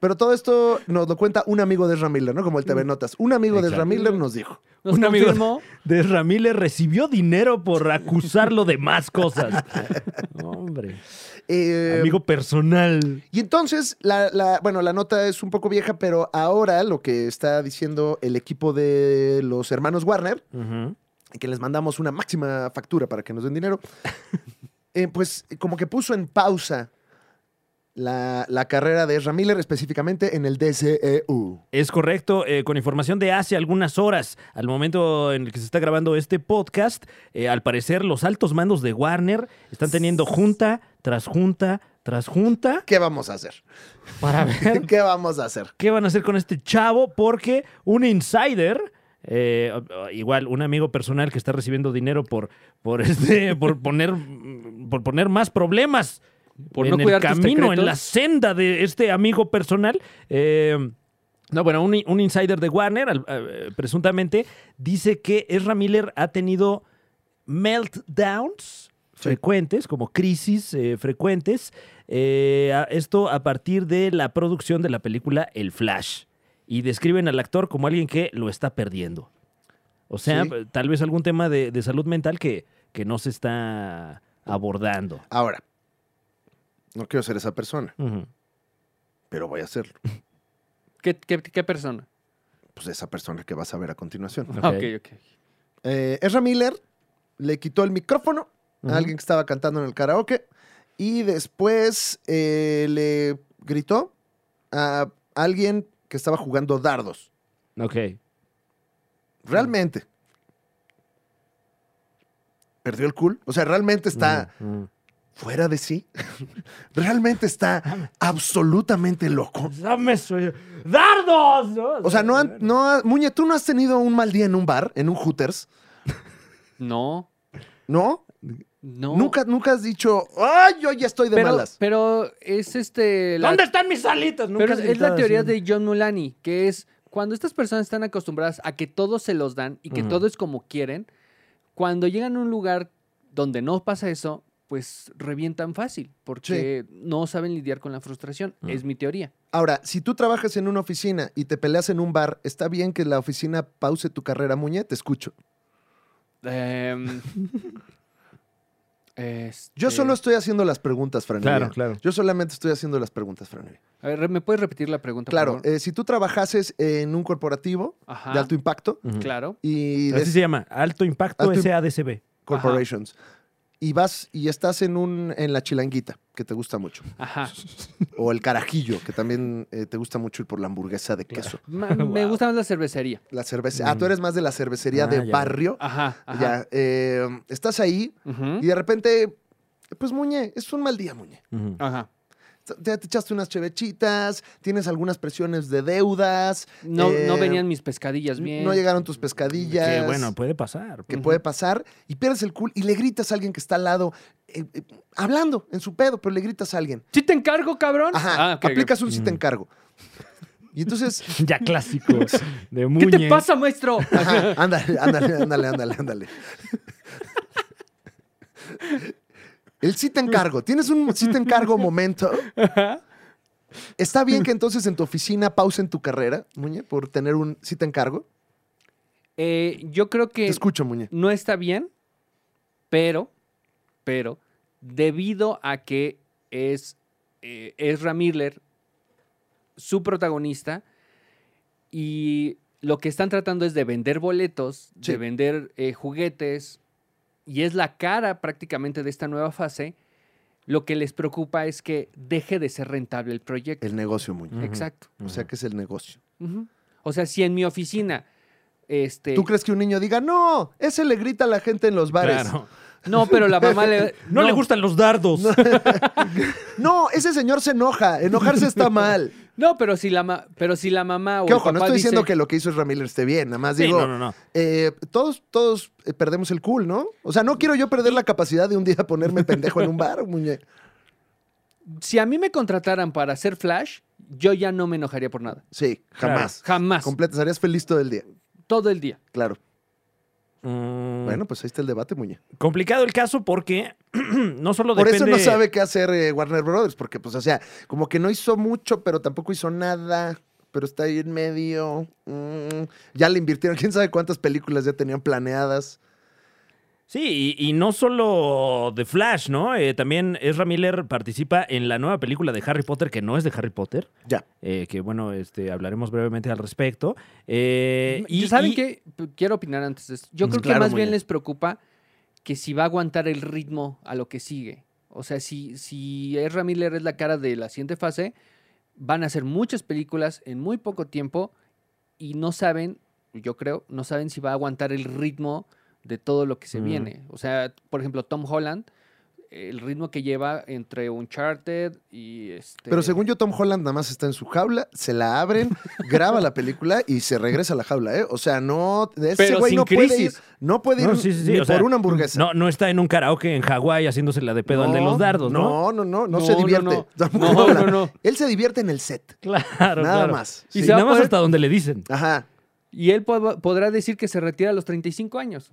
[SPEAKER 1] Pero todo esto nos lo cuenta un amigo de Ezra Miller, ¿no? Como el TV Notas. Un amigo de Ezra
[SPEAKER 3] Mm. Exacto.
[SPEAKER 1] Miller nos dijo.
[SPEAKER 2] Nos
[SPEAKER 3] Un amigo-
[SPEAKER 2] confirmó
[SPEAKER 3] De Ramírez recibió dinero por acusarlo de más cosas. Hombre.
[SPEAKER 1] eh,
[SPEAKER 3] Amigo personal.
[SPEAKER 1] Y entonces, la, la- bueno, la nota es un poco vieja, pero ahora lo que está diciendo el equipo de los hermanos Warner
[SPEAKER 3] Ujú.
[SPEAKER 1] que les mandamos una máxima factura para que nos den dinero, eh, pues como que puso en pausa la, la carrera de Ezra Miller, específicamente en el E DCEU.
[SPEAKER 3] Es correcto, eh, con información de hace algunas horas, al momento en el que se está grabando este podcast, eh, al parecer los altos mandos de Warner están teniendo junta tras junta tras junta
[SPEAKER 1] ¿Qué vamos a hacer?
[SPEAKER 3] para ver
[SPEAKER 1] ¿Qué vamos a hacer?
[SPEAKER 3] qué van a hacer con este chavo porque un insider, eh, o- o igual un amigo personal que está recibiendo dinero por, por, este, por, poner, por poner más problemas
[SPEAKER 2] por
[SPEAKER 3] en
[SPEAKER 2] no
[SPEAKER 3] el
[SPEAKER 2] cuidar tus
[SPEAKER 3] camino, en
[SPEAKER 2] secretos.
[SPEAKER 3] la senda de este amigo personal. eh, no, bueno, un, un insider de Warner, al- eh, presuntamente, dice que Ezra Miller ha tenido meltdowns frecuentes, como crisis eh, frecuentes. eh, a- esto a partir de la producción de la película El Flash. Y describen al actor como alguien que lo está perdiendo. O sea, eh,
[SPEAKER 1] Sí.
[SPEAKER 3] tal vez algún tema de, de salud mental que, que no se está abordando.
[SPEAKER 1] Ahora, no quiero ser esa persona,
[SPEAKER 3] Ujú.
[SPEAKER 1] pero voy a serlo.
[SPEAKER 2] ¿Qué, qué, qué persona?
[SPEAKER 1] Pues esa persona que vas a ver a continuación.
[SPEAKER 3] Ok.
[SPEAKER 2] Ah, Ok, ok.
[SPEAKER 1] Eh, Ezra Miller le quitó el micrófono
[SPEAKER 3] Ujú.
[SPEAKER 1] a alguien que estaba cantando en el karaoke y después eh, le gritó a alguien que estaba jugando dardos.
[SPEAKER 3] Ok.
[SPEAKER 1] Realmente. Perdió el cool. O sea, realmente está
[SPEAKER 3] Mm, mm.
[SPEAKER 1] fuera de sí. realmente está absolutamente loco.
[SPEAKER 3] Pues ¡Dame su... ¡Dardos!
[SPEAKER 1] O sea, no, han- no, ha- Muñe, tú no has tenido un mal día en un bar, en un Hooters,
[SPEAKER 2] No,
[SPEAKER 1] ¿no?
[SPEAKER 2] no.
[SPEAKER 1] Nunca, nunca has dicho, ¡ay, yo ya estoy de
[SPEAKER 2] pero,
[SPEAKER 1] malas!
[SPEAKER 2] pero es este. la-
[SPEAKER 3] ¿Dónde están mis alitas? Nunca
[SPEAKER 2] Pero
[SPEAKER 3] has
[SPEAKER 2] es
[SPEAKER 3] gritado
[SPEAKER 2] la teoría
[SPEAKER 3] así.
[SPEAKER 2] de John Mulaney, que es cuando estas personas están acostumbradas a que todo se los dan y que
[SPEAKER 3] Ujú.
[SPEAKER 2] todo es como quieren, cuando llegan a un lugar donde no pasa eso, pues revientan fácil, porque no saben lidiar con la frustración.
[SPEAKER 3] Ujú.
[SPEAKER 2] Es mi teoría.
[SPEAKER 1] Ahora, si tú trabajas en una oficina y te peleas en un bar, ¿está bien que la oficina pause tu carrera, Muñe? Te escucho.
[SPEAKER 2] Em, este,
[SPEAKER 1] Yo solo estoy haciendo las preguntas, Fran.
[SPEAKER 3] Claro,
[SPEAKER 1] Evia.
[SPEAKER 3] claro.
[SPEAKER 1] Yo solamente estoy haciendo las preguntas, Fran. Evia.
[SPEAKER 2] A ver, ¿me puedes repetir la pregunta? por
[SPEAKER 1] Claro,
[SPEAKER 2] favor?
[SPEAKER 1] eh, si tú trabajases en un corporativo
[SPEAKER 2] Ajá,
[SPEAKER 1] de alto impacto
[SPEAKER 3] Ujú.
[SPEAKER 2] Claro.
[SPEAKER 1] y de
[SPEAKER 3] Así se llama. Alto Impacto
[SPEAKER 1] Alto imp-
[SPEAKER 3] SADCB.
[SPEAKER 1] corporations y vas y estás en un en la chilanguita que te gusta mucho
[SPEAKER 2] Ajá.
[SPEAKER 1] o el carajillo que también eh, te gusta mucho ir por la hamburguesa de queso,
[SPEAKER 2] Ma- Me
[SPEAKER 3] Wow.
[SPEAKER 2] gusta más la cervecería.
[SPEAKER 1] la cerveza. Ah, tú eres más de la cervecería
[SPEAKER 3] Mm. Ah,
[SPEAKER 1] de
[SPEAKER 3] ya.
[SPEAKER 1] barrio.
[SPEAKER 2] Ajá. ajá.
[SPEAKER 1] Ya, eh, estás ahí
[SPEAKER 2] Ujú,
[SPEAKER 1] y de repente, pues Muñe, es un mal día, Muñe.
[SPEAKER 3] Ujú.
[SPEAKER 2] Ajá.
[SPEAKER 1] te, te echaste unas chevechitas, tienes algunas presiones de deudas.
[SPEAKER 2] No,
[SPEAKER 1] eh,
[SPEAKER 2] no venían mis pescadillas Pues bien. pues,
[SPEAKER 1] No llegaron tus pescadillas.
[SPEAKER 3] Que bueno, puede pasar.
[SPEAKER 1] que puede pasar y pierdes el cool y le gritas a alguien que está al lado, eh, eh, hablando en su pedo, pero le gritas a alguien.
[SPEAKER 2] ¿Sí te encargo, cabrón?
[SPEAKER 1] Ajá,
[SPEAKER 2] Ah, ok, ok.
[SPEAKER 1] aplicas un si te encargo. Y entonces,
[SPEAKER 3] Ya clásico de
[SPEAKER 2] ¿Qué
[SPEAKER 3] Muñe.
[SPEAKER 2] te pasa, maestro?
[SPEAKER 1] ajá, ándale, ándale, ándale, ándale, ándale. El sí te encargo. Tienes un sí te encargo momento. ¿Está bien que entonces en tu oficina pausen tu carrera, Muñe, por tener un sí te encargo?
[SPEAKER 2] Eh, yo creo
[SPEAKER 1] Te
[SPEAKER 2] que
[SPEAKER 1] escucho, Muñe.
[SPEAKER 2] no está bien, pero, pero, debido a que es eh, Ezra Miller su protagonista y lo que están tratando es de vender boletos,
[SPEAKER 1] Sí.
[SPEAKER 2] de vender eh, juguetes y es la cara prácticamente de esta nueva fase, lo que les preocupa es que deje de ser rentable el proyecto.
[SPEAKER 1] El negocio, Muñe.
[SPEAKER 3] Ujú.
[SPEAKER 2] Exacto.
[SPEAKER 1] O sea que es el negocio.
[SPEAKER 2] Ujú. O sea, si en mi oficina... Este,
[SPEAKER 1] ¿Tú crees que un niño diga, no, ese le grita a la gente en los bares?
[SPEAKER 3] Claro.
[SPEAKER 2] no, pero la mamá le...
[SPEAKER 3] No, le gustan los dardos.
[SPEAKER 1] No, ese señor se enoja. Enojarse está mal.
[SPEAKER 2] No, pero si la, ma- pero si la mamá o
[SPEAKER 1] Que
[SPEAKER 2] el
[SPEAKER 1] ojo, no
[SPEAKER 2] papá
[SPEAKER 1] estoy
[SPEAKER 2] dice-
[SPEAKER 1] diciendo que lo que hizo es Ramírez esté bien. Nada más
[SPEAKER 3] Sí,
[SPEAKER 1] digo,
[SPEAKER 3] no, no, no.
[SPEAKER 1] eh, todos, todos eh, perdemos el cool, ¿no? O sea, no quiero yo perder la capacidad de un día ponerme pendejo en un bar, muñe.
[SPEAKER 2] si a mí me contrataran para hacer Flash, yo ya no me enojaría por nada.
[SPEAKER 1] Sí, jamás.
[SPEAKER 2] Jamás.
[SPEAKER 1] Completo, estarías feliz todo el día.
[SPEAKER 2] Todo el día.
[SPEAKER 1] Claro.
[SPEAKER 3] Mm,
[SPEAKER 1] Bueno, pues ahí está el debate, muñe.
[SPEAKER 3] Complicado el caso porque no solo
[SPEAKER 1] Por
[SPEAKER 3] depende...
[SPEAKER 1] eso no sabe qué hacer eh, Warner Brothers, porque, pues, o sea, como que no hizo mucho, pero tampoco hizo nada. Pero está ahí en medio. Mm, ya le invirtieron, quién sabe cuántas películas ya tenían planeadas.
[SPEAKER 3] Sí, y, y no solo de Flash, ¿no? Eh, también Ezra Miller participa en la nueva película de Harry Potter que no es de Harry Potter.
[SPEAKER 1] Ya.
[SPEAKER 3] eh, que bueno, este, hablaremos brevemente al respecto. Eh,
[SPEAKER 2] y
[SPEAKER 3] y
[SPEAKER 2] saben
[SPEAKER 3] y- Mm,
[SPEAKER 2] qué? P- quiero opinar antes de esto. Yo creo
[SPEAKER 1] Claro,
[SPEAKER 2] que más
[SPEAKER 1] muy
[SPEAKER 2] bien
[SPEAKER 1] bien.
[SPEAKER 2] les preocupa que si va a aguantar el ritmo a lo que sigue. O sea, si, si Ezra Miller es la cara de la siguiente fase, van a hacer muchas películas en muy poco tiempo y no saben, yo creo, no saben si va a aguantar el ritmo de todo lo que se
[SPEAKER 3] Mm.
[SPEAKER 2] viene. O sea, por ejemplo, Tom Holland, el ritmo que lleva entre Uncharted y este...
[SPEAKER 1] Pero según yo, Tom Holland nada más está en su jaula, se la abren, graba la película y se regresa a la jaula, ¿eh? O sea, no. Ese
[SPEAKER 2] Pero
[SPEAKER 1] güey
[SPEAKER 2] sin
[SPEAKER 1] no puede ir.
[SPEAKER 2] crisis.
[SPEAKER 1] No puede ir
[SPEAKER 3] No, sí, sí, sí,
[SPEAKER 1] ni
[SPEAKER 3] o
[SPEAKER 1] por
[SPEAKER 3] sea,
[SPEAKER 1] una hamburguesa.
[SPEAKER 3] No, no está en un karaoke en Hawái haciéndose la de pedo al de los dardos,
[SPEAKER 1] No,
[SPEAKER 3] ¿no?
[SPEAKER 1] no, no, no, se divierte. Tom
[SPEAKER 2] No, no, no.
[SPEAKER 1] Holland.
[SPEAKER 2] no, no.
[SPEAKER 1] Él se divierte en el set.
[SPEAKER 3] Claro,
[SPEAKER 1] nada
[SPEAKER 3] claro.
[SPEAKER 1] más.
[SPEAKER 3] Y
[SPEAKER 1] Sí.
[SPEAKER 2] se va
[SPEAKER 3] nada
[SPEAKER 2] a
[SPEAKER 3] más
[SPEAKER 2] poder-
[SPEAKER 3] hasta donde le dicen.
[SPEAKER 1] Ajá.
[SPEAKER 2] Y él pod- podrá decir que se retira a los 35 años.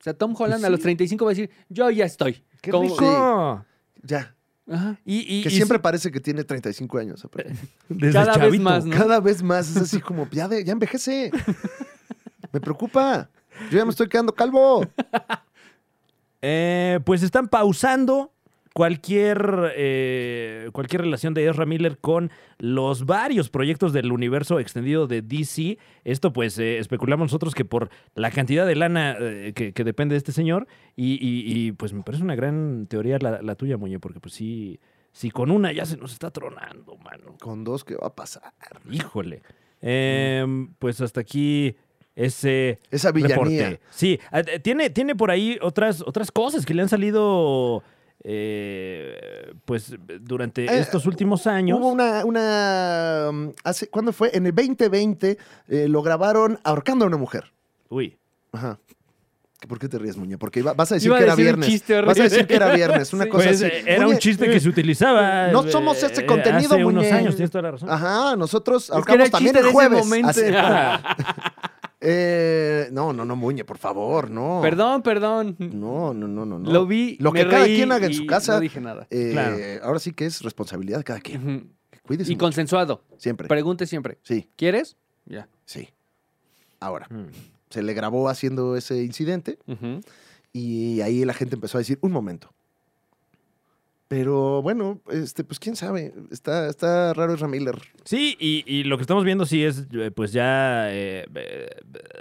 [SPEAKER 2] O sea, Tom
[SPEAKER 1] Pues
[SPEAKER 2] Holland a los 35 va a decir, yo ya estoy. Como-
[SPEAKER 3] rico!
[SPEAKER 1] Ya.
[SPEAKER 2] Ajá.
[SPEAKER 3] Y, y-
[SPEAKER 1] Que
[SPEAKER 3] y
[SPEAKER 1] siempre parece que tiene 35 años. aparte.
[SPEAKER 3] desde
[SPEAKER 2] Cada vez
[SPEAKER 3] chavito.
[SPEAKER 2] más, ¿no?
[SPEAKER 1] Cada vez más es así como, ya, de- ya envejece. Me preocupa. Yo ya me estoy quedando calvo.
[SPEAKER 3] Eh, pues están pausando cualquier, eh, cualquier relación de Ezra Miller con los varios proyectos del universo extendido de DC. Esto pues eh, especulamos nosotros que por la cantidad de lana eh, que, que depende de este señor y, y- y, pues me parece una gran teoría la, la tuya, Muñe, porque pues sí, si con una ya se nos está tronando, mano.
[SPEAKER 1] Con dos, ¿qué va a pasar?
[SPEAKER 3] Híjole. Eh, Pues hasta aquí ese
[SPEAKER 1] Esa villanía.
[SPEAKER 3] reporte. Sí, ah, eh, tiene, tiene por ahí otras, otras cosas que le han salido eh, pues durante
[SPEAKER 1] Eh,
[SPEAKER 3] estos últimos años.
[SPEAKER 1] Hubo una, una um, hace, ¿cuándo fue? En el 2020 eh, lo grabaron ahorcando a una mujer.
[SPEAKER 3] Uy.
[SPEAKER 1] Ajá. ¿Por qué te ríes, Muñe? Porque iba- vas a decir
[SPEAKER 2] Iba a
[SPEAKER 1] que era
[SPEAKER 2] decir un
[SPEAKER 1] viernes.
[SPEAKER 2] chiste
[SPEAKER 1] vas a
[SPEAKER 2] horrible.
[SPEAKER 1] decir que era viernes, una
[SPEAKER 2] Sí.
[SPEAKER 1] cosa
[SPEAKER 3] Pues,
[SPEAKER 1] así.
[SPEAKER 3] eh, era un
[SPEAKER 1] Muñe,
[SPEAKER 3] chiste que se utilizaba.
[SPEAKER 1] No
[SPEAKER 3] eh,
[SPEAKER 1] somos ese
[SPEAKER 3] eh,
[SPEAKER 1] contenido,
[SPEAKER 3] Hace unos
[SPEAKER 1] Muñe. Ah,
[SPEAKER 3] años, tienes toda la razón.
[SPEAKER 1] Ajá, nosotros
[SPEAKER 2] Es que era
[SPEAKER 1] ahorcamos
[SPEAKER 2] el
[SPEAKER 1] también
[SPEAKER 2] chiste
[SPEAKER 1] el
[SPEAKER 2] de ese
[SPEAKER 1] jueves.
[SPEAKER 2] momento.
[SPEAKER 1] Así-
[SPEAKER 3] Ah,
[SPEAKER 1] Eh, no, no, no, Muñe, por favor, no.
[SPEAKER 2] Perdón, perdón.
[SPEAKER 1] No, no, no, no. no.
[SPEAKER 2] Lo vi.
[SPEAKER 1] Lo
[SPEAKER 2] me
[SPEAKER 1] que cada
[SPEAKER 2] reí
[SPEAKER 1] quien haga en
[SPEAKER 2] y
[SPEAKER 1] su casa.
[SPEAKER 2] No dije nada.
[SPEAKER 1] Eh,
[SPEAKER 3] Claro.
[SPEAKER 1] Ahora sí que es responsabilidad de cada quien.
[SPEAKER 2] Ujú.
[SPEAKER 1] Cuídese.
[SPEAKER 2] Y
[SPEAKER 1] mucho,
[SPEAKER 2] consensuado.
[SPEAKER 1] Siempre.
[SPEAKER 2] Pregunte siempre.
[SPEAKER 1] Sí,
[SPEAKER 2] ¿Quieres? Ya.
[SPEAKER 1] sí. Ahora,
[SPEAKER 3] mm,
[SPEAKER 1] se le grabó haciendo ese incidente.
[SPEAKER 2] Ujú.
[SPEAKER 1] Y ahí la gente empezó a decir, un momento. Pero bueno, este, pues quién sabe, está, está raro Ezra Miller.
[SPEAKER 3] Sí, y, y lo que estamos viendo sí es eh, pues ya eh, eh,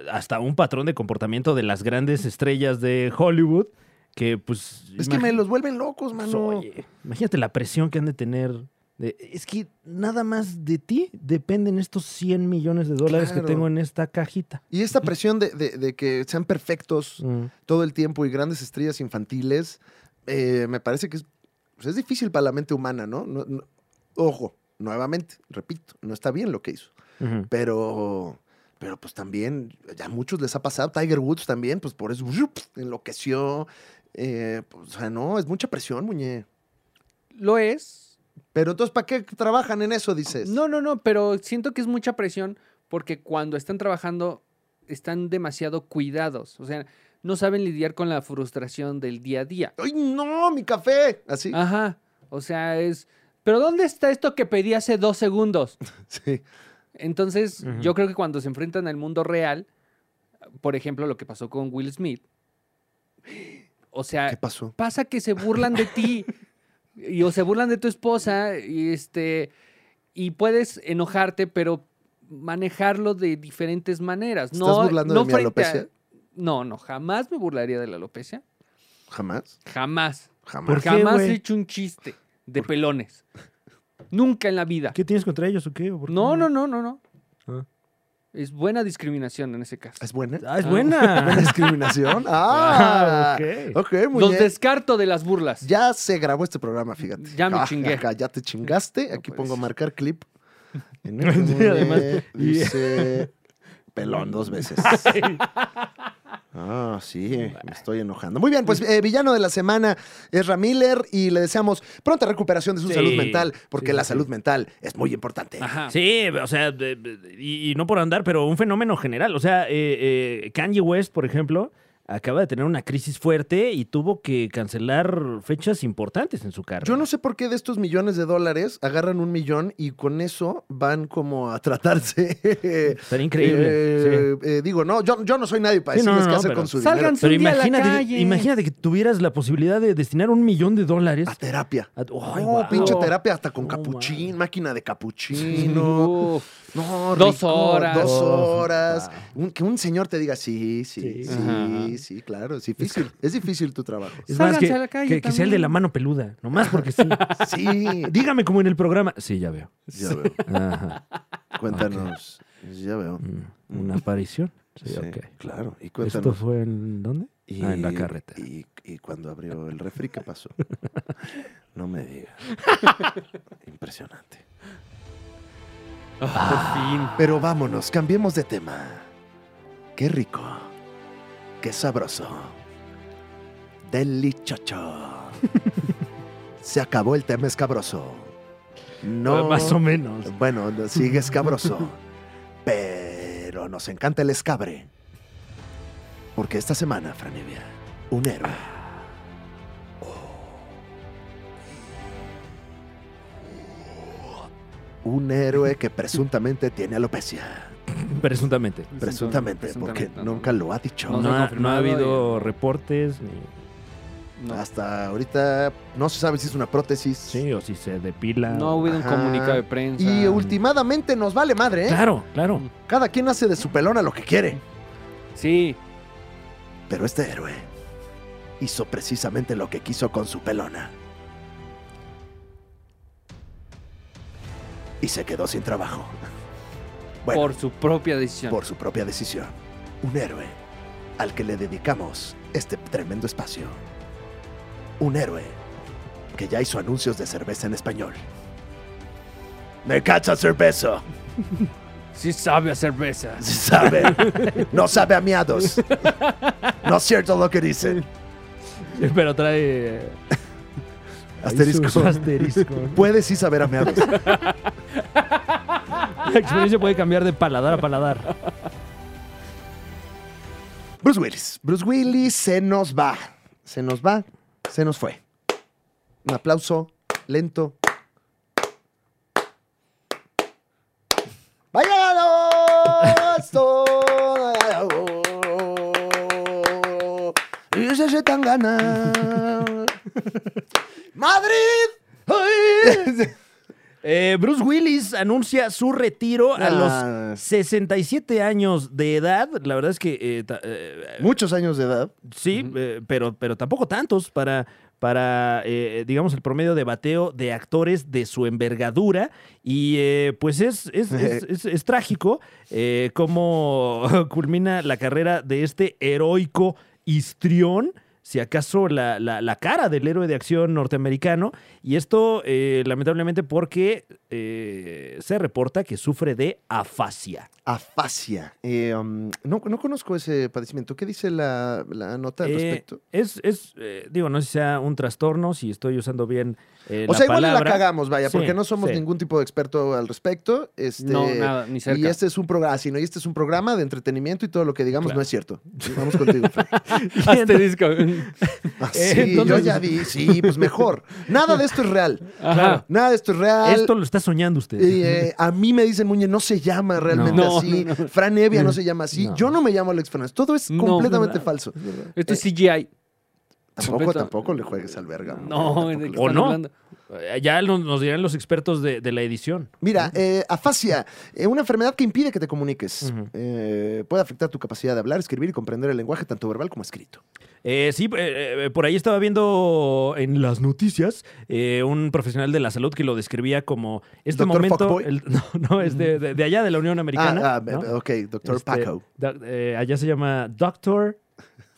[SPEAKER 3] hasta un patrón de comportamiento de las grandes estrellas de Hollywood que pues...
[SPEAKER 1] Es que
[SPEAKER 3] imagi-
[SPEAKER 1] me los vuelven locos,
[SPEAKER 3] Pues,
[SPEAKER 1] mano.
[SPEAKER 3] oye, imagínate la presión que han de tener. de, es que nada más de ti dependen estos 100 millones de dólares
[SPEAKER 1] Claro.
[SPEAKER 3] que tengo en esta cajita.
[SPEAKER 1] Y esta presión de, de- de que sean perfectos todo el tiempo y grandes estrellas infantiles, eh, me parece que es, pues, es difícil para la mente humana, ¿no? No- no- Ojo, nuevamente, repito, no está bien lo que hizo. Pero, pero pues también, ya a muchos les ha pasado. Tiger Woods también, pues por eso ¡yup! enloqueció. Eh, pues, o sea, no, es mucha presión, muñe.
[SPEAKER 2] Lo es.
[SPEAKER 1] Pero entonces, ¿para qué trabajan en eso, dices?
[SPEAKER 2] No, no, no, pero siento que es mucha presión porque cuando están trabajando están demasiado cuidados. O sea, no saben lidiar con la frustración del día a día.
[SPEAKER 1] ¡Ay, no, mi café! Así.
[SPEAKER 2] Ajá. O sea, es. ¿Pero dónde está esto que pedí hace dos segundos?
[SPEAKER 1] Sí.
[SPEAKER 2] Entonces,
[SPEAKER 3] Ujú.
[SPEAKER 2] yo creo que cuando se enfrentan al mundo real, por ejemplo, lo que pasó con Will Smith, o
[SPEAKER 1] ¿Qué
[SPEAKER 2] sea,
[SPEAKER 1] pasó?
[SPEAKER 2] pasa que se burlan de ti y o se burlan de tu esposa y este y puedes enojarte, pero manejarlo de diferentes maneras.
[SPEAKER 1] ¿Estás
[SPEAKER 2] no,
[SPEAKER 1] burlando
[SPEAKER 2] no
[SPEAKER 1] de mi
[SPEAKER 2] frente a-
[SPEAKER 1] alopecia?
[SPEAKER 2] No, no, jamás me burlaría de la alopecia.
[SPEAKER 1] ¿Jamás?
[SPEAKER 2] Jamás.
[SPEAKER 1] Jamás.
[SPEAKER 3] qué,
[SPEAKER 2] jamás
[SPEAKER 3] güey?
[SPEAKER 2] he hecho un chiste de pelones. Nunca en la vida.
[SPEAKER 3] ¿Qué tienes contra ellos o qué? ¿O por qué
[SPEAKER 2] No, no, no, no, no.
[SPEAKER 3] Ah.
[SPEAKER 2] Es buena discriminación en ese caso.
[SPEAKER 1] ¿Es buena?
[SPEAKER 3] Ah, es
[SPEAKER 2] Ah.
[SPEAKER 1] ¿Buena
[SPEAKER 3] buena.
[SPEAKER 1] discriminación? ¡Ah!
[SPEAKER 3] ok.
[SPEAKER 1] Ok, muy
[SPEAKER 2] Los
[SPEAKER 1] bien.
[SPEAKER 2] descarto de las burlas.
[SPEAKER 1] Ya se grabó este programa, fíjate.
[SPEAKER 2] Ya me
[SPEAKER 1] Ah,
[SPEAKER 2] chingué.
[SPEAKER 1] ajá, ya te chingaste. Aquí
[SPEAKER 2] puede
[SPEAKER 1] pongo
[SPEAKER 2] ser.
[SPEAKER 1] marcar clip. En
[SPEAKER 3] Sí,
[SPEAKER 1] muñe
[SPEAKER 3] además, y-
[SPEAKER 1] dice pelón dos veces. Ah, sí, me estoy enojando. Muy bien, pues eh, villano de la semana es Ramiller y le deseamos pronta recuperación de su
[SPEAKER 3] Sí.
[SPEAKER 1] salud mental, porque
[SPEAKER 3] Sí, sí,
[SPEAKER 1] la
[SPEAKER 3] sí.
[SPEAKER 1] salud mental es muy importante.
[SPEAKER 2] Ajá.
[SPEAKER 3] Sí, o sea, de- de- y, y no por andar, pero un fenómeno general. O sea, eh, eh, Kanye West, por ejemplo, acaba de tener una crisis fuerte y tuvo que cancelar fechas importantes en su carrera.
[SPEAKER 1] Yo no sé por qué de estos millones de dólares agarran un millón y con eso van como a tratarse.
[SPEAKER 3] Estaría increíble. sí.
[SPEAKER 1] Eh, eh, digo, no, yo, yo no soy nadie para
[SPEAKER 3] Sí, no,
[SPEAKER 1] decirles
[SPEAKER 3] no,
[SPEAKER 1] qué
[SPEAKER 3] no,
[SPEAKER 1] hacer
[SPEAKER 3] pero
[SPEAKER 1] con su
[SPEAKER 2] salgan
[SPEAKER 1] dinero.
[SPEAKER 2] Sí, un día a la calle.
[SPEAKER 3] imagínate que tuvieras la posibilidad de destinar un millón de dólares.
[SPEAKER 1] A terapia.
[SPEAKER 3] a- ¡Ay,
[SPEAKER 1] No,
[SPEAKER 3] guau!
[SPEAKER 1] pinche terapia hasta con
[SPEAKER 3] No,
[SPEAKER 1] capuchín,
[SPEAKER 3] mames.
[SPEAKER 1] máquina de capuchino.
[SPEAKER 2] Uf.
[SPEAKER 1] No,
[SPEAKER 2] Dos
[SPEAKER 1] rico,
[SPEAKER 2] horas.
[SPEAKER 1] Dos
[SPEAKER 3] Uf,
[SPEAKER 1] horas.
[SPEAKER 3] wow.
[SPEAKER 1] Un- que un señor te diga, sí, sí, sí,
[SPEAKER 3] Oh, Sí.
[SPEAKER 1] sí,
[SPEAKER 2] Ajá.
[SPEAKER 1] claro, es difícil. Es difícil tu trabajo.
[SPEAKER 3] Es más,
[SPEAKER 2] Sálganse
[SPEAKER 3] que,
[SPEAKER 2] a la calle
[SPEAKER 3] que- que sea el de
[SPEAKER 2] también.
[SPEAKER 3] la mano peluda, nomás porque sí.
[SPEAKER 1] Sí,
[SPEAKER 3] Dígame como en el programa. Sí, ya veo.
[SPEAKER 1] ya veo.
[SPEAKER 3] Ajá.
[SPEAKER 1] Cuéntanos. Ya veo.
[SPEAKER 3] Mm, Una aparición. Sí,
[SPEAKER 1] Sí,
[SPEAKER 3] ok.
[SPEAKER 1] Claro, y
[SPEAKER 3] ¿Esto
[SPEAKER 1] cuéntanos.
[SPEAKER 3] fue en dónde?
[SPEAKER 1] Y,
[SPEAKER 3] Ah, en la carretera.
[SPEAKER 1] Y, y cuando abrió el refri, ¿qué pasó? No me digas. Impresionante.
[SPEAKER 2] Ah,
[SPEAKER 1] Pero vámonos, cambiemos de tema. Qué rico. Qué sabroso. Delichocho. Se acabó el tema escabroso. No.
[SPEAKER 3] Eh, Más o menos.
[SPEAKER 1] Bueno, sigue escabroso. pero nos encanta el escabre. Porque esta semana, Franevia, un héroe. Un héroe que presuntamente tiene alopecia.
[SPEAKER 3] Presuntamente.
[SPEAKER 2] por fin.
[SPEAKER 1] Presuntamente, porque
[SPEAKER 2] Presuntamente, no,
[SPEAKER 1] nunca
[SPEAKER 2] no.
[SPEAKER 1] lo ha dicho.
[SPEAKER 2] No,
[SPEAKER 3] No,
[SPEAKER 2] se ha
[SPEAKER 3] ha, no
[SPEAKER 2] confirmado
[SPEAKER 3] ha habido
[SPEAKER 2] y-
[SPEAKER 3] reportes. Ni...
[SPEAKER 2] No,
[SPEAKER 1] Hasta ahorita no se sabe si es una prótesis.
[SPEAKER 3] Sí, o si se depila.
[SPEAKER 2] No ha
[SPEAKER 3] o-
[SPEAKER 2] habido un
[SPEAKER 1] Ajá.
[SPEAKER 2] comunicado de prensa.
[SPEAKER 1] Y últimamente nos vale madre, ¿eh?
[SPEAKER 3] Claro, claro.
[SPEAKER 1] Cada quien hace de su pelona lo que quiere.
[SPEAKER 2] Sí.
[SPEAKER 1] Pero este héroe hizo precisamente lo que quiso con su pelona. Y se quedó sin trabajo. Bueno,
[SPEAKER 2] por su propia decisión.
[SPEAKER 1] por su propia decisión. Un héroe al que le dedicamos este tremendo espacio. Un héroe que ya hizo anuncios de cerveza en español. ¡Me cacha cerveza!
[SPEAKER 2] Sí sabe a cerveza.
[SPEAKER 1] Sí sabe. No sabe a miados. No es cierto lo que dice.
[SPEAKER 3] Sí,
[SPEAKER 2] Mm.
[SPEAKER 3] pero trae. eh,
[SPEAKER 1] Asterisco.
[SPEAKER 3] ahí su- su asterisco.
[SPEAKER 1] Puede sí saber a meados.
[SPEAKER 3] La experiencia puede cambiar de paladar a paladar.
[SPEAKER 1] Bruce Willis. Bruce Willis se nos va. Se nos va. Se nos fue. Un aplauso lento. ¡Vaya Y se se tan gana. ¡Madrid! ¡Ay!
[SPEAKER 3] Eh, Bruce Willis anuncia su retiro a los
[SPEAKER 1] Ah,
[SPEAKER 3] 67 años de edad. La verdad es que eh, ta- eh,
[SPEAKER 1] Muchos años de edad.
[SPEAKER 3] Sí,
[SPEAKER 2] Ujú.
[SPEAKER 3] eh, pero, pero tampoco tantos para, para eh, digamos, el promedio de bateo de actores de su envergadura. Y eh, pues es, es, es- es- es trágico eh, cómo culmina la carrera de este heroico histrión. si acaso la, la- la cara del héroe de acción norteamericano. Y esto, eh, lamentablemente, porque eh, se reporta que sufre de afasia.
[SPEAKER 1] Afasia. Eh, um, no, no conozco ese padecimiento. ¿Qué dice la, la nota al
[SPEAKER 3] Eh,
[SPEAKER 1] respecto?
[SPEAKER 3] Es, es, eh, digo, no sé si sea un trastorno, si estoy usando bien eh,
[SPEAKER 1] O sea,
[SPEAKER 3] la
[SPEAKER 1] igual y la
[SPEAKER 3] palabra.
[SPEAKER 1] cagamos, vaya,
[SPEAKER 3] Sí,
[SPEAKER 1] porque no somos
[SPEAKER 3] sí.
[SPEAKER 1] ningún tipo de experto al respecto. Este,
[SPEAKER 2] No, nada, ni cerca.
[SPEAKER 1] Y este es un programa, sino y este es un programa de entretenimiento y todo lo que digamos
[SPEAKER 3] Claro.
[SPEAKER 1] no es cierto. Vamos contigo. Fer.
[SPEAKER 2] Hazte disco.
[SPEAKER 1] Ah, sí,
[SPEAKER 3] Eh,
[SPEAKER 1] yo
[SPEAKER 3] entonces-
[SPEAKER 1] ya vi, sí, pues mejor. Nada de esto es real.
[SPEAKER 2] Ajá.
[SPEAKER 1] Nada de esto es real.
[SPEAKER 3] Esto lo está soñando usted.
[SPEAKER 1] Y, eh, a mí me dicen Muñe, no se llama realmente
[SPEAKER 2] No. Mm,
[SPEAKER 1] así. Fran Evia no se llama así.
[SPEAKER 3] No.
[SPEAKER 1] Yo no me llamo Alex Fernández. Todo es
[SPEAKER 2] No,
[SPEAKER 1] completamente
[SPEAKER 2] ¿verdad?
[SPEAKER 1] falso.
[SPEAKER 2] Esto es CGI.
[SPEAKER 1] Tampoco,
[SPEAKER 2] Completo-
[SPEAKER 1] tampoco le juegues al verga. Muñe,
[SPEAKER 2] No,
[SPEAKER 1] tampoco
[SPEAKER 2] ¿de
[SPEAKER 1] le
[SPEAKER 2] qué
[SPEAKER 3] ¿O
[SPEAKER 2] están
[SPEAKER 3] no?
[SPEAKER 2] hablando?
[SPEAKER 3] Eh, Ya lo- nos dirán los expertos de, de la edición.
[SPEAKER 1] Mira, eh, afasia, eh, una enfermedad que impide que te comuniques.
[SPEAKER 3] Ujú.
[SPEAKER 1] Eh, puede afectar tu capacidad de hablar, escribir y comprender el lenguaje, tanto verbal como escrito.
[SPEAKER 3] Eh, sí, eh, eh, por ahí estaba viendo en las noticias eh, un profesional de la salud que lo describía como este
[SPEAKER 1] ¿Doctor
[SPEAKER 3] momento.
[SPEAKER 1] Fuckboy?
[SPEAKER 3] el- no, no, es de, de- de allá, de la Unión Americana.
[SPEAKER 1] Ah, ah,
[SPEAKER 3] ¿no?
[SPEAKER 1] ok, doctor
[SPEAKER 3] Este,
[SPEAKER 1] Paco.
[SPEAKER 3] da- eh, allá se llama Doctor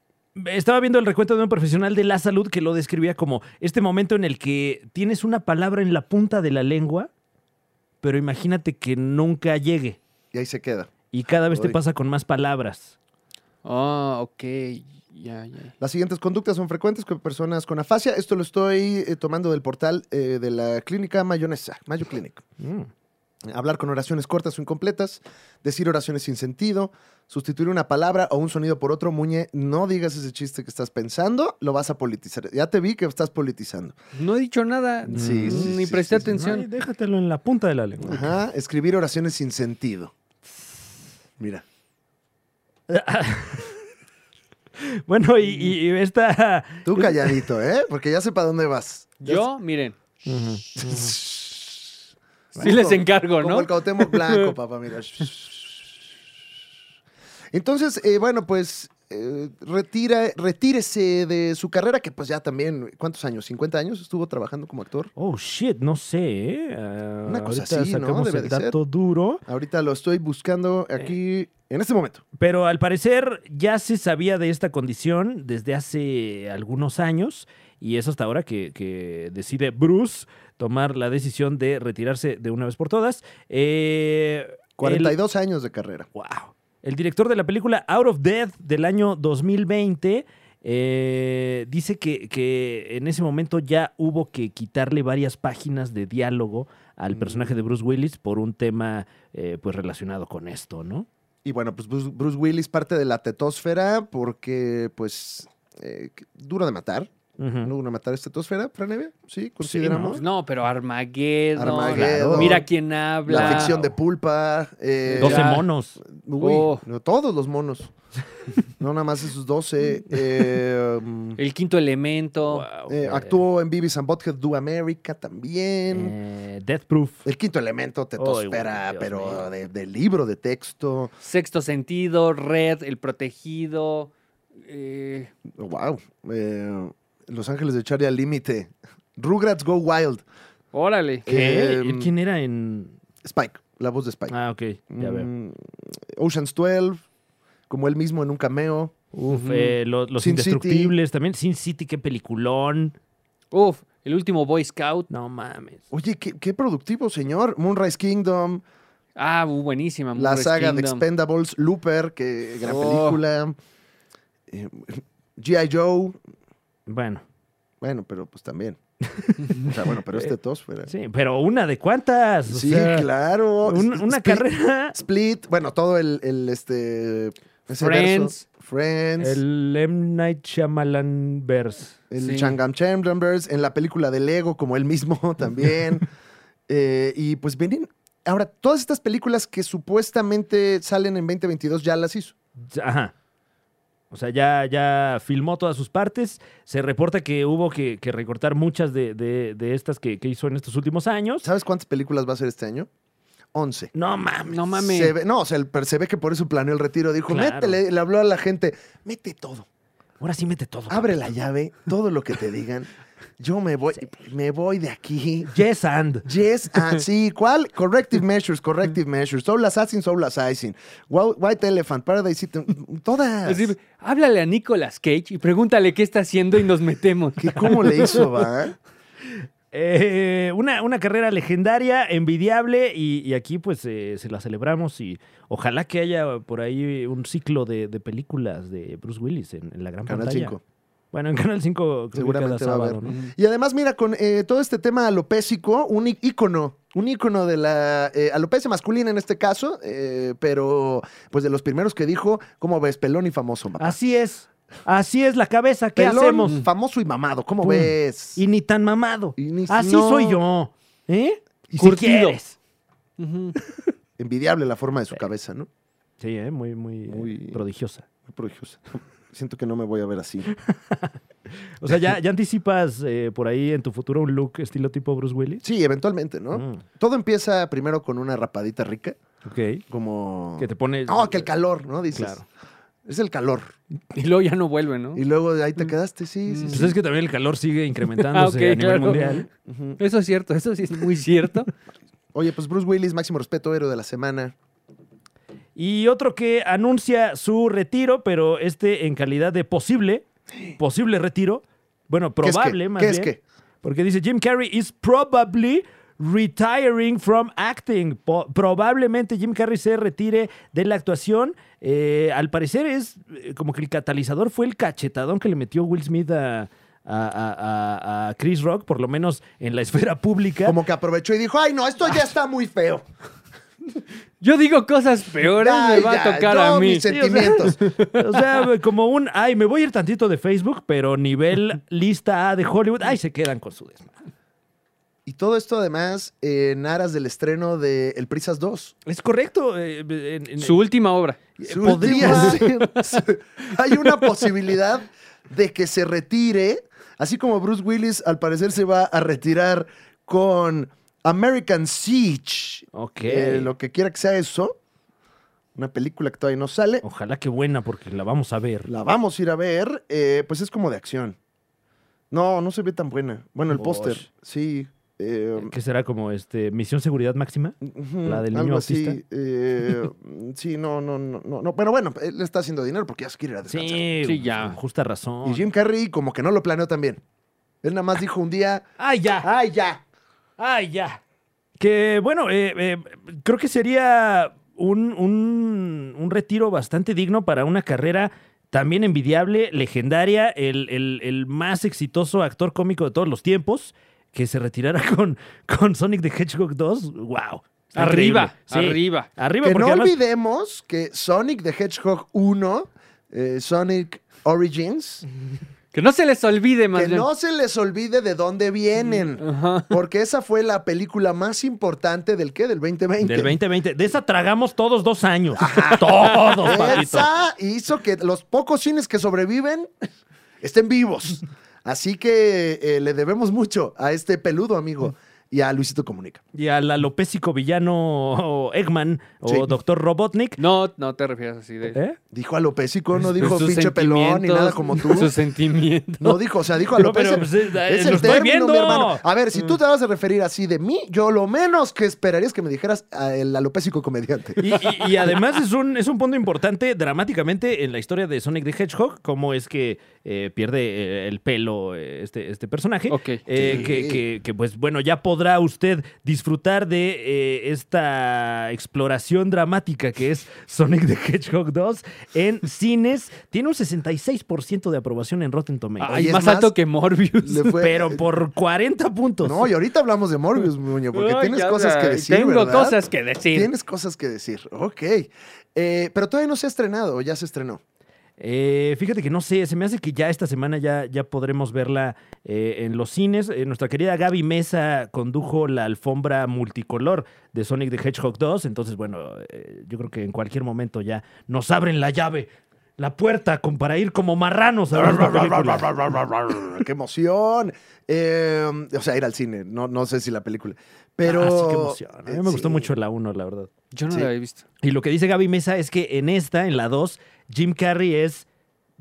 [SPEAKER 3] Estaba viendo el recuento de un profesional de la salud que lo describía como este momento en el que tienes una palabra en la punta de la lengua, pero imagínate que nunca llegue
[SPEAKER 1] Y ahí se queda.
[SPEAKER 3] y cada vez te
[SPEAKER 1] Uy.
[SPEAKER 3] pasa con más palabras.
[SPEAKER 2] Ah, ok. Ya, ya.
[SPEAKER 1] Las siguientes conductas son frecuentes con personas con afasia. Esto lo estoy eh, tomando del portal eh, de la clínica mayonesa, Mayo Clinic.
[SPEAKER 3] Mm.
[SPEAKER 1] Hablar con oraciones cortas o incompletas, decir oraciones sin sentido, sustituir una palabra o un sonido por otro, Muñe, no digas ese chiste que estás pensando, lo vas a politizar. Ya te vi que estás politizando.
[SPEAKER 2] No he dicho nada.
[SPEAKER 1] Sí, Mm, sí,
[SPEAKER 2] Ni
[SPEAKER 1] sí,
[SPEAKER 2] presté
[SPEAKER 1] sí, sí.
[SPEAKER 3] Ay,
[SPEAKER 2] atención.
[SPEAKER 3] déjatelo en la punta de la lengua.
[SPEAKER 1] Ajá, escribir oraciones sin sentido. Mira.
[SPEAKER 3] Bueno, y, y- y esta.
[SPEAKER 1] Tú calladito, ¿eh? Porque ya sé para dónde vas.
[SPEAKER 2] Yo, miren.
[SPEAKER 3] Ujú.
[SPEAKER 2] Sí les encargo,
[SPEAKER 1] Como
[SPEAKER 2] ¿no?
[SPEAKER 1] el Cuauhtémoc blanco, papá, mira. Entonces, eh, bueno, pues eh, retira, retírese de su carrera, que pues ya también, ¿cuántos años? ¿50 años estuvo trabajando como actor?
[SPEAKER 3] Oh, shit, no sé. ¿eh? Ah,
[SPEAKER 1] Una cosa
[SPEAKER 3] ahorita
[SPEAKER 1] así, ¿no?
[SPEAKER 3] sacamos
[SPEAKER 1] Debe
[SPEAKER 3] el
[SPEAKER 1] de ser.
[SPEAKER 3] dato duro.
[SPEAKER 1] Ahorita lo estoy buscando aquí en este momento.
[SPEAKER 3] Pero al parecer ya se sabía de esta condición desde hace algunos años y es hasta ahora que, que decide Bruce tomar la decisión de retirarse de una vez por todas. Eh, el-
[SPEAKER 1] 42 años de carrera.
[SPEAKER 3] wow. El director de la película Out of Death del año 2020 eh, dice que, que en ese momento ya hubo que quitarle varias páginas de diálogo al personaje de Bruce Willis por un tema eh, pues relacionado con esto, ¿no?
[SPEAKER 1] Y bueno, pues Bruce, Bruce Willis parte de la tetosfera porque, pues, eh, que- duro de matar.
[SPEAKER 3] Ujú.
[SPEAKER 1] Duro de matar es tetosfera, Franeve. Sí, consideramos.
[SPEAKER 2] Pues Mm. no, pero Armageddon.
[SPEAKER 1] Armageddon.
[SPEAKER 2] Mira quién habla.
[SPEAKER 1] La ficción de pulpa. eh,
[SPEAKER 2] Doce
[SPEAKER 3] 12
[SPEAKER 2] Ya.
[SPEAKER 3] monos.
[SPEAKER 1] uy,
[SPEAKER 2] Oh.
[SPEAKER 1] no, todos los monos. No nada más esos 12. eh, um,
[SPEAKER 2] El quinto elemento.
[SPEAKER 3] Wow.
[SPEAKER 1] eh, actuó en Beavis and Butthead Do America también.
[SPEAKER 3] Eh, Death Proof.
[SPEAKER 1] El quinto elemento, tetosfera,
[SPEAKER 3] Dios mío.
[SPEAKER 1] pero de, de libro, de texto.
[SPEAKER 2] Sexto sentido. Red. El protegido. eh,
[SPEAKER 1] Wow. Eh, Los Ángeles de Charlie al límite. Rugrats Go Wild.
[SPEAKER 2] órale.
[SPEAKER 3] ¿Qué?
[SPEAKER 1] Em,
[SPEAKER 3] ¿Quién era en...?
[SPEAKER 1] Spike, la voz de Spike.
[SPEAKER 3] Ah, ok, ya veo.
[SPEAKER 1] Mm, Ocean's 12, como él mismo en un cameo.
[SPEAKER 3] Uf, eh, lo- los
[SPEAKER 1] Sin
[SPEAKER 3] Indestructibles también. Sin City, qué peliculón.
[SPEAKER 2] Uf. El último Boy Scout.
[SPEAKER 3] No mames.
[SPEAKER 1] Oye, qué, qué productivo, señor. Moonrise Kingdom,
[SPEAKER 2] Ah, bu-
[SPEAKER 1] la
[SPEAKER 2] buenísima. Moonrise
[SPEAKER 1] saga de
[SPEAKER 2] Kingdom.
[SPEAKER 1] Expendables, Looper, que gran
[SPEAKER 2] Oh.
[SPEAKER 1] película. Eh, G.I. Joe.
[SPEAKER 3] Bueno,
[SPEAKER 1] Bueno, pero pues también. o sea, bueno, pero este tos fuera.
[SPEAKER 3] sí, pero una de cuántas. O
[SPEAKER 1] Sí,
[SPEAKER 3] sea,
[SPEAKER 1] claro.
[SPEAKER 3] un-
[SPEAKER 1] Sp-
[SPEAKER 3] una
[SPEAKER 1] Split-
[SPEAKER 3] carrera.
[SPEAKER 1] Split, bueno, todo el, el, este. ese
[SPEAKER 2] Friends.
[SPEAKER 1] verso. Friends.
[SPEAKER 3] El M. Night Shyamalan Verse.
[SPEAKER 1] El
[SPEAKER 2] Sí.
[SPEAKER 1] Changam Chambers, en la película de Lego, como él mismo también. Eh, y pues vienen. Ahora, todas estas películas que supuestamente salen en 2022 ya las hizo.
[SPEAKER 3] Ajá. O sea, ya, ya filmó todas sus partes. Se reporta que hubo que, que recortar muchas de, de- de estas que, que hizo en estos últimos años.
[SPEAKER 1] ¿Sabes cuántas películas va a hacer este año? 11.
[SPEAKER 3] No mames.
[SPEAKER 2] No mames.
[SPEAKER 1] Se ve- no, o sea, el- pero se ve que por eso planeó el retiro. Dijo,
[SPEAKER 3] Claro.
[SPEAKER 1] métele, le habló a la gente, mete todo,
[SPEAKER 3] Ahora sí mete todo.
[SPEAKER 1] abre la llave, todo lo que te digan. Yo me voy, me voy de aquí.
[SPEAKER 3] Yes and.
[SPEAKER 1] Yes, ah, sí, ¿cuál? Corrective Measures, Corrective Measures, Soul Assassin, Soul Assassin, Wa- White Elephant, Paradise City, todas.
[SPEAKER 2] Así, háblale a Nicolas Cage y pregúntale qué está haciendo y nos metemos.
[SPEAKER 1] ¿Qué- ¿Cómo le hizo, va?
[SPEAKER 3] Eh, una, una carrera legendaria, envidiable, y, y aquí pues eh, se la celebramos y ojalá que haya por ahí un ciclo de, de películas de Bruce Willis en, en la gran
[SPEAKER 1] Canal
[SPEAKER 3] pantalla.
[SPEAKER 1] 5.
[SPEAKER 3] Bueno, en Canal 5 creo que cada
[SPEAKER 1] Seguramente va a
[SPEAKER 3] sábado,
[SPEAKER 1] haber.
[SPEAKER 3] ¿no?
[SPEAKER 1] Y además, mira, con eh, todo este tema alopésico, un í- ícono, un ícono de la eh, alopecia masculina en este caso, eh, pero pues de los primeros que dijo, ¿cómo ves? Pelón y famoso, mamá.
[SPEAKER 3] Así es, así es la cabeza, Ah, ¿qué
[SPEAKER 1] Pelón,
[SPEAKER 3] hacemos?
[SPEAKER 1] famoso y mamado, ¿cómo
[SPEAKER 3] Pum.
[SPEAKER 1] ves?
[SPEAKER 3] Y Ah, ni tan mamado.
[SPEAKER 1] Y ni-
[SPEAKER 3] así
[SPEAKER 1] no.
[SPEAKER 3] soy yo. ¿Eh? Y si
[SPEAKER 2] Curtido.
[SPEAKER 3] quieres.
[SPEAKER 2] Ujú.
[SPEAKER 1] Envidiable la forma de su cabeza, ¿no?
[SPEAKER 3] Sí, ¿eh? muy, muy, eh,
[SPEAKER 1] Muy-
[SPEAKER 3] prodigiosa.
[SPEAKER 1] Muy prodigiosa. Siento que no me voy a ver así.
[SPEAKER 3] O sea, ya, ya anticipas eh, por ahí en tu futuro un look estilo tipo Bruce Willis.
[SPEAKER 1] Sí, eventualmente, ¿no?
[SPEAKER 3] Mm,
[SPEAKER 1] Todo empieza primero con una rapadita rica,
[SPEAKER 3] ok.
[SPEAKER 1] como...
[SPEAKER 3] Que te pones.
[SPEAKER 1] No, que el calor, ¿no? Dices.
[SPEAKER 3] Claro.
[SPEAKER 1] Es el calor.
[SPEAKER 2] Y luego ya no vuelve, ¿no?
[SPEAKER 1] Y luego de ahí te quedaste, sí, sí,
[SPEAKER 2] Mm.
[SPEAKER 1] sí.
[SPEAKER 3] Pues es que también el calor sigue incrementándose
[SPEAKER 2] Ah, ok,
[SPEAKER 3] a nivel
[SPEAKER 2] claro.
[SPEAKER 3] mundial.
[SPEAKER 1] Ujú.
[SPEAKER 2] Eso es cierto, eso sí es muy cierto.
[SPEAKER 1] Oye, pues Bruce Willis, máximo respeto, héroe de la semana.
[SPEAKER 3] Y otro que anuncia su retiro, pero este en calidad de posible, posible retiro. Bueno,
[SPEAKER 1] ¿Qué es
[SPEAKER 3] probable
[SPEAKER 1] qué?
[SPEAKER 3] más
[SPEAKER 1] ¿Qué es
[SPEAKER 3] bien.
[SPEAKER 1] qué?
[SPEAKER 3] Porque dice Jim Carrey is probably retiring from acting. Po- probablemente Jim Carrey se retire de la actuación. Eh, al parecer es eh, como que el catalizador fue el cachetadón que le metió Will Smith a, a- a- a- a Chris Rock, por lo menos en la esfera pública.
[SPEAKER 1] Como que aprovechó y dijo, ay, no, esto ya está muy feo.
[SPEAKER 2] Yo digo cosas peores,
[SPEAKER 1] Ay,
[SPEAKER 2] me va
[SPEAKER 1] ya,
[SPEAKER 2] a tocar
[SPEAKER 1] yo
[SPEAKER 2] a mí.
[SPEAKER 1] mis sentimientos.
[SPEAKER 3] O sea, como un, ay, me voy a ir tantito de Facebook, pero nivel lista A de Hollywood, ay, se quedan con su desmadre.
[SPEAKER 1] y todo esto además eh, en aras del estreno de El Prisas 2.
[SPEAKER 3] Es correcto. eh, en- en-
[SPEAKER 2] Su última obra.
[SPEAKER 1] Eh,
[SPEAKER 3] Su
[SPEAKER 1] Podría
[SPEAKER 3] última-
[SPEAKER 1] ser- Hay una posibilidad de que se retire, así como Bruce Willis al parecer se va a retirar con American Siege.
[SPEAKER 3] Ok.
[SPEAKER 1] Eh, lo que quiera que sea eso. Una película que todavía no sale.
[SPEAKER 3] Ojalá que buena, porque la vamos a ver.
[SPEAKER 1] La vamos a ir a ver. eh, pues es como de acción. No, no se ve tan buena. Bueno, el
[SPEAKER 3] Ush.
[SPEAKER 1] póster. Sí. eh,
[SPEAKER 3] ¿Qué será como este Misión Seguridad Máxima?
[SPEAKER 1] ujú,
[SPEAKER 3] Eh, la del
[SPEAKER 1] algo
[SPEAKER 3] niño
[SPEAKER 1] así,
[SPEAKER 3] autista.
[SPEAKER 1] eh, sí, no, no, no, no, no. Pero bueno, él está haciendo dinero porque ya se quiere ir a descansar.
[SPEAKER 2] Sí, ya.
[SPEAKER 3] con Justa razón.
[SPEAKER 1] Y Jim Carrey como que no lo planeó tan bien. Él nada más dijo un día,
[SPEAKER 3] ¡Ay, ya!
[SPEAKER 1] ¡ay, ya!
[SPEAKER 3] ¡Ay, ya! Que bueno, eh, eh, creo que sería un, un- un retiro bastante digno para una carrera también envidiable, legendaria, el, el- el más exitoso actor cómico de todos los tiempos, que se retirara con, con Sonic the Hedgehog 2. ¡Wow! Está
[SPEAKER 2] Arriba,
[SPEAKER 3] increíble. Sí,
[SPEAKER 2] arriba.
[SPEAKER 3] Arriba,
[SPEAKER 1] Que no
[SPEAKER 3] porque además-
[SPEAKER 1] olvidemos que Sonic the Hedgehog 1, eh, Sonic Origins,
[SPEAKER 2] Que no se les olvide, más
[SPEAKER 1] que
[SPEAKER 2] bien.
[SPEAKER 1] no se les olvide de dónde vienen.
[SPEAKER 2] Ajá.
[SPEAKER 1] Porque esa fue la película más importante del qué, del 2020.
[SPEAKER 3] Del 2020. De esa tragamos todos dos años. todos, Oh, papito.
[SPEAKER 1] Esa hizo que los pocos cines que sobreviven estén vivos. Así que eh, le debemos mucho a este peludo amigo y a Luisito Comunica.
[SPEAKER 3] Y al alopésico villano Eggman o
[SPEAKER 1] Sí. Pues,
[SPEAKER 3] Doctor Robotnik.
[SPEAKER 2] No, no te refieras así de.
[SPEAKER 3] ¿Eh?
[SPEAKER 1] Dijo alopésico, no dijo
[SPEAKER 2] Pues, Sus
[SPEAKER 1] pinche pelón ni nada
[SPEAKER 2] sentimientos,
[SPEAKER 1] como tú.
[SPEAKER 2] Sus sentimientos.
[SPEAKER 1] No dijo, o sea, dijo
[SPEAKER 3] No,
[SPEAKER 1] alopecia.
[SPEAKER 3] pero pues, eh, eh,
[SPEAKER 1] es
[SPEAKER 3] lo
[SPEAKER 1] el
[SPEAKER 3] estoy
[SPEAKER 1] término, mi
[SPEAKER 3] viendo.
[SPEAKER 1] hermano. A ver, si tú te vas a referir así de mí, yo lo menos que esperaría es que me dijeras ah, el alopésico comediante.
[SPEAKER 3] Y, y- y además es un, es un punto importante dramáticamente en la historia de Sonic the Hedgehog, cómo es que eh, pierde eh, el pelo eh, este, este personaje.
[SPEAKER 2] Ok.
[SPEAKER 3] Eh,
[SPEAKER 1] Sí.
[SPEAKER 3] que, que- que, pues bueno, ya podrá usted disfrutar de eh, esta exploración dramática que es Sonic the Hedgehog 2 en cines. Tiene un 66% de aprobación en Rotten Tomatoes.
[SPEAKER 2] Ay,
[SPEAKER 1] Oye, es
[SPEAKER 2] Ah, más
[SPEAKER 1] más,
[SPEAKER 2] alto que Morbius.
[SPEAKER 1] Le Ah, fue- eh,
[SPEAKER 3] pero pues, por 40 puntos.
[SPEAKER 1] No, y ahorita hablamos de Morbius, Muño, porque
[SPEAKER 2] Ay,
[SPEAKER 1] tienes
[SPEAKER 2] ya,
[SPEAKER 1] cosas que
[SPEAKER 2] ay,
[SPEAKER 1] decir.
[SPEAKER 2] Tengo
[SPEAKER 1] ¿verdad?
[SPEAKER 2] cosas que decir.
[SPEAKER 1] Tienes cosas que decir. Ok. Eh, pero todavía no se ha estrenado, ¿o ya se estrenó.
[SPEAKER 3] Eh, fíjate que no sé, se me hace que ya esta semana ya, ya podremos verla eh, en los cines. Eh, nuestra querida Gaby Mesa condujo la alfombra multicolor de Sonic the Hedgehog 2. Entonces, bueno, eh, yo creo que en cualquier momento ya nos abren la llave. la puerta con para ir como marranos a ver esta película.
[SPEAKER 1] ¡Qué emoción! Eh, o sea, ir al cine. No, no sé si la película. Pero. eh,
[SPEAKER 3] Ah, sí, qué emoción. A mí me
[SPEAKER 1] Sí.
[SPEAKER 3] gustó mucho la 1, la verdad.
[SPEAKER 2] Yo no
[SPEAKER 1] Sí.
[SPEAKER 2] la había visto.
[SPEAKER 3] Y lo que dice Gaby Mesa es que en esta, en la 2, Jim Carrey es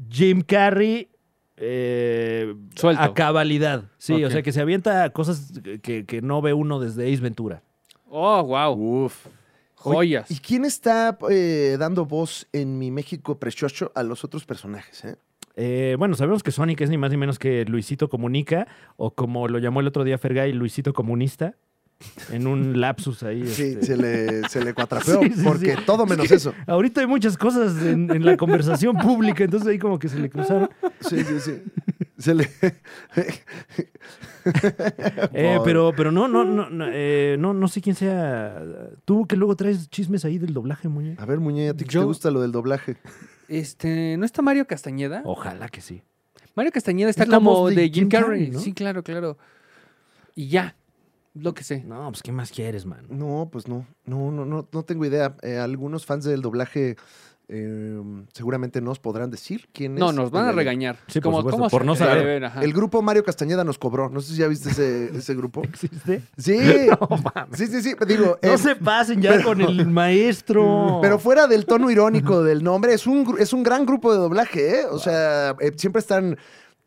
[SPEAKER 3] Jim Carrey eh,
[SPEAKER 2] Suelto.
[SPEAKER 3] a cabalidad. Sí, o
[SPEAKER 2] Ok.
[SPEAKER 3] sea, que se avienta cosas que, que no ve uno desde Ace Ventura.
[SPEAKER 2] Oh, wow.
[SPEAKER 1] Uf.
[SPEAKER 2] Joyas.
[SPEAKER 1] ¿Y quién está eh, dando voz en mi México precioso a los otros personajes? eh?
[SPEAKER 3] Eh, bueno, sabemos que Sonic es ni más ni menos que Luisito Comunica, o como lo llamó el otro día Fergay, Luisito Comunista, en un lapsus ahí.
[SPEAKER 1] Sí,
[SPEAKER 3] este.
[SPEAKER 1] se le, se le cuatrapeó.
[SPEAKER 3] Sí, sí,
[SPEAKER 1] porque
[SPEAKER 3] sí.
[SPEAKER 1] todo
[SPEAKER 3] Es
[SPEAKER 1] menos
[SPEAKER 3] que
[SPEAKER 1] eso.
[SPEAKER 3] Ahorita hay muchas cosas en, en la conversación pública, entonces ahí como que se le cruzaron.
[SPEAKER 1] Sí, sí, sí. Se le.
[SPEAKER 3] Eh, pero, pero no, no, no, no, eh, no, no sé quién sea. Tú que luego traes chismes ahí del doblaje, muñe.
[SPEAKER 1] A ver, Muñe, ¿a ti qué
[SPEAKER 2] Yo-
[SPEAKER 1] te gusta lo del doblaje?
[SPEAKER 2] Este, ¿no está Mario Castañeda?
[SPEAKER 3] Ojalá que sí.
[SPEAKER 2] Mario Castañeda está
[SPEAKER 3] Es la
[SPEAKER 2] como
[SPEAKER 3] voz
[SPEAKER 2] de,
[SPEAKER 3] de
[SPEAKER 2] Jim
[SPEAKER 3] Jim
[SPEAKER 2] Carrey.
[SPEAKER 3] Carrey, ¿no?
[SPEAKER 2] Sí, claro, claro. Y ya, lo que sé.
[SPEAKER 3] No, pues ¿qué más quieres, man?
[SPEAKER 1] No, pues no. No, no, no, no tengo idea. Eh, algunos fans del doblaje eh, seguramente nos podrán decir quién
[SPEAKER 2] No,
[SPEAKER 1] es.
[SPEAKER 2] nos van a
[SPEAKER 1] el-
[SPEAKER 2] regañar.
[SPEAKER 3] Sí, por supuesto, por no
[SPEAKER 2] se
[SPEAKER 3] saber.
[SPEAKER 2] atreven? Ajá.
[SPEAKER 1] El grupo Mario Castañeda nos cobró. No sé si ya viste ese, ese grupo.
[SPEAKER 3] ¿Existe?
[SPEAKER 1] Sí.
[SPEAKER 3] No mames.
[SPEAKER 1] Sí, sí, sí. Digo,
[SPEAKER 3] No
[SPEAKER 1] eh,
[SPEAKER 3] se pasen ya con el maestro.
[SPEAKER 1] pero fuera del tono irónico del nombre, es un, gru- es un gran grupo de doblaje, ¿eh? O sea, eh, siempre están.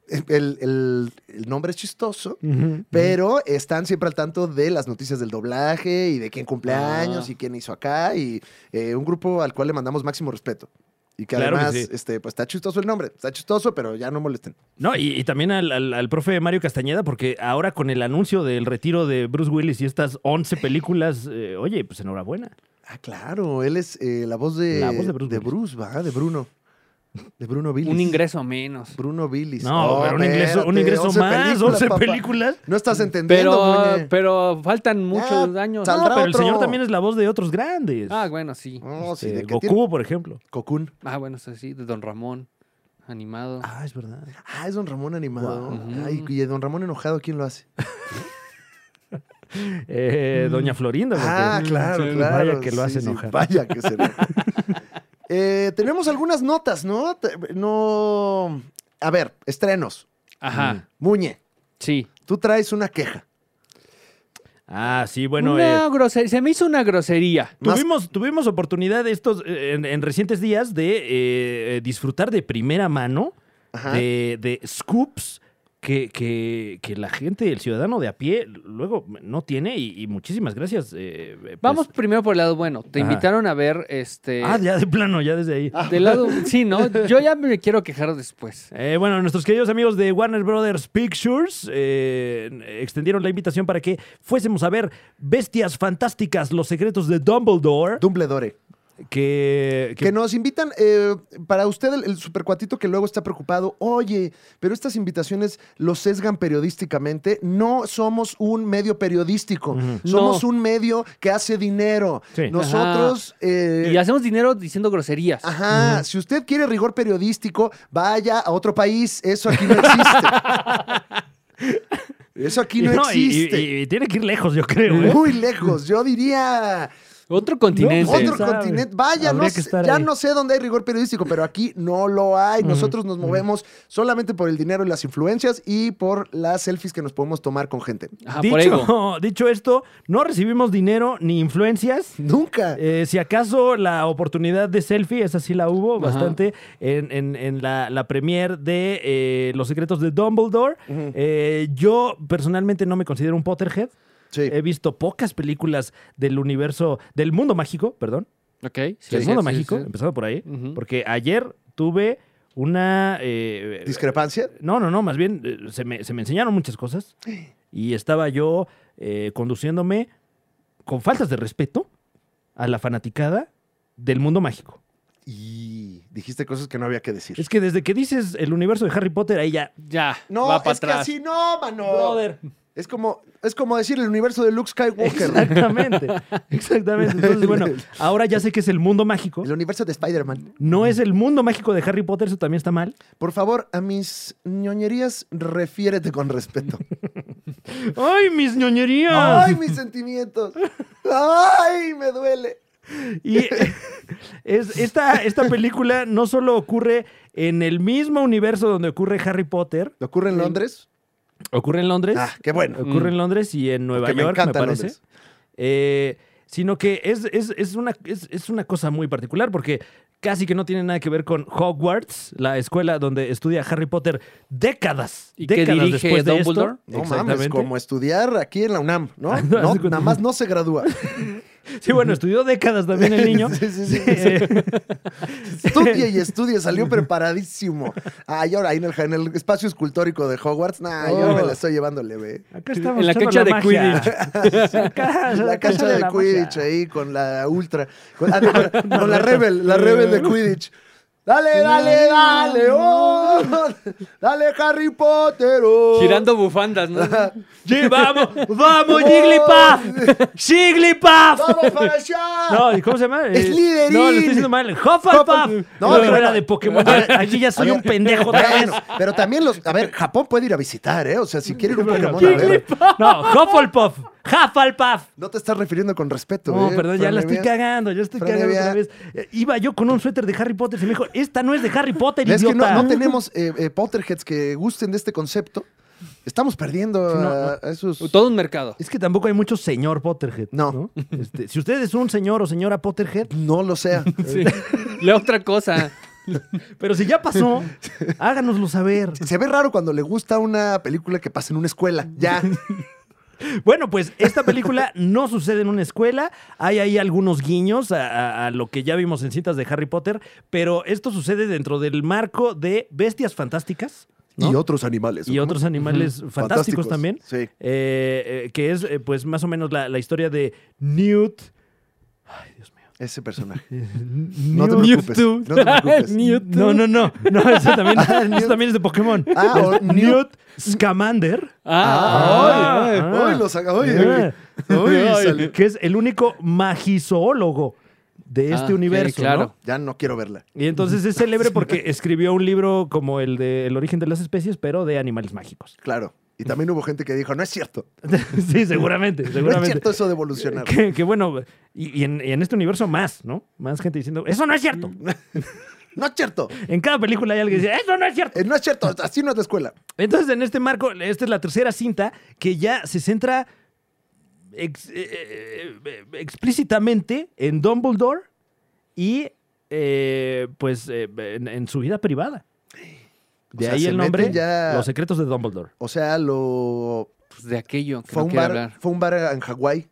[SPEAKER 1] eh, El, el- el nombre es chistoso,
[SPEAKER 3] Ujú.
[SPEAKER 1] pero están siempre al tanto de las noticias del doblaje y de quién cumpleaños
[SPEAKER 2] Ah.
[SPEAKER 1] y quién hizo acá. Y eh, un grupo al cual le mandamos máximo respeto. Y que
[SPEAKER 3] Claro que
[SPEAKER 1] además,
[SPEAKER 3] sí.
[SPEAKER 1] este, pues está chistoso el nombre, está chistoso, pero ya no molesten.
[SPEAKER 3] No, y, y también al, al- al profe Mario Castañeda, porque ahora con el anuncio del retiro de Bruce Willis y estas 11 películas, eh, oye, pues enhorabuena.
[SPEAKER 1] Ah, claro, él es eh, la voz de,
[SPEAKER 3] La voz de Bruce
[SPEAKER 1] de Bruce,
[SPEAKER 3] Willis.
[SPEAKER 1] ¿va? De Bruno. De Bruno Billis.
[SPEAKER 2] Un ingreso menos.
[SPEAKER 1] Bruno Billis.
[SPEAKER 3] No,
[SPEAKER 1] Oh,
[SPEAKER 3] pero un ingreso, un
[SPEAKER 1] espérate,
[SPEAKER 3] ingreso
[SPEAKER 1] 11
[SPEAKER 3] más,
[SPEAKER 1] películas,
[SPEAKER 3] 11
[SPEAKER 1] papá.
[SPEAKER 3] películas.
[SPEAKER 1] No estás entendiendo,
[SPEAKER 2] Pero,
[SPEAKER 1] Muñe.
[SPEAKER 2] pero faltan muchos
[SPEAKER 3] Ah,
[SPEAKER 1] Ya,
[SPEAKER 2] años.
[SPEAKER 1] sal-
[SPEAKER 3] No,
[SPEAKER 1] Saldrá
[SPEAKER 3] pero el
[SPEAKER 1] otro.
[SPEAKER 3] señor también es la voz de otros grandes.
[SPEAKER 2] Ah, bueno, sí.
[SPEAKER 1] No, Oh, sí,
[SPEAKER 3] Este,
[SPEAKER 1] de que
[SPEAKER 3] Goku,
[SPEAKER 1] tiene-
[SPEAKER 3] por ejemplo.
[SPEAKER 1] Cocoon.
[SPEAKER 2] Ah, bueno, eso sí, de Don Ramón, animado.
[SPEAKER 3] Ah, es verdad.
[SPEAKER 1] Ah, es Don Ramón animado.
[SPEAKER 2] Guau.
[SPEAKER 1] Ay, y de Don Ramón enojado, ¿quién lo hace?
[SPEAKER 3] Eh, Doña Florinda. porque-
[SPEAKER 1] Mm. Ah, claro, claro.
[SPEAKER 3] Vaya que lo hace enojar.
[SPEAKER 1] vaya que se enoja. Eh, tenemos algunas notas, ¿no? Te- No. A ver, estrenos.
[SPEAKER 2] Ajá,
[SPEAKER 1] Muñe,
[SPEAKER 2] sí.
[SPEAKER 1] tú traes una queja.
[SPEAKER 3] Ah, sí, bueno.
[SPEAKER 2] Una
[SPEAKER 3] eh,
[SPEAKER 2] grosería- se me hizo una grosería.
[SPEAKER 1] Más-
[SPEAKER 3] tuvimos, tuvimos oportunidad estos, eh, en, en recientes días de eh, eh, disfrutar de primera mano
[SPEAKER 1] Ajá.
[SPEAKER 3] de, de scoops que, que- que la gente, el ciudadano de a pie, luego no tiene. Y, y muchísimas gracias. eh, eh, pues-
[SPEAKER 2] Vamos primero por el lado bueno. Te
[SPEAKER 3] Ajá.
[SPEAKER 2] invitaron a ver este.
[SPEAKER 3] Ah, ya de plano, ya desde ahí.
[SPEAKER 1] Ah.
[SPEAKER 2] Del lado. Sí, ¿no? Yo ya me quiero quejar después.
[SPEAKER 3] Eh, bueno, nuestros queridos amigos de Warner Brothers Pictures eh, extendieron la invitación para que fuésemos a ver Bestias Fantásticas, los secretos de Dumbledore.
[SPEAKER 1] Dumbledore.
[SPEAKER 3] que, que-
[SPEAKER 1] Que nos invitan, eh, para usted el, el supercuatito que luego está preocupado, oye, pero estas invitaciones lo sesgan periodísticamente. No somos un medio periodístico,
[SPEAKER 3] Ujú.
[SPEAKER 1] somos
[SPEAKER 2] No.
[SPEAKER 1] un medio que hace dinero.
[SPEAKER 3] Sí.
[SPEAKER 1] Nosotros... eh,
[SPEAKER 2] Y hacemos dinero diciendo groserías.
[SPEAKER 1] Ajá, si usted quiere rigor periodístico, vaya a otro país, eso aquí no existe. eso aquí no,
[SPEAKER 3] No, y- y-
[SPEAKER 1] existe.
[SPEAKER 3] Y, y tiene que ir lejos, yo creo. ¿eh?
[SPEAKER 1] Muy lejos, yo diría
[SPEAKER 2] Otro continente.
[SPEAKER 3] No,
[SPEAKER 1] otro
[SPEAKER 3] ¿Quién sabe?
[SPEAKER 1] continente. Vaya, no
[SPEAKER 3] Habría que
[SPEAKER 1] sé-
[SPEAKER 3] estar
[SPEAKER 1] ya
[SPEAKER 3] ahí.
[SPEAKER 1] no sé dónde hay rigor periodístico, pero aquí no lo hay.
[SPEAKER 3] Ujú,
[SPEAKER 1] Nosotros nos movemos solamente por el dinero y las influencias y por las selfies que nos podemos tomar con gente.
[SPEAKER 2] Ajá, Ah, por ego.
[SPEAKER 3] dicho, dicho esto, no recibimos dinero ni influencias.
[SPEAKER 1] Nunca.
[SPEAKER 3] Eh, si acaso la oportunidad de selfie, esa sí la hubo
[SPEAKER 2] Ajá.
[SPEAKER 3] bastante en, en- en la, la premier de eh, Los secretos de Dumbledore.
[SPEAKER 1] Ujú.
[SPEAKER 3] Eh, yo personalmente no me considero un Potterhead.
[SPEAKER 1] Sí.
[SPEAKER 3] He visto pocas películas del universo, del mundo mágico, perdón.
[SPEAKER 2] Ok. sí,
[SPEAKER 3] del
[SPEAKER 2] sí,
[SPEAKER 3] mundo
[SPEAKER 2] sí,
[SPEAKER 3] mágico,
[SPEAKER 2] sí.
[SPEAKER 3] empezando por ahí.
[SPEAKER 2] Ujú.
[SPEAKER 3] Porque ayer tuve una... eh,
[SPEAKER 1] ¿Discrepancia?
[SPEAKER 3] no, no, no, más bien eh, se me, se me enseñaron muchas cosas y estaba yo eh, conduciéndome con faltas de respeto a la fanaticada del mundo mágico.
[SPEAKER 1] Y dijiste cosas que no había que decir.
[SPEAKER 3] Es que desde que dices el universo de Harry Potter, ahí ya...
[SPEAKER 2] Ya.
[SPEAKER 1] no,
[SPEAKER 2] va para
[SPEAKER 1] es que
[SPEAKER 2] atrás.
[SPEAKER 1] así no, mano.
[SPEAKER 3] Brother.
[SPEAKER 1] Es como, es como decir el universo de Luke Skywalker.
[SPEAKER 3] Exactamente, exactamente. Entonces, bueno, ahora ya sé que es el mundo mágico.
[SPEAKER 1] El universo de Spider-Man.
[SPEAKER 3] No es el mundo mágico de Harry Potter, eso también está mal.
[SPEAKER 1] Por favor, a mis ñoñerías, refiérete con respeto.
[SPEAKER 3] ¡Ay, mis ñoñerías!
[SPEAKER 1] ¡Ay, mis sentimientos! ¡Ay, me duele!
[SPEAKER 3] Y es, esta, esta película no solo ocurre en el mismo universo donde ocurre Harry Potter,
[SPEAKER 1] ¿Lo ocurre en Londres?
[SPEAKER 3] ocurre en Londres,
[SPEAKER 1] Ah, qué bueno.
[SPEAKER 3] ocurre
[SPEAKER 2] Mm.
[SPEAKER 3] en Londres y en Nueva
[SPEAKER 1] Porque me
[SPEAKER 3] York, me,
[SPEAKER 1] encanta
[SPEAKER 3] parece.
[SPEAKER 1] Londres.
[SPEAKER 3] Eh, sino que es, es- es una, es, es una cosa muy particular porque casi que no tiene nada que ver con Hogwarts, la escuela donde estudia Harry Potter décadas,
[SPEAKER 2] ¿Y que
[SPEAKER 3] décadas
[SPEAKER 2] dirige
[SPEAKER 3] después de
[SPEAKER 2] Dumbledore?
[SPEAKER 3] esto.
[SPEAKER 1] No mames,
[SPEAKER 3] Exactamente.
[SPEAKER 1] como estudiar aquí en la UNAM, ¿no?
[SPEAKER 3] Ah, no,
[SPEAKER 1] No,
[SPEAKER 3] haz de cuenta.
[SPEAKER 1] nada más no se gradúa.
[SPEAKER 3] Sí, bueno, estudió décadas también el niño.
[SPEAKER 1] Sí, sí, sí.
[SPEAKER 3] Eh,
[SPEAKER 1] Estudia y estudia, salió preparadísimo. Ay, ahora ahí en el, en el espacio escultórico de Hogwarts, nah, yo
[SPEAKER 3] Oh.
[SPEAKER 1] me la estoy llevándole, güey.
[SPEAKER 3] acá estamos
[SPEAKER 2] En la
[SPEAKER 3] echando
[SPEAKER 2] cancha de
[SPEAKER 3] magia.
[SPEAKER 2] Quidditch.
[SPEAKER 3] Acá,
[SPEAKER 1] La cancha de
[SPEAKER 3] Ah, la
[SPEAKER 1] Quidditch eh.
[SPEAKER 3] magia.
[SPEAKER 1] ahí con la Ultra. Con, ah, no, con- con la Rebel, la Rebel de Quidditch. Dale, dale, dale, oh. Dale, Harry Potter, oh.
[SPEAKER 2] Girando bufandas, ¿no?
[SPEAKER 3] Sí, vamos, vamos, Jigglypuff. Jigglypuff.
[SPEAKER 1] ¡Vamos para allá!
[SPEAKER 3] No, ¿y ¿cómo se llama? Eh,
[SPEAKER 1] Slytherin.
[SPEAKER 3] No, lo estoy diciendo mal. Hufflepuff.
[SPEAKER 1] No, Ah,
[SPEAKER 3] No,
[SPEAKER 1] bueno.
[SPEAKER 3] era de Pokémon.
[SPEAKER 1] A ver,
[SPEAKER 3] Aquí ya soy
[SPEAKER 1] a
[SPEAKER 3] un
[SPEAKER 1] ver,
[SPEAKER 3] pendejo otra vez.
[SPEAKER 1] Bueno, pero también los. A ver, Japón puede ir a visitar, ¿eh? O sea, si quieren un Pokémon, a ver.
[SPEAKER 3] Jigglypuff. No, Hufflepuff. Hufflepuff.
[SPEAKER 1] No te estás refiriendo con respeto,
[SPEAKER 3] No,
[SPEAKER 1] ¿eh?
[SPEAKER 3] perdón, ya la estoy
[SPEAKER 1] Fran Evia.
[SPEAKER 3] cagando, ya estoy
[SPEAKER 1] Fran
[SPEAKER 3] cagando otra
[SPEAKER 1] Evia.
[SPEAKER 3] vez. Eh, Iba yo con un suéter de Harry Potter y me dijo, esta no es de Harry Potter,
[SPEAKER 1] Es que no,
[SPEAKER 3] idiota.
[SPEAKER 1] no tenemos eh, eh, Potterheads que gusten de este concepto. Estamos perdiendo
[SPEAKER 3] no,
[SPEAKER 1] a, a esos.
[SPEAKER 2] Todo un mercado.
[SPEAKER 3] Es que tampoco hay mucho señor Potterhead.
[SPEAKER 1] No.
[SPEAKER 3] Este, si usted es un señor o señora Potterhead,
[SPEAKER 1] No lo sea.
[SPEAKER 2] Sí. La otra cosa.
[SPEAKER 3] pero si ya pasó, háganoslo saber.
[SPEAKER 1] Se ve raro cuando le gusta una película que pasa en una escuela. Ya.
[SPEAKER 3] Bueno, pues esta película no sucede en una escuela. Hay ahí algunos guiños a, a- a lo que ya vimos en cintas de Harry Potter, pero esto sucede dentro del marco de bestias fantásticas ¿no?
[SPEAKER 1] Y otros animales.
[SPEAKER 3] y
[SPEAKER 1] ¿no?
[SPEAKER 3] otros animales fantásticos, también.
[SPEAKER 1] Sí.
[SPEAKER 3] Eh, eh, que es, eh, pues, más o menos la, la historia de Newt. Ay, Dios mío.
[SPEAKER 1] Ese personaje.
[SPEAKER 3] No
[SPEAKER 1] te preocupes, no te preocupes.
[SPEAKER 3] No, no, no. No, eso también,
[SPEAKER 1] Ah, Newt.
[SPEAKER 3] eso también es de Pokémon.
[SPEAKER 1] Ah, o
[SPEAKER 3] Es
[SPEAKER 1] Newt.
[SPEAKER 3] Newt Scamander.
[SPEAKER 2] Ah,
[SPEAKER 3] ay, Ah.
[SPEAKER 1] ¡Ay, ay, los haga- ay, ay, ay,
[SPEAKER 3] Ay,
[SPEAKER 1] Eh, salió.
[SPEAKER 3] que es el único magizoólogo de este
[SPEAKER 2] Ah,
[SPEAKER 3] universo.
[SPEAKER 2] sí, claro.
[SPEAKER 1] Ya no quiero verla.
[SPEAKER 3] ¿no? Y entonces es célebre porque escribió un libro como el de El origen de las especies, pero de animales mágicos.
[SPEAKER 1] Claro. Y también hubo gente que dijo, no es cierto.
[SPEAKER 3] sí, seguramente,
[SPEAKER 1] No es
[SPEAKER 3] seguramente.
[SPEAKER 1] cierto eso de evolucionar.
[SPEAKER 3] que, que bueno, y, y en, y en este universo más, ¿no? Más gente diciendo, eso no es cierto.
[SPEAKER 1] Mm. No es cierto.
[SPEAKER 3] En cada película hay alguien que dice, eso no es cierto.
[SPEAKER 1] Eh, no es cierto. Así no es la escuela.
[SPEAKER 3] Entonces, en este marco, esta es la tercera cinta que ya se centra ex- eh, eh, eh, explícitamente en Dumbledore y eh, pues eh, en, en su vida privada. De
[SPEAKER 1] O sea,
[SPEAKER 3] ahí
[SPEAKER 1] se
[SPEAKER 3] el nombre,
[SPEAKER 1] meten ya-
[SPEAKER 3] Los secretos de Dumbledore.
[SPEAKER 1] O sea, lo.
[SPEAKER 2] pues de aquello que
[SPEAKER 1] Fue,
[SPEAKER 2] no
[SPEAKER 1] un,
[SPEAKER 2] quiere
[SPEAKER 1] bar,
[SPEAKER 2] hablar.
[SPEAKER 1] fue un bar en Hawái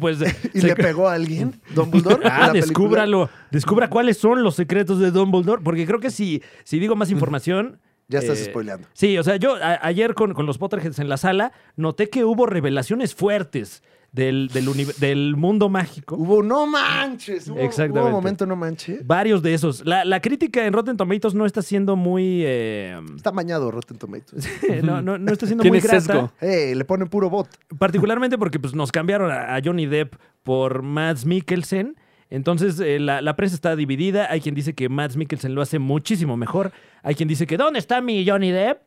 [SPEAKER 3] pues,
[SPEAKER 1] y
[SPEAKER 3] se-
[SPEAKER 1] le pegó a alguien, Dumbledore. en
[SPEAKER 3] Ah,
[SPEAKER 1] la película.
[SPEAKER 3] descúbralo. Descubra cuáles son los secretos de Dumbledore, porque creo que si, si digo más información...
[SPEAKER 1] Ya estás
[SPEAKER 3] eh,
[SPEAKER 1] spoileando.
[SPEAKER 3] Sí, o sea, yo a- ayer con, con los Potterheads en la sala noté que hubo revelaciones fuertes del, del, uni- del mundo mágico.
[SPEAKER 1] Hubo no manches. Hubo,
[SPEAKER 3] Exactamente.
[SPEAKER 1] hubo un momento no manches.
[SPEAKER 3] Varios de esos. La, la crítica en Rotten Tomatoes no está siendo muy. eh,
[SPEAKER 1] Está mañado Rotten Tomatoes.
[SPEAKER 3] no, no- no está siendo muy
[SPEAKER 2] Tiene
[SPEAKER 3] grata.
[SPEAKER 2] sesgo.
[SPEAKER 1] Eh, le ponen puro bot.
[SPEAKER 3] Particularmente porque pues, nos cambiaron a, a Johnny Depp por Mads Mikkelsen. Entonces eh, la, la prensa está dividida. Hay quien dice que Mads Mikkelsen lo hace muchísimo mejor. Hay quien dice que ¿dónde está mi Johnny Depp?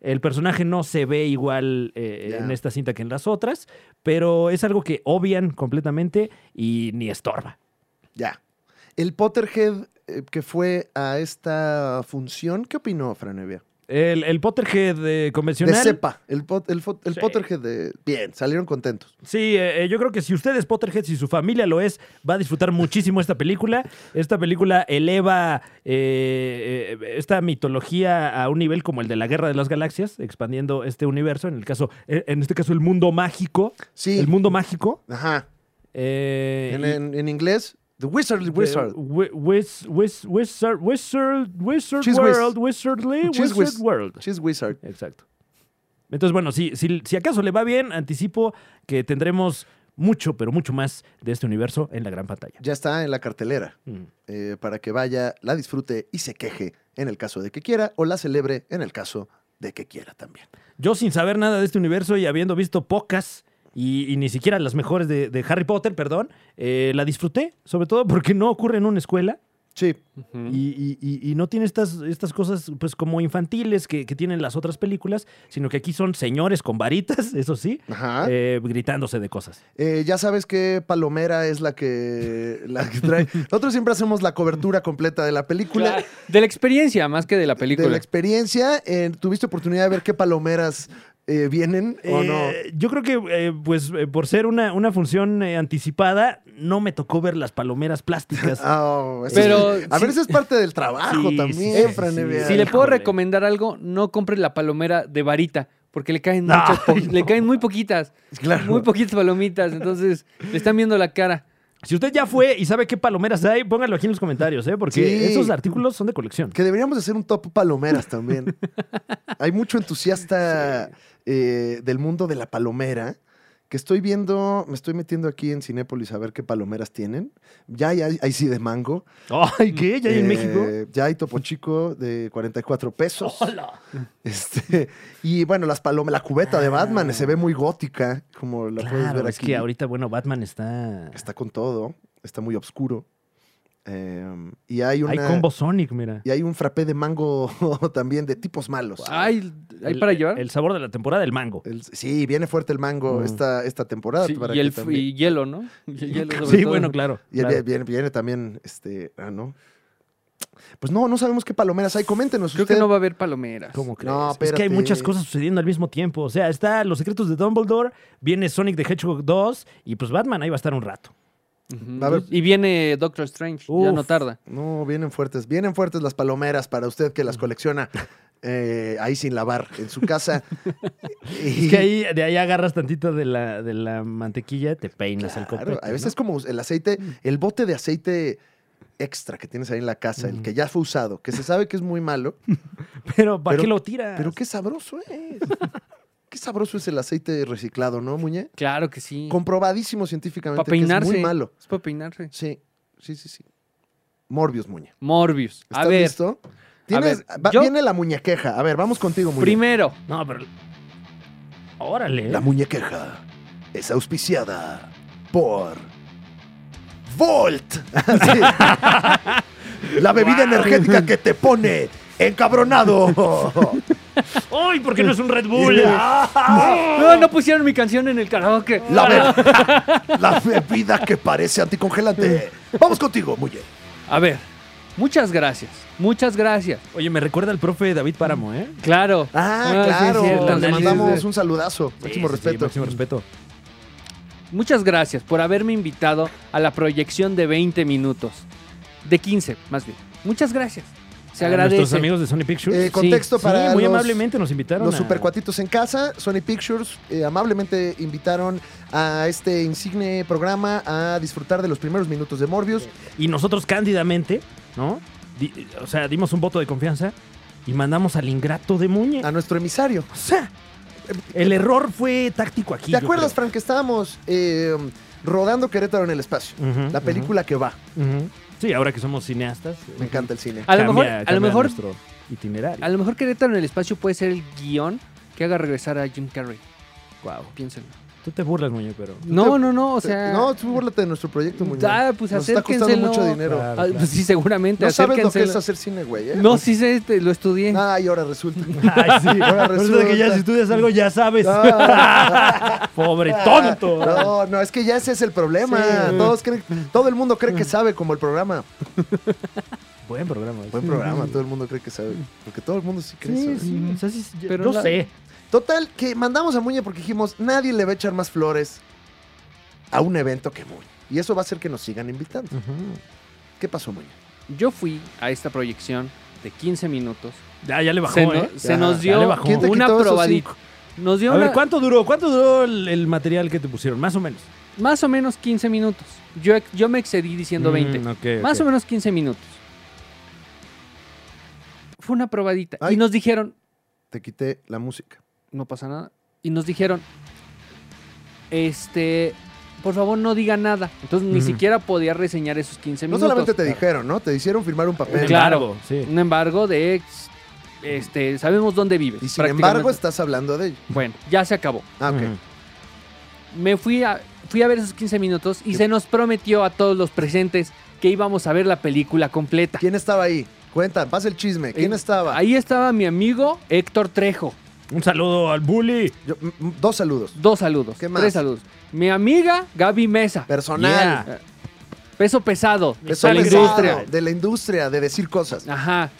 [SPEAKER 3] El personaje no se ve igual eh,
[SPEAKER 1] Ya.
[SPEAKER 3] en esta cinta que en las otras, pero es algo que obvian completamente y ni estorba.
[SPEAKER 1] Ya. El Potterhead eh, que fue a esta función, ¿qué opinó Franevia?
[SPEAKER 3] El, el Potterhead eh,
[SPEAKER 1] De
[SPEAKER 3] convencional.
[SPEAKER 1] cepa. El, pot- el fo- el
[SPEAKER 3] Sí.
[SPEAKER 1] Potterhead de. Bien, salieron contentos.
[SPEAKER 3] Sí, eh, eh, yo creo que si usted es Potterhead, si su familia lo es, va a disfrutar muchísimo esta película. Esta película eleva eh, eh, esta mitología a un nivel como el de la Guerra de las Galaxias, expandiendo este universo, en el caso, eh, en este caso el mundo mágico,
[SPEAKER 1] Sí.
[SPEAKER 3] el mundo mágico.
[SPEAKER 1] Ajá.
[SPEAKER 3] eh,
[SPEAKER 1] En,
[SPEAKER 3] y-
[SPEAKER 1] en- en inglés, The Wizardly Wizard.
[SPEAKER 3] eh, wi- wiz- wiz- Wizard, Wizard, Wizard
[SPEAKER 1] Cheese whiz.
[SPEAKER 3] World, Wizardly,
[SPEAKER 1] Cheese
[SPEAKER 3] Wizard
[SPEAKER 1] whiz.
[SPEAKER 3] World.
[SPEAKER 1] She's Wizard.
[SPEAKER 3] Exacto. Entonces, bueno, si, si, si acaso le va bien, anticipo que tendremos mucho, pero mucho más de este universo en la gran pantalla.
[SPEAKER 1] Ya está en la cartelera
[SPEAKER 3] Mm.
[SPEAKER 1] eh, para que vaya, la disfrute y se queje en el caso de que quiera o la celebre en el caso de que quiera también.
[SPEAKER 3] Yo sin saber nada de este universo y habiendo visto pocas y, y ni siquiera las mejores de, de Harry Potter, perdón, eh, la disfruté, sobre todo porque no ocurre en una escuela.
[SPEAKER 1] Sí.
[SPEAKER 2] Ujú.
[SPEAKER 3] Y, y- y- y no tiene estas, estas cosas pues como infantiles que, que tienen las otras películas, sino que aquí son señores con varitas, eso sí,
[SPEAKER 1] Ajá.
[SPEAKER 3] eh, gritándose de cosas.
[SPEAKER 1] Eh, ya sabes que Palomera es la que, la que trae. Nosotros siempre hacemos la cobertura completa de la película.
[SPEAKER 2] Claro. De la experiencia, más que de la película.
[SPEAKER 1] De la experiencia, eh, ¿tuviste oportunidad de ver qué palomeras eh, vienen o no?
[SPEAKER 3] Eh, yo creo que, eh, pues, eh, por ser una, una función eh, anticipada, no me tocó ver las palomeras plásticas.
[SPEAKER 1] Ah, eso
[SPEAKER 2] Pero
[SPEAKER 1] es- a
[SPEAKER 2] sí-
[SPEAKER 1] ver, eso es parte del trabajo
[SPEAKER 3] Sí,
[SPEAKER 1] también,
[SPEAKER 3] sí,
[SPEAKER 1] Fran
[SPEAKER 3] sí,
[SPEAKER 1] Evia.
[SPEAKER 2] Si le puedo
[SPEAKER 3] Híjole.
[SPEAKER 2] recomendar algo, no compre la palomera de varita, porque le caen
[SPEAKER 3] Ay,
[SPEAKER 2] muchas po-
[SPEAKER 3] no.
[SPEAKER 2] le caen muy poquitas,
[SPEAKER 1] Claro.
[SPEAKER 2] muy poquitas palomitas, entonces le están viendo la cara.
[SPEAKER 3] Si usted ya fue y sabe qué palomeras hay, póngalo aquí en los comentarios, ¿eh? porque
[SPEAKER 1] Sí.
[SPEAKER 3] esos artículos son de colección.
[SPEAKER 1] Que deberíamos hacer un top palomeras también. Hay mucho entusiasta eh, del mundo de la palomera que estoy viendo, me estoy metiendo aquí en Cinépolis a ver qué palomeras tienen. Ya hay, hay, hay sí de mango.
[SPEAKER 3] Ay, ¿qué? ¿Ya hay en
[SPEAKER 1] Eh,
[SPEAKER 3] México?
[SPEAKER 1] Ya hay topo chico de 44 pesos. Este, y bueno, las palomas, la cubeta
[SPEAKER 2] Ah.
[SPEAKER 1] de Batman se ve muy gótica, como la puedes ver
[SPEAKER 3] Claro,
[SPEAKER 1] aquí. Este,
[SPEAKER 3] es que ahorita, bueno, Batman está...
[SPEAKER 1] Está con todo, está muy oscuro. Eh, y hay una.
[SPEAKER 3] Hay combo Sonic, mira.
[SPEAKER 1] Y hay un frappé de mango también de tipos malos.
[SPEAKER 2] Ay, ¿hay
[SPEAKER 3] El-
[SPEAKER 2] para llevar?
[SPEAKER 3] El sabor de la temporada del mango.
[SPEAKER 1] El- sí, viene fuerte el mango
[SPEAKER 3] Mm.
[SPEAKER 1] esta, esta temporada.
[SPEAKER 2] Sí,
[SPEAKER 1] para
[SPEAKER 2] y,
[SPEAKER 1] que
[SPEAKER 2] el f-
[SPEAKER 1] también-
[SPEAKER 2] y hielo, ¿no? Y el hielo sobre
[SPEAKER 3] Sí,
[SPEAKER 2] todo.
[SPEAKER 3] bueno, claro.
[SPEAKER 1] y el-
[SPEAKER 3] claro.
[SPEAKER 1] viene, viene también, este, ah, no. Pues no, no sabemos qué palomeras hay. Coméntenos
[SPEAKER 2] Creo
[SPEAKER 1] usted.
[SPEAKER 2] que no va a haber palomeras.
[SPEAKER 3] ¿Cómo crees?
[SPEAKER 1] No,
[SPEAKER 3] es que hay
[SPEAKER 1] espérate.
[SPEAKER 3] muchas cosas sucediendo al mismo tiempo. O sea, está Los Secretos de Dumbledore, viene Sonic the Hedgehog 2 y pues Batman ahí va a estar un rato.
[SPEAKER 2] Ujú.
[SPEAKER 1] Va a haber-
[SPEAKER 2] Y viene Doctor Strange, ya
[SPEAKER 3] Uf.
[SPEAKER 2] no tarda.
[SPEAKER 1] No, vienen fuertes. Vienen fuertes las palomeras para usted que
[SPEAKER 2] Mm.
[SPEAKER 1] las colecciona eh, ahí sin lavar en su casa. Y-
[SPEAKER 3] Es que ahí, de ahí agarras tantito de la, de la mantequilla, te peinas el
[SPEAKER 1] Claro,
[SPEAKER 3] copete.
[SPEAKER 1] a veces
[SPEAKER 3] ¿no?
[SPEAKER 1] es como el aceite,
[SPEAKER 2] Mm.
[SPEAKER 1] el bote de aceite extra que tienes ahí en la casa,
[SPEAKER 2] Mm.
[SPEAKER 1] el que ya fue usado, que se sabe que es muy malo,
[SPEAKER 3] Pero ¿para
[SPEAKER 1] pero-
[SPEAKER 3] qué lo tiras?
[SPEAKER 1] pero qué sabroso es. Qué sabroso es el aceite reciclado, ¿no, Muñe?
[SPEAKER 2] Claro que sí.
[SPEAKER 1] Comprobadísimo científicamente
[SPEAKER 2] Para
[SPEAKER 1] que es
[SPEAKER 2] peinarse.
[SPEAKER 1] muy malo.
[SPEAKER 2] Es para peinarse.
[SPEAKER 1] Sí, sí, sí, sí. Morbius, Muñe.
[SPEAKER 2] Morbius. A
[SPEAKER 1] ¿Estás
[SPEAKER 2] ver,
[SPEAKER 1] listo? Tienes-
[SPEAKER 2] ver,
[SPEAKER 1] va-
[SPEAKER 2] yo-
[SPEAKER 1] Viene la muñequeja. A ver, vamos contigo, Muñe.
[SPEAKER 2] primero,
[SPEAKER 3] No, pero... Órale.
[SPEAKER 4] La muñequeja es auspiciada por Volt. Sí. La bebida energética que te pone encabronado.
[SPEAKER 3] ¡Ay, por qué no es un Red Bull! Ah.
[SPEAKER 2] no, no pusieron mi canción en el karaoke.
[SPEAKER 4] La, be- la bebida que parece anticongelante. Vamos contigo, Muye.
[SPEAKER 2] A ver, muchas gracias. Muchas gracias.
[SPEAKER 3] Oye, me recuerda al profe David Páramo, ¿eh?
[SPEAKER 2] Claro.
[SPEAKER 1] Ah,
[SPEAKER 2] sí,
[SPEAKER 1] claro.
[SPEAKER 2] es cierto,
[SPEAKER 1] Le
[SPEAKER 2] sí, sí,
[SPEAKER 1] mandamos
[SPEAKER 2] sí.
[SPEAKER 1] un saludazo. máximo
[SPEAKER 3] Sí, sí, sí,
[SPEAKER 1] respeto.
[SPEAKER 3] máximo respeto.
[SPEAKER 2] Muchas gracias por haberme invitado a la proyección de 20 minutos. De 15, más bien. Muchas gracias. Se
[SPEAKER 3] A
[SPEAKER 2] agradece.
[SPEAKER 3] Nuestros amigos de Sony Pictures.
[SPEAKER 1] Eh, contexto
[SPEAKER 3] Sí,
[SPEAKER 1] para
[SPEAKER 3] muy
[SPEAKER 1] los-
[SPEAKER 3] amablemente nos invitaron
[SPEAKER 1] Los
[SPEAKER 3] a-
[SPEAKER 1] supercuatitos en casa, Sony Pictures, eh, amablemente invitaron a este insigne programa a disfrutar de los primeros minutos de Morbius.
[SPEAKER 3] Y nosotros cándidamente, ¿no? Di- o sea, dimos un voto de confianza y mandamos al ingrato de Muñe.
[SPEAKER 1] A nuestro emisario.
[SPEAKER 3] O sea, el error fue táctico aquí.
[SPEAKER 1] ¿Te
[SPEAKER 3] yo
[SPEAKER 1] acuerdas,
[SPEAKER 3] creo.
[SPEAKER 1] Frank, que estábamos eh, rodando Querétaro en el espacio?
[SPEAKER 3] Ujú,
[SPEAKER 1] La
[SPEAKER 3] ujú,
[SPEAKER 1] película que va.
[SPEAKER 3] ujú. Sí, ahora que somos cineastas. eh,
[SPEAKER 1] Me encanta el cine.
[SPEAKER 3] Ah,
[SPEAKER 2] a lo mejor,
[SPEAKER 3] cambia-
[SPEAKER 2] a lo
[SPEAKER 3] cambia
[SPEAKER 2] mejor,
[SPEAKER 3] nuestro itinerario.
[SPEAKER 2] a lo mejor Querétaro en el espacio puede ser el guión que haga regresar a Jim Carrey.
[SPEAKER 3] Wow.
[SPEAKER 2] Piénsenlo.
[SPEAKER 3] Tú te burlas, Muñe, pero.
[SPEAKER 2] No, no, no. O sea.
[SPEAKER 1] no, tú bórlate de nuestro proyecto, Muñoz.
[SPEAKER 2] Ah, pues
[SPEAKER 1] Nos está costando
[SPEAKER 2] acérquenselo.
[SPEAKER 1] mucho dinero.
[SPEAKER 3] Claro,
[SPEAKER 2] Ah,
[SPEAKER 3] claro.
[SPEAKER 2] pues sí, seguramente.
[SPEAKER 1] No sabes lo que
[SPEAKER 2] acérquenselo.
[SPEAKER 1] es hacer cine, güey. ¿eh?
[SPEAKER 2] No, sí, sé, este, lo estudié.
[SPEAKER 1] Ay, ahora resulta.
[SPEAKER 3] Ay, sí.
[SPEAKER 1] Ahora
[SPEAKER 3] Resulta que ya
[SPEAKER 1] resulta.
[SPEAKER 3] si estudias algo ya sabes.
[SPEAKER 1] Ah.
[SPEAKER 3] Pobre tonto.
[SPEAKER 1] No, no, es que ya ese es el problema.
[SPEAKER 3] Sí. Mm.
[SPEAKER 1] Todos creen, todo el mundo cree que sabe como el programa.
[SPEAKER 3] Buen programa.
[SPEAKER 1] Buen programa, todo el mundo cree que sabe. Porque todo el mundo sí cree
[SPEAKER 3] Sí,
[SPEAKER 1] saber.
[SPEAKER 3] sí. o sea, sí, sí,
[SPEAKER 2] Pero
[SPEAKER 3] yo
[SPEAKER 2] la-
[SPEAKER 3] sé.
[SPEAKER 1] Total, que mandamos a Muñe porque dijimos, nadie le va a echar más flores a un evento que Muñe. Y eso va a hacer que nos sigan invitando. ¿Qué pasó, Muñe?
[SPEAKER 2] Yo fui a esta proyección de 15 minutos.
[SPEAKER 3] Ya, ya le bajó,
[SPEAKER 2] se no-
[SPEAKER 3] ¿eh?
[SPEAKER 2] se
[SPEAKER 1] Ya,
[SPEAKER 2] nos
[SPEAKER 1] ya
[SPEAKER 2] dio
[SPEAKER 3] le bajó.
[SPEAKER 1] ¿Quién te
[SPEAKER 2] una
[SPEAKER 1] quitó esos
[SPEAKER 2] probadita. Nos dio
[SPEAKER 3] A ver,
[SPEAKER 2] una-
[SPEAKER 3] ¿cuánto duró? ¿Cuánto duró el, el material que te pusieron? Más o menos.
[SPEAKER 2] más o menos 15 minutos. Yo, ex- yo me excedí diciendo 20.
[SPEAKER 3] Mm, ok,
[SPEAKER 2] Más
[SPEAKER 3] ok.
[SPEAKER 2] o menos 15 minutos. Fue una probadita.
[SPEAKER 1] Ay.
[SPEAKER 2] Y nos dijeron,
[SPEAKER 1] Te quité la música.
[SPEAKER 2] no pasa nada. Y nos dijeron, este, por favor no diga nada. Entonces ni
[SPEAKER 3] Ujú.
[SPEAKER 2] siquiera podía reseñar esos 15
[SPEAKER 1] No
[SPEAKER 2] minutos.
[SPEAKER 1] solamente te dijeron, ¿no? Te hicieron firmar un papel.
[SPEAKER 2] Claro.
[SPEAKER 3] Embargo, sí.
[SPEAKER 2] Un embargo de, ex- este, sabemos dónde vives.
[SPEAKER 1] Y sin
[SPEAKER 2] prácticamente.
[SPEAKER 1] embargo, estás hablando de ello.
[SPEAKER 2] Bueno, ya se acabó.
[SPEAKER 1] Ah, ok.
[SPEAKER 3] Ujú.
[SPEAKER 2] Me fui a... fui a ver esos 15 minutos y se nos prometió a todos los presentes que íbamos a ver la película completa.
[SPEAKER 1] ¿Quién estaba ahí? Cuenta, pasa el chisme. ¿Quién
[SPEAKER 2] Eh,
[SPEAKER 1] estaba?
[SPEAKER 2] Ahí estaba mi amigo Héctor Trejo.
[SPEAKER 3] Un saludo al bully.
[SPEAKER 1] Yo- m- m- dos saludos.
[SPEAKER 2] Dos saludos.
[SPEAKER 1] ¿Qué más?
[SPEAKER 2] Tres saludos. Mi amiga Gaby Mesa.
[SPEAKER 1] Personal.
[SPEAKER 3] Yeah.
[SPEAKER 2] Peso pesado.
[SPEAKER 1] Eso
[SPEAKER 2] de la
[SPEAKER 1] pesado,
[SPEAKER 2] industria.
[SPEAKER 1] De la industria, de decir cosas.
[SPEAKER 3] Ah,
[SPEAKER 2] Ajá.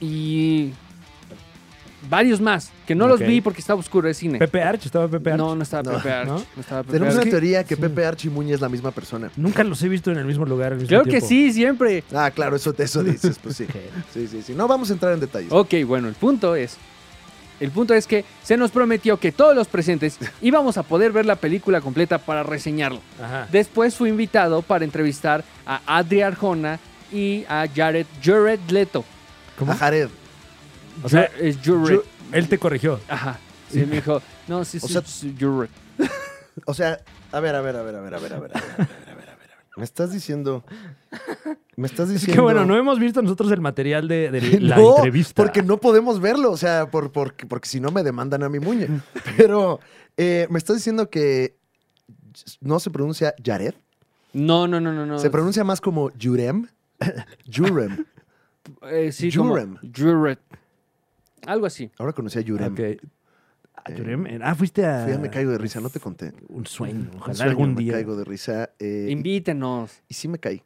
[SPEAKER 2] Y varios más, que no
[SPEAKER 3] Ok.
[SPEAKER 2] los vi porque estaba oscuro el cine.
[SPEAKER 3] Pepe Arch, estaba Pepe Arch.
[SPEAKER 2] No, no estaba
[SPEAKER 1] No.
[SPEAKER 2] Pepe Arch.
[SPEAKER 3] ¿No?
[SPEAKER 2] ¿No? estaba Pepe
[SPEAKER 1] Tenemos
[SPEAKER 2] Arch.
[SPEAKER 1] una teoría que Pepe Archie Muñe es la misma persona.
[SPEAKER 3] Nunca los he visto en el mismo lugar. al mismo
[SPEAKER 2] Creo que
[SPEAKER 3] tiempo.
[SPEAKER 2] sí, siempre.
[SPEAKER 1] Ah, claro, eso, eso dices, pues sí. Sí, sí, sí. No vamos a entrar en detalles.
[SPEAKER 3] Oh,
[SPEAKER 2] Ok, bueno, el punto es. El punto es que se nos prometió que todos los presentes íbamos a poder ver la película completa para reseñarlo.
[SPEAKER 3] Ajá.
[SPEAKER 2] Después fui invitado para entrevistar a Adri Arjona y a Jared, Jared Leto.
[SPEAKER 3] ¿Cómo?
[SPEAKER 1] A Jared.
[SPEAKER 3] O sea,
[SPEAKER 2] Ju- es Jared.
[SPEAKER 3] yo- él te corrigió.
[SPEAKER 2] Ajá. Sí, me dijo, no, sí,
[SPEAKER 1] O
[SPEAKER 2] sí,
[SPEAKER 1] sea-
[SPEAKER 2] sí, Jared.
[SPEAKER 1] O sea, a ver, a ver, a ver, a ver, a ver, a ver, a ver, a ver, a ver, a ver, a ver. Me estás diciendo. Me estás
[SPEAKER 3] Es
[SPEAKER 1] diciendo.
[SPEAKER 3] que bueno, no hemos visto nosotros el material de, de la
[SPEAKER 1] No,
[SPEAKER 3] entrevista.
[SPEAKER 1] Porque no podemos verlo, o sea, por, por- porque si no me demandan a mi muñe.
[SPEAKER 3] Mm.
[SPEAKER 1] Pero eh, me estás diciendo que no se pronuncia Jared,
[SPEAKER 2] No, no, no, no, no.
[SPEAKER 3] Ah.
[SPEAKER 1] se pronuncia más como Jurem. Jurem.
[SPEAKER 2] Eh, sí, como
[SPEAKER 1] Jurem.
[SPEAKER 2] Jared. Algo así.
[SPEAKER 1] Ahora conocí a Jurem.
[SPEAKER 3] Ok. Ah, Jurem, eh, ah, fuiste a.
[SPEAKER 1] Fui a me caigo de risa, no te conté.
[SPEAKER 3] Un sueño. Ojalá
[SPEAKER 1] Un sueño,
[SPEAKER 3] algún
[SPEAKER 1] Me
[SPEAKER 3] día.
[SPEAKER 1] caigo de risa. eh, y,
[SPEAKER 2] Invítenos.
[SPEAKER 1] y sí me caí.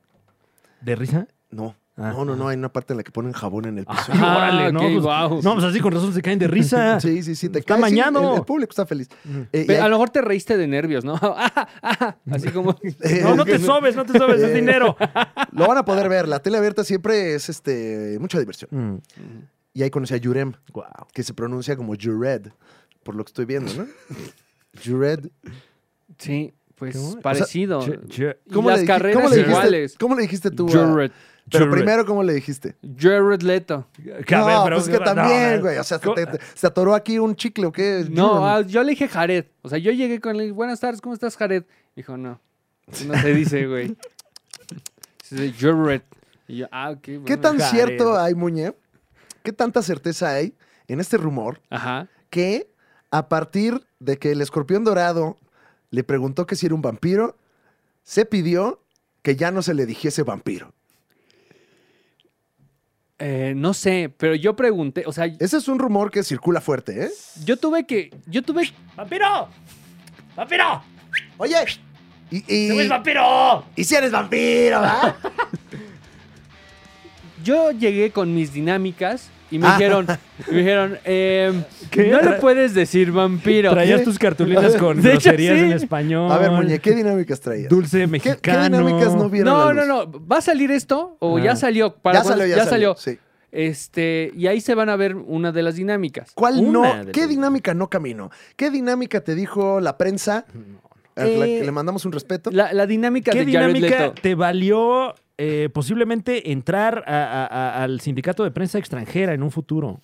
[SPEAKER 3] ¿De risa?
[SPEAKER 1] No.
[SPEAKER 3] Ah.
[SPEAKER 1] no, no, no. Hay una parte en la que ponen jabón en el piso.
[SPEAKER 3] Sí,
[SPEAKER 2] Ah,
[SPEAKER 3] órale,
[SPEAKER 2] ok,
[SPEAKER 3] ¿no? Pues,
[SPEAKER 2] guau.
[SPEAKER 3] No, pues así con razón se caen de risa.
[SPEAKER 1] Sí, sí, sí. Te
[SPEAKER 3] Ah. Está
[SPEAKER 1] caes, sí,
[SPEAKER 3] mañado.
[SPEAKER 1] el, el público está feliz. Eh, y
[SPEAKER 2] Pe-
[SPEAKER 1] hay-
[SPEAKER 2] a lo mejor te reíste de nervios, ¿no? Ah, ah, así como...
[SPEAKER 1] Eh,
[SPEAKER 3] No, no te sobes, no te sobes, es dinero.
[SPEAKER 1] Lo van a poder ver. La tele abierta siempre es este, mucha diversión. Y ahí conocí a Jurem,
[SPEAKER 3] Wow.
[SPEAKER 1] que se pronuncia como Jured, por lo que estoy viendo, ¿no? Jured.
[SPEAKER 2] Sí, pues
[SPEAKER 3] ¿Cómo? O sea,
[SPEAKER 2] parecido. Y
[SPEAKER 1] ¿Cómo
[SPEAKER 2] las
[SPEAKER 1] le dij-
[SPEAKER 2] carreras
[SPEAKER 1] cómo le dijiste-
[SPEAKER 2] iguales.
[SPEAKER 1] ¿Cómo le dijiste tú? a-
[SPEAKER 2] Jared.
[SPEAKER 1] Pero
[SPEAKER 3] Jared.
[SPEAKER 1] primero, ¿cómo le dijiste?
[SPEAKER 2] Jared Leto.
[SPEAKER 1] no, pues es que
[SPEAKER 3] eh.
[SPEAKER 1] también, güey. O sea, se, te- te- se atoró aquí un chicle, ¿o qué?
[SPEAKER 2] No,
[SPEAKER 1] Jurem.
[SPEAKER 2] ah, yo le dije Jared. O sea, yo llegué con él y dije, buenas tardes, ¿cómo estás, Jared? Dijo, no, eso no se dice, güey. Se dice Jared. Y yo, ah, ok.
[SPEAKER 1] ¿Qué
[SPEAKER 2] bueno".
[SPEAKER 1] tan
[SPEAKER 3] Jared.
[SPEAKER 1] cierto hay, Muñe? ¿Qué tanta certeza hay en este rumor
[SPEAKER 2] Ajá.
[SPEAKER 1] que a partir de que el escorpión dorado le preguntó que si era un vampiro, se pidió que ya no se le dijese vampiro.
[SPEAKER 2] Eh, no sé, pero yo pregunté, o sea,
[SPEAKER 1] Ese es un rumor que circula fuerte, ¿eh?
[SPEAKER 2] yo tuve que, yo tuve,
[SPEAKER 3] ¡Vampiro! ¡Vampiro!
[SPEAKER 1] Oye, y, y-
[SPEAKER 3] ¡Tú eres vampiro!
[SPEAKER 1] y si eres vampiro, ¿verdad?
[SPEAKER 2] yo llegué con mis dinámicas y me
[SPEAKER 1] Ah.
[SPEAKER 2] dijeron, me dijeron, em,
[SPEAKER 3] ¿Qué?
[SPEAKER 2] no le
[SPEAKER 3] Tra-
[SPEAKER 2] puedes decir vampiro.
[SPEAKER 3] Traías tus cartulinas con
[SPEAKER 2] De hecho,
[SPEAKER 3] groserías
[SPEAKER 2] sí.
[SPEAKER 3] en español.
[SPEAKER 1] A ver, Muñe, ¿qué dinámicas traías?
[SPEAKER 3] Dulce
[SPEAKER 1] ¿Qué,
[SPEAKER 3] mexicano.
[SPEAKER 1] qué dinámicas no vieron?
[SPEAKER 2] No,
[SPEAKER 1] la
[SPEAKER 2] no,
[SPEAKER 1] luz?
[SPEAKER 2] no. ¿Va a salir esto o
[SPEAKER 3] Ah.
[SPEAKER 2] ya salió? Para
[SPEAKER 1] Ya
[SPEAKER 2] cuando-
[SPEAKER 1] salió, ya, salió. sí.
[SPEAKER 2] Este, y ahí se van a ver una de las dinámicas.
[SPEAKER 1] ¿Cuál
[SPEAKER 3] Una de
[SPEAKER 1] no? ¿Qué
[SPEAKER 3] las-
[SPEAKER 1] dinámica no camino? ¿Qué dinámica te dijo la prensa? A la
[SPEAKER 2] Eh,
[SPEAKER 1] que le mandamos un respeto.
[SPEAKER 2] La, la dinámica
[SPEAKER 3] ¿Qué
[SPEAKER 2] de Jared
[SPEAKER 3] dinámica
[SPEAKER 2] Leto.
[SPEAKER 3] te valió eh, posiblemente entrar a- a- a- al sindicato de prensa extranjera en un futuro?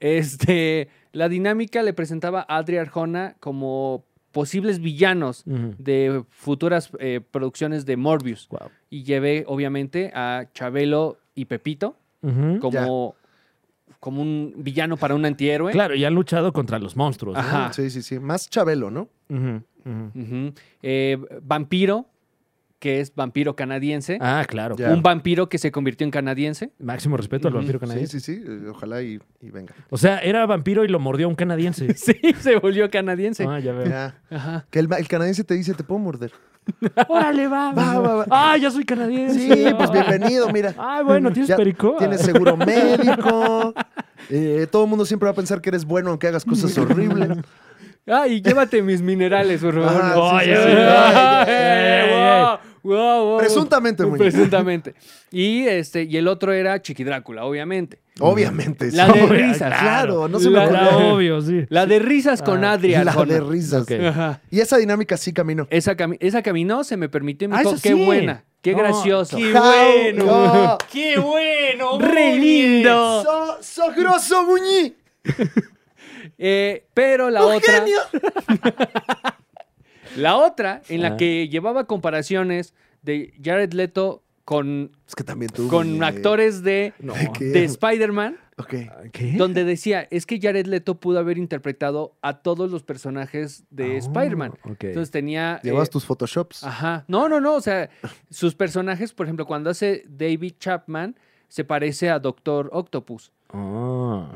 [SPEAKER 2] Este, la dinámica le presentaba a Adri Arjona como posibles villanos
[SPEAKER 3] Ujú.
[SPEAKER 2] de futuras eh, producciones de Morbius.
[SPEAKER 3] Guau.
[SPEAKER 2] Y llevé, obviamente, a Chabelo y Pepito
[SPEAKER 3] Ujú.
[SPEAKER 2] como, como un villano para un antihéroe.
[SPEAKER 3] Claro, y han luchado contra los monstruos.
[SPEAKER 1] Ah.
[SPEAKER 3] ¿no?
[SPEAKER 2] Ajá.
[SPEAKER 1] Sí, sí, sí. Más Chabelo, ¿no?
[SPEAKER 3] Ujú, ujú.
[SPEAKER 2] Ujú. Eh, vampiro, que es vampiro canadiense.
[SPEAKER 3] Ah, claro.
[SPEAKER 1] ¿Eh? Ya.
[SPEAKER 2] Un vampiro que se convirtió en canadiense.
[SPEAKER 3] Máximo respeto al
[SPEAKER 2] Ujú,
[SPEAKER 3] vampiro canadiense.
[SPEAKER 1] Sí, sí, sí. eh, Ojalá y, y venga.
[SPEAKER 3] O sea, era vampiro y lo mordió un canadiense.
[SPEAKER 2] Sí, se volvió canadiense.
[SPEAKER 3] Ah, ya veo.
[SPEAKER 1] Ya.
[SPEAKER 2] Ajá.
[SPEAKER 1] Que el, ma- el canadiense te dice, te puedo morder.
[SPEAKER 3] Órale, va.
[SPEAKER 1] Va, va, va.
[SPEAKER 3] Ah, ya soy canadiense.
[SPEAKER 1] Sí, pues bienvenido, mira.
[SPEAKER 3] Ah, bueno, tienes
[SPEAKER 1] Ya
[SPEAKER 3] perico.
[SPEAKER 1] Tienes seguro médico. Eh, todo el mundo siempre va a pensar que eres bueno aunque hagas cosas horribles.
[SPEAKER 2] Ay, Ah, llévate mis minerales, por favor.
[SPEAKER 1] Ajá, Ah, sí,
[SPEAKER 3] sí, sí.
[SPEAKER 2] Ay,
[SPEAKER 1] Ay,
[SPEAKER 2] ay,
[SPEAKER 3] ay,
[SPEAKER 2] wow, wow, wow.
[SPEAKER 1] Presuntamente, muñeco.
[SPEAKER 2] Presuntamente. Y este, y el otro era Chiqui Drácula, obviamente.
[SPEAKER 1] Obviamente.
[SPEAKER 2] La
[SPEAKER 1] sí.
[SPEAKER 2] de
[SPEAKER 3] Obvio,
[SPEAKER 2] risas.
[SPEAKER 1] claro, no se me
[SPEAKER 2] La-
[SPEAKER 1] ocurrió.
[SPEAKER 3] Era Ah, obvio, sí.
[SPEAKER 2] La de risas con
[SPEAKER 3] Ah,
[SPEAKER 2] Adri
[SPEAKER 1] La
[SPEAKER 2] Arjona.
[SPEAKER 1] de risas.
[SPEAKER 3] Ok.
[SPEAKER 2] Ajá.
[SPEAKER 1] Y esa dinámica sí caminó.
[SPEAKER 2] Esa, cami- esa caminó, se me permitió y me
[SPEAKER 3] Ah,
[SPEAKER 2] dijo,
[SPEAKER 3] esa
[SPEAKER 2] qué
[SPEAKER 3] sí.
[SPEAKER 2] buena, qué
[SPEAKER 3] No,
[SPEAKER 2] gracioso.
[SPEAKER 3] qué
[SPEAKER 1] How
[SPEAKER 3] bueno.
[SPEAKER 1] go-
[SPEAKER 3] ¡Qué bueno!
[SPEAKER 2] ¡Re lindo!
[SPEAKER 1] ¡So, so grosso, Muñi!
[SPEAKER 2] Eh, pero la
[SPEAKER 1] ¡Un
[SPEAKER 2] otra.
[SPEAKER 1] genio!
[SPEAKER 2] La otra, en la
[SPEAKER 3] Ah.
[SPEAKER 2] que llevaba comparaciones de Jared Leto con,
[SPEAKER 1] Es que también tú.
[SPEAKER 2] con
[SPEAKER 1] Muñe.
[SPEAKER 2] actores eh, de,
[SPEAKER 3] No.
[SPEAKER 1] ¿Qué?
[SPEAKER 2] de Spider-Man,
[SPEAKER 1] Ok.
[SPEAKER 3] ¿Qué?
[SPEAKER 2] donde decía, es que Jared Leto pudo haber interpretado a todos los personajes de
[SPEAKER 3] Ah,
[SPEAKER 2] Spider-Man.
[SPEAKER 3] ok.
[SPEAKER 2] Entonces tenía...
[SPEAKER 1] Llevas
[SPEAKER 2] eh,
[SPEAKER 1] tus Photoshops.
[SPEAKER 2] Ajá. No, no, no. O sea, sus personajes, por ejemplo, cuando hace David Chapman, se parece a Doctor Octopus.
[SPEAKER 3] Ah.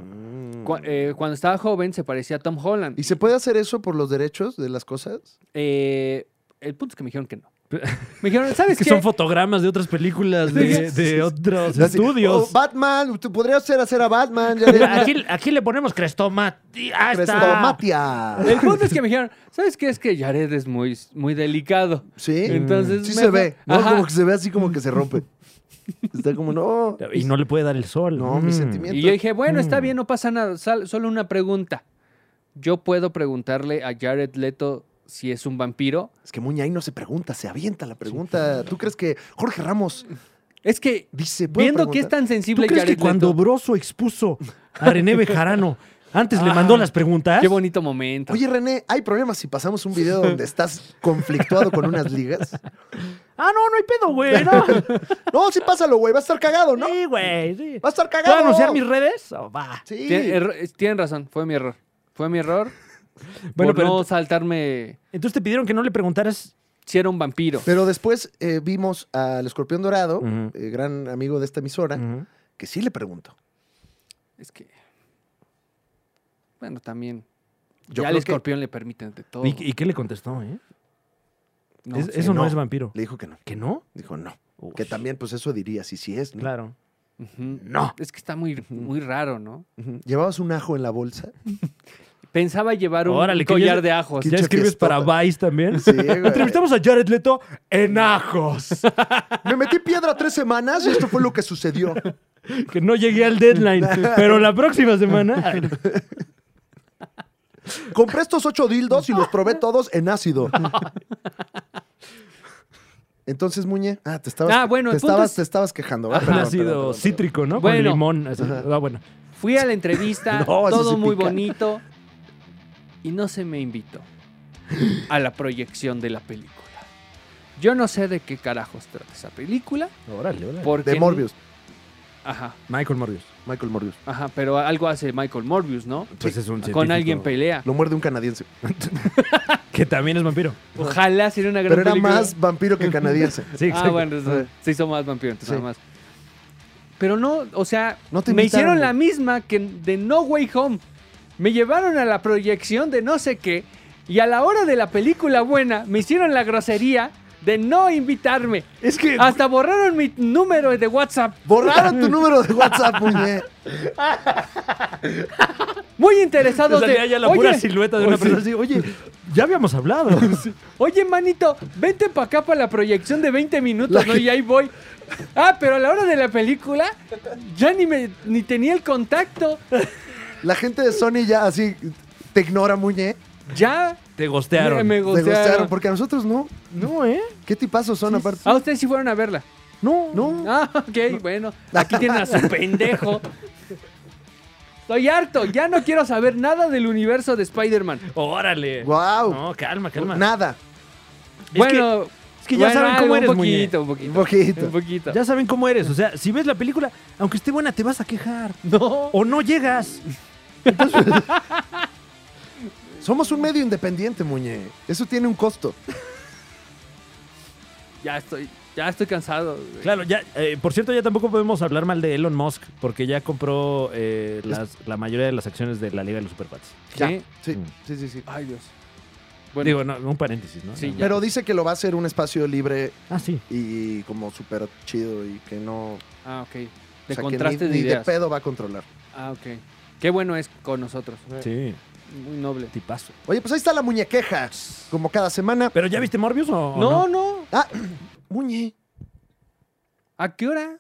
[SPEAKER 2] Cu- eh, cuando estaba joven, se parecía a Tom Holland.
[SPEAKER 1] Mm. ¿Y se puede hacer eso por los derechos de las cosas?
[SPEAKER 2] Eh, el punto es que me dijeron que no. Me dijeron, ¿sabes
[SPEAKER 3] Es que
[SPEAKER 2] qué?
[SPEAKER 3] son fotogramas de otras películas, de, de otros
[SPEAKER 1] Así,
[SPEAKER 3] estudios.
[SPEAKER 1] "Oh, Batman, tú podrías hacer hacer a Batman. Jared
[SPEAKER 3] aquí, aquí le ponemos crestomatia. Ah, está.
[SPEAKER 1] Crestomatia.
[SPEAKER 2] el punto es que me dijeron, ¿sabes qué? Es que Jared es muy, muy delicado.
[SPEAKER 1] Sí.
[SPEAKER 2] Entonces,
[SPEAKER 1] sí
[SPEAKER 2] me-
[SPEAKER 1] se ve. ¿no?
[SPEAKER 2] Ajá.
[SPEAKER 1] Como que se ve así como que se rompe. Está como, no.
[SPEAKER 3] Y no le puede dar el sol.
[SPEAKER 1] No, mis
[SPEAKER 3] Mm.
[SPEAKER 1] sentimientos.
[SPEAKER 2] Y yo dije, bueno, está
[SPEAKER 3] Mm.
[SPEAKER 2] bien, no pasa nada. sal- solo una pregunta. Yo puedo preguntarle a Jared Leto si es un vampiro.
[SPEAKER 1] Es que Muña ahí no se pregunta, se avienta la pregunta. ¿Tú crees que Jorge Ramos
[SPEAKER 2] Es que,
[SPEAKER 1] dice. ¿puedo
[SPEAKER 2] viendo que es
[SPEAKER 1] preguntar?
[SPEAKER 2] tan
[SPEAKER 3] ¿Tú
[SPEAKER 2] sensible
[SPEAKER 3] crees
[SPEAKER 2] Jared
[SPEAKER 3] que cuando
[SPEAKER 2] Leto-
[SPEAKER 3] Broso expuso a René Bejarano, antes le
[SPEAKER 2] Ah,
[SPEAKER 3] mandó las preguntas?
[SPEAKER 2] Qué bonito momento.
[SPEAKER 1] Oye, René, ¿hay problemas si pasamos un video donde estás conflictuado con unas ligas?
[SPEAKER 3] Ah, no, no hay pedo, güey. No.
[SPEAKER 1] No, sí, pásalo, güey. Va a estar cagado, ¿no? Va
[SPEAKER 3] Sí, güey. sí.
[SPEAKER 1] a estar
[SPEAKER 3] ¿Puedo
[SPEAKER 1] cagado.
[SPEAKER 3] anunciar mis redes? Oh, va.
[SPEAKER 1] Sí.
[SPEAKER 2] Tien- erro- es- Tienen razón, fue mi error. Fue mi error.
[SPEAKER 3] Bueno,
[SPEAKER 2] por
[SPEAKER 3] pero
[SPEAKER 2] no
[SPEAKER 3] ent-
[SPEAKER 2] saltarme
[SPEAKER 3] Entonces te pidieron que no le preguntaras.
[SPEAKER 2] si era un vampiro.
[SPEAKER 1] Pero después eh, vimos al Escorpión Dorado,
[SPEAKER 3] Ujú.
[SPEAKER 1] eh, gran amigo de esta emisora, que sí le preguntó.
[SPEAKER 2] Es que. Bueno, también.
[SPEAKER 1] Yo
[SPEAKER 2] ya
[SPEAKER 1] creo
[SPEAKER 2] al
[SPEAKER 1] que-
[SPEAKER 2] escorpión le permiten de todo.
[SPEAKER 3] ¿Y, y qué le contestó, eh?
[SPEAKER 2] No,
[SPEAKER 3] Es-
[SPEAKER 2] sí.
[SPEAKER 3] eso no.
[SPEAKER 1] no.
[SPEAKER 3] es vampiro.
[SPEAKER 1] Le dijo que no.
[SPEAKER 3] ¿Que no?
[SPEAKER 1] Dijo no.
[SPEAKER 3] Uy,
[SPEAKER 1] Que también, pues eso diría, sí, sí es. ¿no?
[SPEAKER 3] Claro.
[SPEAKER 2] Ujú.
[SPEAKER 3] No.
[SPEAKER 2] Es que está muy, muy raro, ¿no?
[SPEAKER 1] Ujú. Llevabas un ajo en la bolsa.
[SPEAKER 2] Pensaba llevar un,
[SPEAKER 3] Órale,
[SPEAKER 2] un
[SPEAKER 3] que
[SPEAKER 2] collar
[SPEAKER 3] ya-
[SPEAKER 2] de ajos.
[SPEAKER 1] que-
[SPEAKER 3] ¿Ya escribes
[SPEAKER 1] fiestota.
[SPEAKER 3] para Vice también?
[SPEAKER 1] Sí, güey.
[SPEAKER 3] Entrevistamos a Jared Leto en ajos.
[SPEAKER 1] Me metí piedra tres semanas y esto fue lo que sucedió.
[SPEAKER 3] que no llegué al deadline. pero la próxima semana.
[SPEAKER 1] Compré estos ocho dildos y los probé todos en ácido. Entonces, Muñe, ah, te estabas,
[SPEAKER 2] Ah, bueno,
[SPEAKER 1] te
[SPEAKER 2] el punto
[SPEAKER 1] estabas,
[SPEAKER 2] es-
[SPEAKER 1] te estabas quejando. ¿verdad?
[SPEAKER 3] Un
[SPEAKER 1] Perdón,
[SPEAKER 3] ácido
[SPEAKER 1] perdón, perdón, perdón.
[SPEAKER 3] cítrico, ¿no?
[SPEAKER 2] Bueno.
[SPEAKER 3] Con limón. así. Ah, bueno.
[SPEAKER 2] Fui a la entrevista,
[SPEAKER 1] No, eso
[SPEAKER 2] todo
[SPEAKER 1] sí
[SPEAKER 2] muy
[SPEAKER 1] pica.
[SPEAKER 2] bonito. Y no se me invitó a la proyección de la película. Yo no sé de qué carajos trata esa película.
[SPEAKER 3] Órale, órale.
[SPEAKER 2] Porque
[SPEAKER 1] De Morbius,
[SPEAKER 2] Ajá,
[SPEAKER 3] Michael Morbius.
[SPEAKER 1] Michael Morbius.
[SPEAKER 2] ajá, pero algo hace Michael Morbius, ¿no?
[SPEAKER 3] Pues es un
[SPEAKER 2] Con
[SPEAKER 3] científico
[SPEAKER 2] alguien pelea.
[SPEAKER 1] Lo muerde un canadiense.
[SPEAKER 3] Que también es vampiro.
[SPEAKER 2] Ojalá sería una gran
[SPEAKER 1] Pero era
[SPEAKER 2] película.
[SPEAKER 1] más vampiro que canadiense.
[SPEAKER 3] Sí,
[SPEAKER 2] Ah,
[SPEAKER 3] exacto.
[SPEAKER 2] bueno, entonces, se hizo más vampiro, entonces
[SPEAKER 1] Sí.
[SPEAKER 2] nada más. Pero no, o sea,
[SPEAKER 1] No te
[SPEAKER 2] me
[SPEAKER 1] invitaron,
[SPEAKER 2] hicieron la misma que de No Way Home. Me llevaron a la proyección de no sé qué y a la hora de la película buena me hicieron la grosería de no invitarme.
[SPEAKER 3] Es que.
[SPEAKER 2] Hasta borraron mi número de WhatsApp.
[SPEAKER 1] Borraron tu número de WhatsApp, Muñe.
[SPEAKER 2] Muy
[SPEAKER 3] Ah, te
[SPEAKER 2] interesados
[SPEAKER 3] salía
[SPEAKER 2] de,
[SPEAKER 3] ya la
[SPEAKER 2] "Oye,
[SPEAKER 3] pura silueta de una
[SPEAKER 1] oye,
[SPEAKER 3] persona así. Oye, ya habíamos hablado.
[SPEAKER 2] Oye, manito, vente para acá para la proyección de 20 minutos, ¿no? Y ahí voy. Ah, pero a la hora de la película ya ni, me, ni tenía el contacto.
[SPEAKER 1] La gente de Sony ya así te ignora, Muñe.
[SPEAKER 2] Ya
[SPEAKER 3] Te
[SPEAKER 2] me,
[SPEAKER 3] gostearon.
[SPEAKER 2] me
[SPEAKER 1] Te gustaron,
[SPEAKER 2] gostearon.
[SPEAKER 1] porque a nosotros no.
[SPEAKER 3] No, ¿eh?
[SPEAKER 1] ¿Qué tipazos son aparte?
[SPEAKER 2] Ah, ustedes sí fueron a verla.
[SPEAKER 3] No.
[SPEAKER 1] No.
[SPEAKER 2] Ah, ok, bueno. Aquí tienen a su pendejo. Estoy harto, ya no quiero saber nada del universo de Spider-Man.
[SPEAKER 3] Órale.
[SPEAKER 1] Guau.
[SPEAKER 3] No, calma, calma.
[SPEAKER 1] Nada.
[SPEAKER 3] Es
[SPEAKER 2] Bueno,
[SPEAKER 3] es que ya saben
[SPEAKER 2] algo,
[SPEAKER 3] cómo eres,
[SPEAKER 2] un poquito, un
[SPEAKER 1] Un
[SPEAKER 2] poquito,
[SPEAKER 1] poquito.
[SPEAKER 2] un poquito.
[SPEAKER 3] Ya saben cómo eres. O sea, si ves la película, aunque esté buena, te vas a quejar.
[SPEAKER 2] No.
[SPEAKER 3] O no llegas.
[SPEAKER 1] Somos un medio independiente, Muñe. Eso tiene un costo.
[SPEAKER 2] Ya estoy, ya estoy cansado. güey.
[SPEAKER 3] Claro, ya. eh, por cierto, ya tampoco podemos hablar mal de Elon Musk, porque ya compró eh, las- la mayoría de las acciones de la Liga de los Superpats.
[SPEAKER 1] Ya.
[SPEAKER 2] ¿Qué?
[SPEAKER 1] Sí,
[SPEAKER 3] Mm.
[SPEAKER 1] sí, sí, sí.
[SPEAKER 2] Ay, Dios. Bueno,
[SPEAKER 3] Digo, no, un paréntesis, ¿no?
[SPEAKER 2] Sí, ya.
[SPEAKER 1] Pero dice que lo va a hacer un espacio libre
[SPEAKER 3] Ah, sí.
[SPEAKER 1] y como súper chido y que no.
[SPEAKER 2] ah, ok. De
[SPEAKER 1] o sea, que
[SPEAKER 2] contraste
[SPEAKER 1] ni,
[SPEAKER 2] de
[SPEAKER 1] ni
[SPEAKER 2] ideas.
[SPEAKER 1] pedo va a controlar.
[SPEAKER 2] ah, ok. Qué bueno es con nosotros.
[SPEAKER 3] Sí,
[SPEAKER 2] Muy noble.
[SPEAKER 3] tipazo.
[SPEAKER 1] Oye, pues ahí está la muñequeja. Como cada semana.
[SPEAKER 3] ¿Pero ya viste Morbius o, o
[SPEAKER 2] No, no,
[SPEAKER 1] Ah, muñe.
[SPEAKER 2] ¿A qué hora?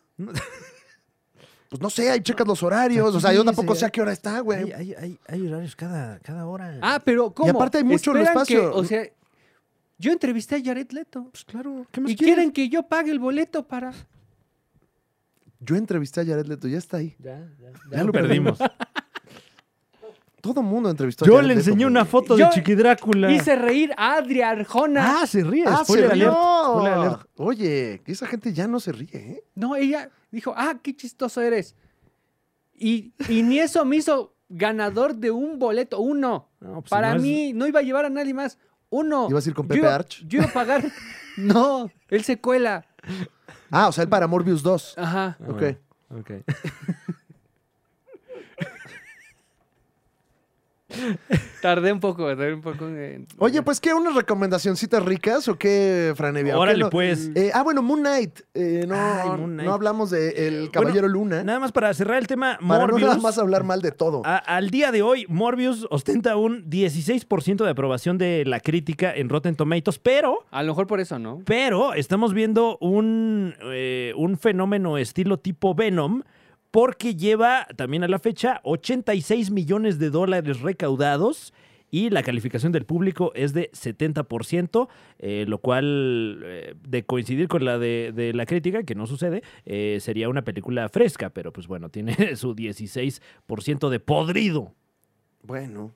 [SPEAKER 1] Pues no sé, ahí checas los horarios. O sea,
[SPEAKER 3] Sí,
[SPEAKER 1] yo tampoco
[SPEAKER 3] sí.
[SPEAKER 1] sé a qué hora está,
[SPEAKER 3] Hay,
[SPEAKER 1] güey.
[SPEAKER 3] hay, hay, hay horarios cada, cada hora.
[SPEAKER 2] Ah, pero ¿cómo?
[SPEAKER 1] aparte hay mucho en el
[SPEAKER 2] Esperan
[SPEAKER 1] espacio.
[SPEAKER 2] que- o sea, yo entrevisté a Jared Leto.
[SPEAKER 3] pues claro. ¿Qué más
[SPEAKER 2] Y
[SPEAKER 3] quieres?
[SPEAKER 2] quieren que yo pague el boleto para.
[SPEAKER 1] Yo entrevisté a Jared Leto, ya está ahí.
[SPEAKER 3] Ya, lo perdimos.
[SPEAKER 1] Todo mundo entrevistó a
[SPEAKER 3] Yo
[SPEAKER 1] Jared
[SPEAKER 3] le
[SPEAKER 1] Leto,
[SPEAKER 3] enseñé una
[SPEAKER 1] güey.
[SPEAKER 3] foto de
[SPEAKER 2] Yo
[SPEAKER 3] Chiqui Drácula.
[SPEAKER 2] Hice reír a Adri Arjona.
[SPEAKER 3] Ah, se ríe.
[SPEAKER 1] ¡Ah, se
[SPEAKER 3] spoiler alert,
[SPEAKER 1] rió!
[SPEAKER 3] spoiler alert.
[SPEAKER 1] Oye, que esa gente ya no se ríe, ¿eh?
[SPEAKER 2] No, ella dijo, ah, qué chistoso eres. Y, y ni eso me hizo ganador de un boleto, uno.
[SPEAKER 3] No, pues, si
[SPEAKER 2] Para
[SPEAKER 3] no es-
[SPEAKER 2] mí no iba a llevar a nadie más. Uno.
[SPEAKER 1] ¿Ibas a ir con
[SPEAKER 2] Yo
[SPEAKER 1] Pepe
[SPEAKER 2] iba-
[SPEAKER 1] Arch?
[SPEAKER 2] Yo iba a pagar. no, él se cuela.
[SPEAKER 1] Ah, o sea, el para Morbius 2.
[SPEAKER 2] Ajá.
[SPEAKER 3] Ah,
[SPEAKER 1] ok.
[SPEAKER 3] bueno, ok.
[SPEAKER 2] Tardé un poco, tardé un poco. en-
[SPEAKER 1] Oye, pues, ¿qué? ¿Unas recomendacioncitas ricas o qué, Franevia? ¿O qué
[SPEAKER 3] Órale,
[SPEAKER 1] no?
[SPEAKER 3] pues.
[SPEAKER 1] Eh, ah, bueno, Moon Knight. Eh, no,
[SPEAKER 3] Ay, Moon Knight.
[SPEAKER 1] no hablamos de El
[SPEAKER 3] Eh,
[SPEAKER 1] Caballero Luna.
[SPEAKER 3] Nada más para cerrar el tema,
[SPEAKER 1] Para no
[SPEAKER 3] Morbius. Ah.
[SPEAKER 1] nada más hablar mal de todo.
[SPEAKER 3] a- al día de hoy, Morbius ostenta un 16% de aprobación de la crítica en Rotten Tomatoes, pero,
[SPEAKER 2] A lo mejor por eso, ¿no?
[SPEAKER 3] pero estamos viendo un, eh, un fenómeno estilo tipo Venom, porque lleva también a la fecha 86 millones de dólares recaudados y la calificación del público es de 70%, eh, lo cual, eh, de coincidir con la de, de la crítica, que no sucede, eh, sería una película fresca, pero pues bueno, tiene su 16% de podrido.
[SPEAKER 1] Bueno,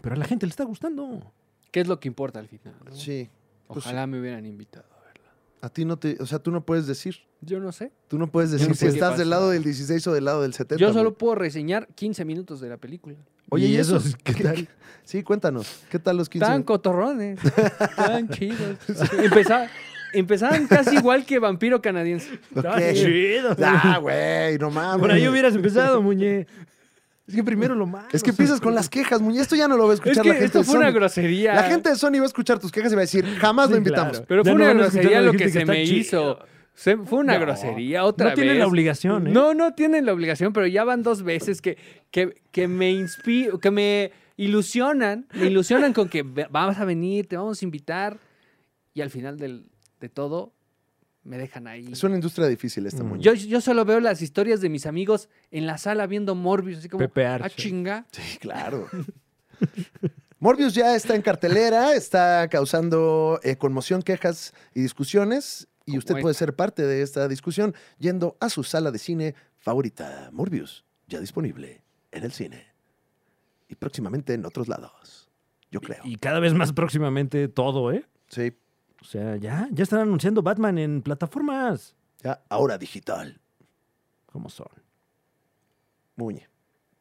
[SPEAKER 3] Pero a la gente le está gustando.
[SPEAKER 2] ¿Qué es lo que importa al final?
[SPEAKER 3] Ah.
[SPEAKER 2] no?
[SPEAKER 1] sí. pues
[SPEAKER 2] Ojalá me hubieran invitado a verla.
[SPEAKER 1] A ti no te... O sea, tú no puedes decir.
[SPEAKER 2] Yo no sé.
[SPEAKER 1] Tú no puedes decir
[SPEAKER 2] no
[SPEAKER 1] si
[SPEAKER 2] sé qué
[SPEAKER 1] estás del
[SPEAKER 2] pasa.
[SPEAKER 1] lado del 16 o del lado del 70.
[SPEAKER 2] Yo solo
[SPEAKER 1] güey.
[SPEAKER 2] puedo reseñar 15 minutos de la película.
[SPEAKER 1] Oye,
[SPEAKER 3] ¿Y
[SPEAKER 1] ¿y
[SPEAKER 3] esos
[SPEAKER 1] esos?
[SPEAKER 3] qué tal?
[SPEAKER 1] Sí, cuéntanos. ¿Qué tal los 15?
[SPEAKER 2] Estaban cotorrones. Estaban chidos. Empezaba- empezaban casi igual que Vampiro Canadiense.
[SPEAKER 1] Ok.
[SPEAKER 3] Está chido.
[SPEAKER 1] Ah, güey, no mames.
[SPEAKER 3] Por ahí hubieras empezado, Muñe. Es que primero lo más.
[SPEAKER 1] Es que empiezas con las quejas, muñe. Esto ya no lo va a escuchar
[SPEAKER 2] Es
[SPEAKER 1] la
[SPEAKER 2] que
[SPEAKER 1] gente
[SPEAKER 2] esto
[SPEAKER 1] de
[SPEAKER 2] fue una
[SPEAKER 1] Sony.
[SPEAKER 2] grosería.
[SPEAKER 1] La gente de Sony va a escuchar tus quejas y va a decir, jamás lo invitamos.
[SPEAKER 2] Pero
[SPEAKER 3] Ya
[SPEAKER 2] fue
[SPEAKER 3] no
[SPEAKER 2] una
[SPEAKER 3] van a escuchar
[SPEAKER 2] grosería
[SPEAKER 3] la
[SPEAKER 2] lo que
[SPEAKER 3] gente que
[SPEAKER 2] se
[SPEAKER 3] está
[SPEAKER 2] me
[SPEAKER 3] chido.
[SPEAKER 2] hizo. Se- fue una
[SPEAKER 3] No,
[SPEAKER 2] grosería otra
[SPEAKER 3] no
[SPEAKER 2] vez.
[SPEAKER 3] tienen la obligación, ¿eh?
[SPEAKER 2] No, no tienen la obligación, pero ya van dos veces que, que, que me inspi- que me ilusionan, me ilusionan con que ve- vas a venir, te vamos a invitar. Y al final del- de todo, me dejan ahí.
[SPEAKER 1] Es una industria difícil esta,
[SPEAKER 3] Mm.
[SPEAKER 1] muñe.
[SPEAKER 2] Yo, yo solo veo las historias de mis amigos en la sala viendo Morbius, así como,
[SPEAKER 3] Pepe
[SPEAKER 2] ah,
[SPEAKER 3] Arce.
[SPEAKER 2] chinga.
[SPEAKER 1] Sí, claro. Morbius ya está en cartelera, está causando eh, conmoción, quejas y discusiones. Y
[SPEAKER 2] Como
[SPEAKER 1] usted puede ser parte de esta discusión yendo a su sala de cine favorita. Morbius, ya disponible en el cine. Y próximamente en otros lados, yo creo.
[SPEAKER 3] Y cada vez más próximamente todo, ¿eh?
[SPEAKER 1] Sí,
[SPEAKER 3] O sea, ya, ya están anunciando Batman en plataformas.
[SPEAKER 1] ya ahora digital.
[SPEAKER 3] ¿Cómo son?
[SPEAKER 1] Muñe.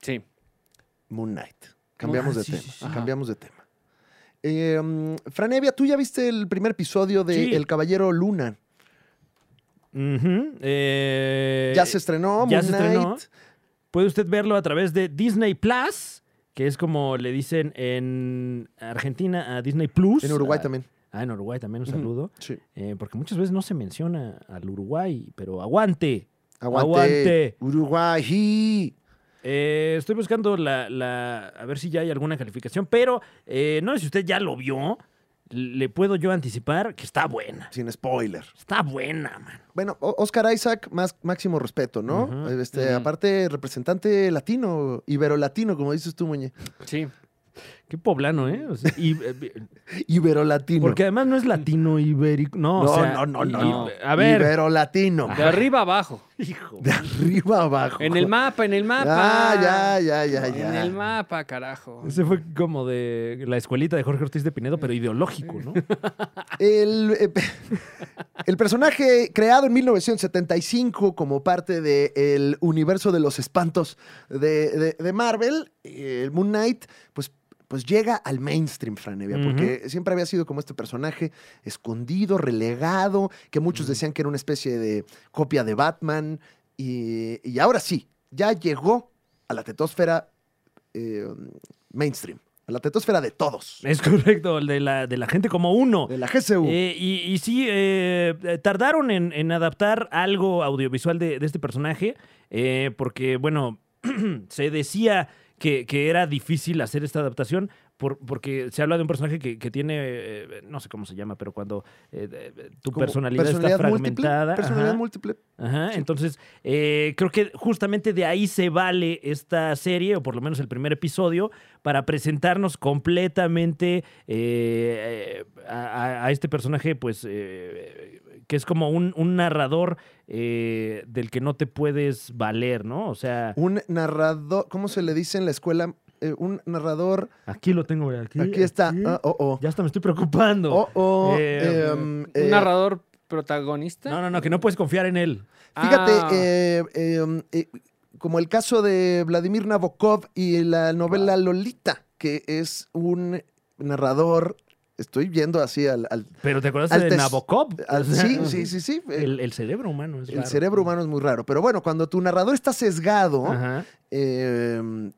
[SPEAKER 2] Sí.
[SPEAKER 1] Moon Knight. Cambiamos
[SPEAKER 3] Ah,
[SPEAKER 1] de
[SPEAKER 3] sí,
[SPEAKER 1] tema.
[SPEAKER 3] sí, sí.
[SPEAKER 2] Ajá.
[SPEAKER 1] Cambiamos de tema. Eh, mm, Franevia, tú ya viste el primer episodio de
[SPEAKER 3] Sí.
[SPEAKER 1] El Caballero Luna.
[SPEAKER 3] Ujú, eh,
[SPEAKER 1] Ya se estrenó.
[SPEAKER 3] ya
[SPEAKER 1] Moon
[SPEAKER 3] se estrenó.
[SPEAKER 1] Knight.
[SPEAKER 3] Puede usted verlo a través de Disney Plus, que es como le dicen en Argentina a Disney Plus.
[SPEAKER 1] En Uruguay
[SPEAKER 3] Ah,
[SPEAKER 1] también.
[SPEAKER 3] Ah, en Uruguay también un
[SPEAKER 1] Ujú.
[SPEAKER 3] saludo.
[SPEAKER 1] Sí.
[SPEAKER 3] Eh, porque muchas veces no se menciona al Uruguay, pero aguante.
[SPEAKER 1] Aguante.
[SPEAKER 3] Aguante.
[SPEAKER 1] Uruguay.
[SPEAKER 3] Eh, estoy buscando la, la- a ver si ya hay alguna calificación, pero eh, no sé si usted ya lo vio. Le puedo yo anticipar que está buena.
[SPEAKER 1] Sin spoiler.
[SPEAKER 3] Está buena, man.
[SPEAKER 1] Bueno, O- Oscar Isaac, más, máximo respeto, ¿no?
[SPEAKER 3] Ujú,
[SPEAKER 1] este,
[SPEAKER 2] ujú.
[SPEAKER 1] Aparte, representante latino, ibero-latino, como dices tú, Muñe.
[SPEAKER 2] Sí.
[SPEAKER 3] Qué poblano, ¿eh? O sea, y, eh,
[SPEAKER 1] Ibero-latino.
[SPEAKER 3] porque además no es latino ibérico. No,
[SPEAKER 1] No,
[SPEAKER 3] o sea,
[SPEAKER 1] no, no, no,
[SPEAKER 3] y-
[SPEAKER 2] no.
[SPEAKER 3] A ver,
[SPEAKER 1] Ibero-latino.
[SPEAKER 2] De arriba abajo.
[SPEAKER 3] hijo.
[SPEAKER 1] De arriba abajo.
[SPEAKER 2] En el mapa, en el mapa.
[SPEAKER 1] Ah, ya, ya, ya, ya.
[SPEAKER 2] En el mapa, carajo.
[SPEAKER 3] Ese fue como de la escuelita de Jorge Ortiz de Pinedo, pero ideológico, ¿no?
[SPEAKER 1] El, eh, el personaje creado en 1975 como parte del universo de los espantos de, de- de Marvel, eh, el Moon Knight, pues, pues llega al mainstream, Franevia, porque siempre había sido como este personaje escondido, relegado, que muchos decían que era una especie de copia de Batman. Y, y ahora sí, ya llegó a la tetosfera eh, mainstream, a la tetosfera de todos,
[SPEAKER 3] Es correcto, el de la, de la gente como uno.
[SPEAKER 1] de la GCU.
[SPEAKER 3] Eh, y, y sí, eh, eh, tardaron en, en adaptar algo audiovisual de, de este personaje, eh, porque, bueno, se decía que, que era difícil hacer esta adaptación por- porque se habla de un personaje que, que tiene, eh, no sé cómo se llama, pero cuando eh, de- tu
[SPEAKER 1] Como
[SPEAKER 3] personalidad, está
[SPEAKER 1] múltiple,
[SPEAKER 3] fragmentada.
[SPEAKER 1] Personalidad
[SPEAKER 3] ajá.
[SPEAKER 1] múltiple.
[SPEAKER 3] Ajá, entonces eh, creo que justamente de ahí se vale esta serie, o por lo menos el primer episodio, para presentarnos completamente eh, a, a- a este personaje, pues, eh, que es como un, un narrador eh, del que no te puedes valer, ¿no? O sea,
[SPEAKER 1] Un narrador, ¿cómo se le dice en la escuela? Eh, un narrador.
[SPEAKER 3] aquí lo tengo, aquí,
[SPEAKER 1] aquí está. Ah, oh, oh.
[SPEAKER 3] Ya hasta me estoy preocupando.
[SPEAKER 1] Oh, oh,
[SPEAKER 3] Eh,
[SPEAKER 1] em,
[SPEAKER 2] ¿Un
[SPEAKER 1] eh,
[SPEAKER 2] narrador protagonista?
[SPEAKER 3] No, no, no, que no puedes confiar en él.
[SPEAKER 1] Fíjate,
[SPEAKER 2] Ah.
[SPEAKER 1] eh, eh, eh, como el caso de Vladimir Nabokov y la
[SPEAKER 3] Ah.
[SPEAKER 1] novela Lolita, que es un narrador. Estoy viendo así al. al-
[SPEAKER 3] Pero ¿te acuerdas
[SPEAKER 1] Al
[SPEAKER 3] de
[SPEAKER 1] tes-
[SPEAKER 3] Nabokov?
[SPEAKER 1] al- sí, sí, sí, sí. eh,
[SPEAKER 3] El, el cerebro humano es
[SPEAKER 1] El
[SPEAKER 3] raro.
[SPEAKER 1] cerebro humano es muy raro. Pero bueno, cuando tu narrador está sesgado,
[SPEAKER 3] Ajá.
[SPEAKER 1] eh,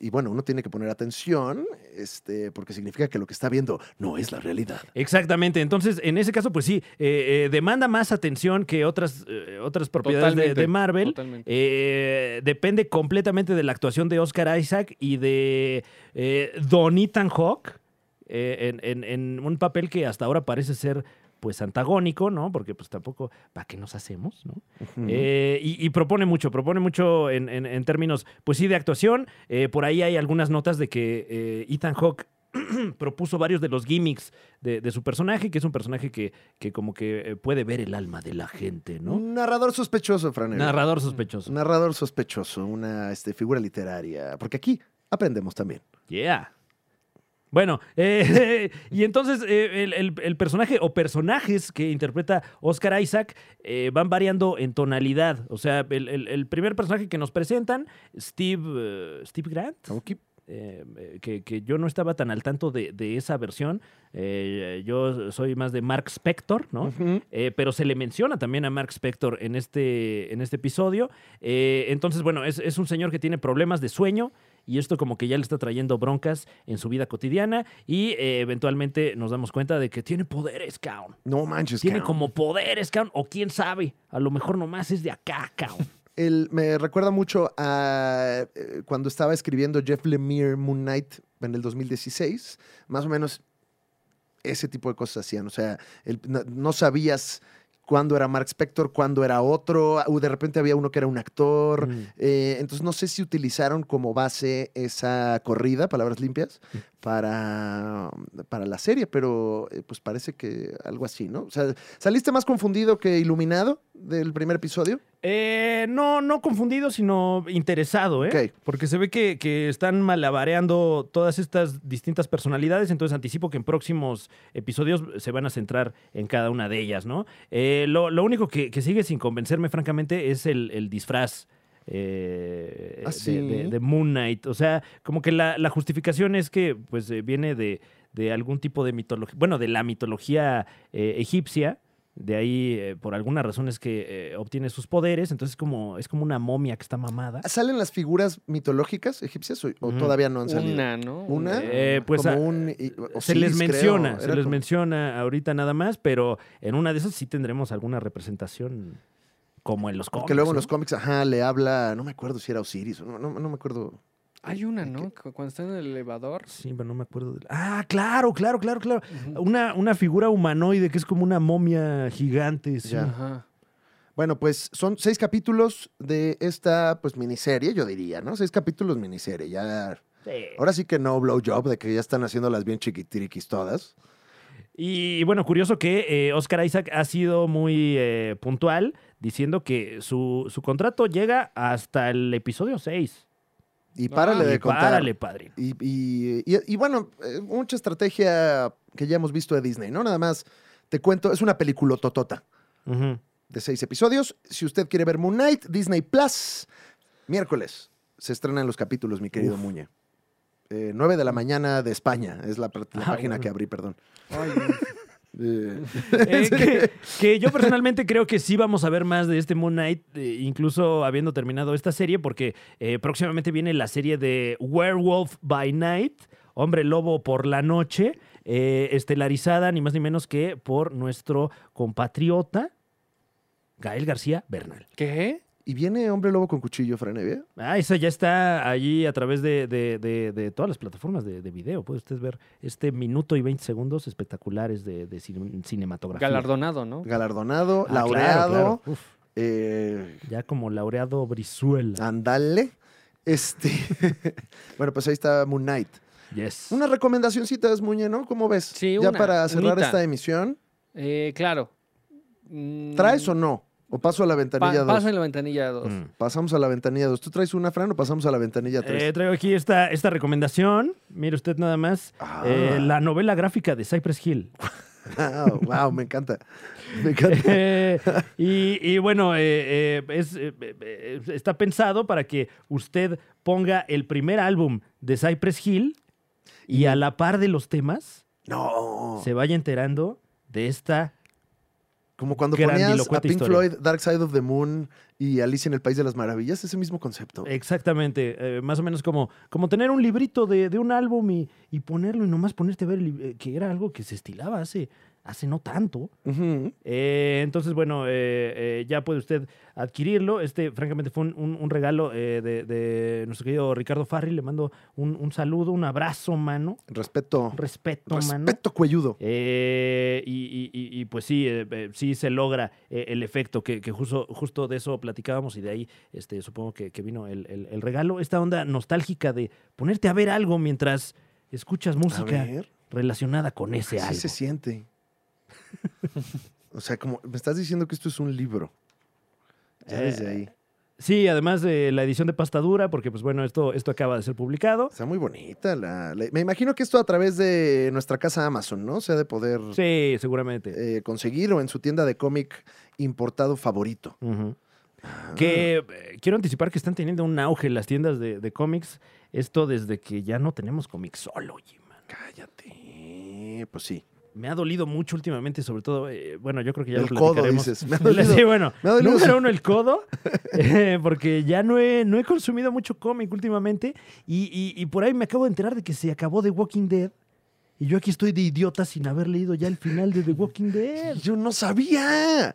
[SPEAKER 1] y bueno, uno tiene que poner atención, este, porque significa que lo que está viendo no es la realidad.
[SPEAKER 3] Exactamente. Entonces, en ese caso, pues sí, eh, eh, demanda más atención que otras, eh, otras propiedades de- de,
[SPEAKER 2] Totalmente,
[SPEAKER 3] Marvel.
[SPEAKER 2] totalmente.
[SPEAKER 3] Eh, depende completamente de la actuación de Oscar Isaac y de eh, Don Ethan Hawke eh, en, en- en un papel que hasta ahora parece ser pues antagónico, ¿no? Porque pues tampoco, ¿para qué nos hacemos, no? Eh, y, y propone mucho, propone mucho en, en- en términos, pues sí, de actuación. Eh, por ahí hay algunas notas de que eh, Ethan Hawke propuso varios de los gimmicks de, de su personaje, que es un personaje que, que como que eh, puede ver el alma de la gente, ¿no?
[SPEAKER 1] Un narrador sospechoso, Fran. Evia.
[SPEAKER 3] Narrador
[SPEAKER 1] Un
[SPEAKER 3] sospechoso.
[SPEAKER 1] narrador sospechoso, una este, figura literaria. Porque aquí aprendemos también.
[SPEAKER 3] Yeah. Bueno, eh, y entonces eh, el, el- el personaje o personajes que interpreta Oscar Isaac eh, van variando en tonalidad. O sea, el, el- el primer personaje que nos presentan, Steve, eh, Steve Grant, eh, eh, que, que yo no estaba tan al tanto de, de esa versión. Eh, yo soy más de Mark Spector, ¿no?
[SPEAKER 1] Ujú.
[SPEAKER 3] Eh, pero se le menciona también a Mark Spector en este, en este episodio. Eh, entonces, bueno, es, es un señor que tiene problemas de sueño y esto como que ya le está trayendo broncas en su vida cotidiana y eh, eventualmente nos damos cuenta de que tiene poderes, caón.
[SPEAKER 1] No manches,
[SPEAKER 3] Tiene
[SPEAKER 1] Pues, cabrón.
[SPEAKER 3] como poderes, caón, o quién sabe, a lo mejor nomás es de acá, caón.
[SPEAKER 1] El- me recuerda mucho a eh, cuando estaba escribiendo Jeff Lemire Moon Knight en el 2016. Más o menos ese tipo de cosas hacían. O sea, el- no, no sabías cuándo era Mark Spector, cuándo era otro. o de repente había uno que era un actor.
[SPEAKER 3] Mm.
[SPEAKER 1] Eh, entonces no sé si utilizaron como base esa corrida, palabras limpias, para, para la serie, pero eh, pues parece que algo así, ¿no? O sea, ¿saliste más confundido que iluminado del primer episodio?
[SPEAKER 3] Eh, no, no confundido, sino interesado, ¿eh?
[SPEAKER 1] Ok.
[SPEAKER 3] Porque se ve que, que están malabareando todas estas distintas personalidades, entonces anticipo que en próximos episodios se van a centrar en cada una de ellas, ¿no? Eh, lo, lo único que, que sigue sin convencerme, francamente, es el, el disfraz. eh,
[SPEAKER 1] ¿Ah,
[SPEAKER 3] de-
[SPEAKER 1] sí?
[SPEAKER 3] de, de Moon Knight. O sea, como que la, la justificación es que pues eh, viene de, de algún tipo de mitología, bueno, de la mitología eh, egipcia. De ahí, eh, por alguna razón, es que eh, obtiene sus poderes. Entonces, como, es como una momia que está mamada.
[SPEAKER 1] ¿Salen las figuras mitológicas egipcias o, o
[SPEAKER 3] Ujú.
[SPEAKER 1] todavía no Eh, han salido?
[SPEAKER 2] Una, ¿no?
[SPEAKER 1] Una.
[SPEAKER 3] Eh, pues
[SPEAKER 1] Como
[SPEAKER 3] a-
[SPEAKER 1] un- y- o
[SPEAKER 3] se
[SPEAKER 1] sí,
[SPEAKER 3] les
[SPEAKER 1] creo,
[SPEAKER 3] menciona,
[SPEAKER 1] era
[SPEAKER 3] se les
[SPEAKER 1] como-
[SPEAKER 3] menciona ahorita nada más, pero en una de esas sí tendremos alguna representación como en los cómics.
[SPEAKER 1] Porque luego en
[SPEAKER 3] ¿no?
[SPEAKER 1] los cómics, ajá, le habla, no me acuerdo si era Osiris, o no, no, no me acuerdo.
[SPEAKER 2] Hay una, ¿no? Cu- Cuando está en el elevador.
[SPEAKER 3] Sí, pero no me acuerdo. de la- Ah, claro, claro, claro, claro. Una, una figura humanoide que es como una momia gigante. sí.
[SPEAKER 1] Ya.
[SPEAKER 2] Ajá.
[SPEAKER 1] Bueno, pues son seis capítulos de esta pues miniserie, yo diría, ¿no? Seis capítulos miniserie, ya.
[SPEAKER 3] Sí.
[SPEAKER 1] Ahora sí que no blowjob, de que ya están haciéndolas bien chiquitiriquis todas.
[SPEAKER 3] Y bueno, curioso que eh, Oscar Isaac ha sido muy eh, puntual diciendo que su, su contrato llega hasta el episodio 6.
[SPEAKER 1] Y
[SPEAKER 2] No,
[SPEAKER 1] párale
[SPEAKER 2] y
[SPEAKER 1] de contar.
[SPEAKER 3] Párale, padre.
[SPEAKER 1] Y, y- y- y bueno, eh, mucha estrategia que ya hemos visto de Disney, ¿no? Nada más te cuento, es una película totota.
[SPEAKER 3] Ujú.
[SPEAKER 1] de seis episodios. Si usted quiere ver Moon Knight, Disney Plus, miércoles se estrenan los capítulos, mi querido
[SPEAKER 3] Uf.
[SPEAKER 1] Muñe. Eh, 9 de la mañana de España, es la, pr- la
[SPEAKER 3] Ah,
[SPEAKER 1] página
[SPEAKER 3] bueno.
[SPEAKER 1] que abrí, perdón.
[SPEAKER 2] Ay,
[SPEAKER 1] Eh,
[SPEAKER 3] Eh, que, que yo personalmente creo que sí vamos a ver más de este Moon Knight, eh, incluso habiendo terminado esta serie, porque eh, próximamente viene la serie de Werewolf by Night, Hombre Lobo por la Noche, eh, estelarizada ni más ni menos que por nuestro compatriota Gael García Bernal.
[SPEAKER 2] ¿Qué?
[SPEAKER 1] ¿Y viene Hombre Lobo con cuchillo, Franevia?
[SPEAKER 3] Ah, esa ya está allí a través de, de- de- de todas las plataformas de, de video. Puede usted ver este minuto y 20 segundos espectaculares de, de cine- cinematografía.
[SPEAKER 2] Galardonado, ¿no?
[SPEAKER 1] Galardonado,
[SPEAKER 3] Ah, claro,
[SPEAKER 1] laureado,
[SPEAKER 3] claro. Uf,
[SPEAKER 1] eh,
[SPEAKER 3] ya como laureado Brizuela.
[SPEAKER 1] Ah, andale. Este, bueno, pues ahí está Moon Knight.
[SPEAKER 3] Yes.
[SPEAKER 1] Una recomendacioncita es Muñe, ¿no? ¿Cómo ves?
[SPEAKER 2] Sí,
[SPEAKER 1] ya
[SPEAKER 2] una,
[SPEAKER 1] para cerrar
[SPEAKER 2] unita.
[SPEAKER 1] esta emisión,
[SPEAKER 2] Eh, claro. Mm,
[SPEAKER 1] ¿traes o no? ¿O paso a la
[SPEAKER 2] pa-
[SPEAKER 1] ventanilla 2?
[SPEAKER 2] pasa en la ventanilla 2.
[SPEAKER 3] Mm.
[SPEAKER 1] Pasamos a la ventanilla 2. ¿Tú traes una, Fran, o pasamos a la ventanilla 3?
[SPEAKER 3] Eh, traigo aquí esta, esta recomendación. Mire usted nada más.
[SPEAKER 1] Ah.
[SPEAKER 3] eh, la novela gráfica de Cypress Hill.
[SPEAKER 1] wow, me encanta. Me encanta.
[SPEAKER 3] Eh, y, y bueno, eh, eh, es, eh, eh, está pensado para que usted ponga el primer álbum de Cypress Hill y a la par de los temas
[SPEAKER 1] No.
[SPEAKER 3] se vaya enterando de esta.
[SPEAKER 1] Como cuando ponías a
[SPEAKER 3] Grandilocuente
[SPEAKER 1] Pink
[SPEAKER 3] historia.
[SPEAKER 1] Floyd, Dark Side of the Moon y Alicia en el País de las Maravillas, ese mismo concepto.
[SPEAKER 3] Exactamente, eh, más o menos como, como tener un librito de, de un álbum y, y ponerlo y nomás ponerte a ver el lib- eh, que era algo que se estilaba hace, hace no tanto.
[SPEAKER 1] Ujú.
[SPEAKER 3] Eh, entonces, bueno, eh, eh, ya puede usted adquirirlo. Este, francamente, fue un, un- un regalo eh, de, de nuestro querido Ricardo Farri. Le mando un, un saludo, un abrazo, mano.
[SPEAKER 1] Respeto.
[SPEAKER 3] Un respeto, mano.
[SPEAKER 1] Respeto cuelludo.
[SPEAKER 3] Eh, y, y- y- y, pues sí, eh, eh, sí se logra eh, el efecto que, que justo, justo de eso platicábamos y de ahí este, supongo que, que vino el, el- el regalo. Esta onda nostálgica de ponerte a ver algo mientras escuchas
[SPEAKER 1] A
[SPEAKER 3] música
[SPEAKER 1] ver,
[SPEAKER 3] relacionada con ese
[SPEAKER 1] así
[SPEAKER 3] algo.
[SPEAKER 1] se siente. O sea, como me estás diciendo que esto es un libro. Ya desde
[SPEAKER 3] Eh,
[SPEAKER 1] ahí.
[SPEAKER 3] Sí, además de la edición de pasta dura, porque pues bueno, esto, esto acaba de ser publicado.
[SPEAKER 1] Está muy bonita la, la- Me imagino que esto a través de nuestra casa Amazon, ¿no? O sea, de poder
[SPEAKER 3] Sí, seguramente.
[SPEAKER 1] eh, conseguir o en su tienda de cómic importado favorito.
[SPEAKER 3] Ujú. Que eh, quiero anticipar que están teniendo un auge las tiendas de, de cómics. Esto desde que ya no tenemos cómics solo, oye, man.
[SPEAKER 1] Cállate. Pues sí.
[SPEAKER 3] Me ha dolido mucho últimamente, sobre todo, eh, bueno, yo creo que ya
[SPEAKER 1] el
[SPEAKER 3] lo
[SPEAKER 1] codo,
[SPEAKER 3] platicaremos.
[SPEAKER 1] dices. Me ha
[SPEAKER 3] Sí,
[SPEAKER 1] dolido.
[SPEAKER 3] bueno,
[SPEAKER 1] me ha dolido.
[SPEAKER 3] nunca uno el codo, eh, porque ya no he, no he consumido mucho cómic últimamente. Y, y- y por ahí me acabo de enterar de que se acabó The Walking Dead. Y yo aquí estoy de idiota sin haber leído ya el final de The Walking Dead.
[SPEAKER 1] Yo no sabía.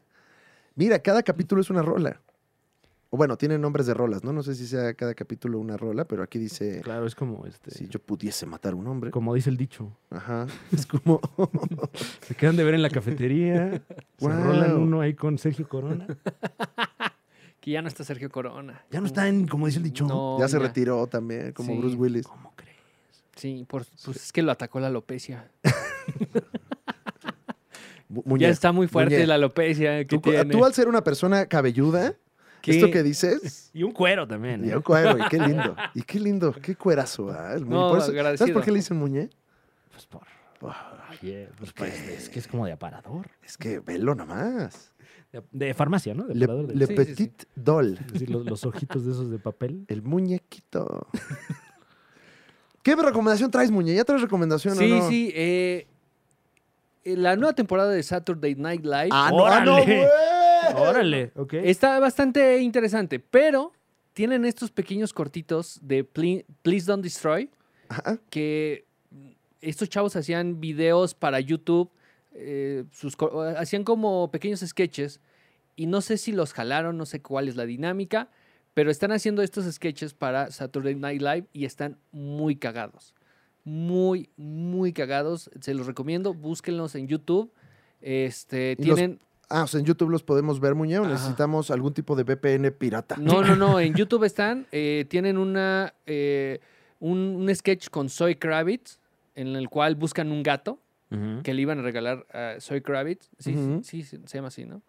[SPEAKER 1] Mira, cada capítulo es una rola. O bueno, tiene nombres de rolas, ¿no? No sé si sea cada capítulo una rola, pero aquí dice,
[SPEAKER 3] Claro, es como este.
[SPEAKER 1] si yo pudiese matar a un hombre.
[SPEAKER 3] Como dice el dicho.
[SPEAKER 1] Ajá. Es como,
[SPEAKER 3] Se quedan de ver en la cafetería. se
[SPEAKER 1] Wow.
[SPEAKER 3] rolan uno ahí con Sergio Corona.
[SPEAKER 2] Que ya no está Sergio Corona.
[SPEAKER 3] Ya no está en, como dice el dicho.
[SPEAKER 2] No,
[SPEAKER 1] ya se retiró también, como
[SPEAKER 2] Sí.
[SPEAKER 1] Bruce Willis.
[SPEAKER 3] ¿Cómo crees?
[SPEAKER 2] Sí, por- pues es que lo atacó la alopecia.
[SPEAKER 1] Mu- Muñe,
[SPEAKER 2] ya está muy fuerte
[SPEAKER 1] Muñe,
[SPEAKER 2] la alopecia que
[SPEAKER 1] Tú,
[SPEAKER 2] tiene.
[SPEAKER 1] tú al ser una persona cabelluda,
[SPEAKER 2] ¿Qué?
[SPEAKER 1] esto que dices...
[SPEAKER 3] Y un cuero también. ¿eh?
[SPEAKER 1] Y un cuero, y qué lindo, y qué lindo, qué cuerazo. ah, el Muñe.
[SPEAKER 2] No,
[SPEAKER 1] Por eso- ¿Sabes
[SPEAKER 2] agradecido.
[SPEAKER 1] por qué le dicen Muñe?
[SPEAKER 3] Pues por. Oye, pues, pues, es que es como de aparador.
[SPEAKER 1] Es que velo nomás.
[SPEAKER 3] De, de farmacia, ¿no? De
[SPEAKER 1] Le,
[SPEAKER 3] aparador de-
[SPEAKER 1] le
[SPEAKER 2] Sí, sí, sí.
[SPEAKER 1] Petit Doll.
[SPEAKER 3] Es decir, los, los ojitos de esos de papel.
[SPEAKER 1] El muñequito. ¿Qué recomendación traes, Muñe? ¿Ya traes recomendación
[SPEAKER 2] Sí,
[SPEAKER 1] o no?
[SPEAKER 2] sí. eh, eh, la nueva temporada de Saturday Night Live
[SPEAKER 1] ¡Ah, no! ah, no,
[SPEAKER 3] ¡Órale!
[SPEAKER 1] güey!
[SPEAKER 3] Órale, ok.
[SPEAKER 2] está bastante interesante, pero tienen estos pequeños cortitos de Pli- Please Don't Destroy.
[SPEAKER 1] Ajá.
[SPEAKER 2] que estos chavos hacían videos para YouTube, eh, sus co- hacían como pequeños sketches y no sé si los jalaron, no sé cuál es la dinámica, pero están haciendo estos sketches para Saturday Night Live y están muy cagados. Muy, muy cagados. Se los recomiendo, búsquenlos en YouTube. Este,
[SPEAKER 1] Y los-
[SPEAKER 2] tienen...
[SPEAKER 1] Ah, o sea, en YouTube los podemos ver, Muñe, o
[SPEAKER 2] Ajá.
[SPEAKER 1] necesitamos algún tipo de VPN pirata.
[SPEAKER 2] No, no, no. En YouTube están. eh, tienen una, eh, un, un sketch con Soy Kravitz en el cual buscan un gato.
[SPEAKER 3] Ujú.
[SPEAKER 2] que le iban a regalar a Soy Kravitz. Sí,
[SPEAKER 1] Ujú.
[SPEAKER 2] sí, sí, se llama así, ¿no?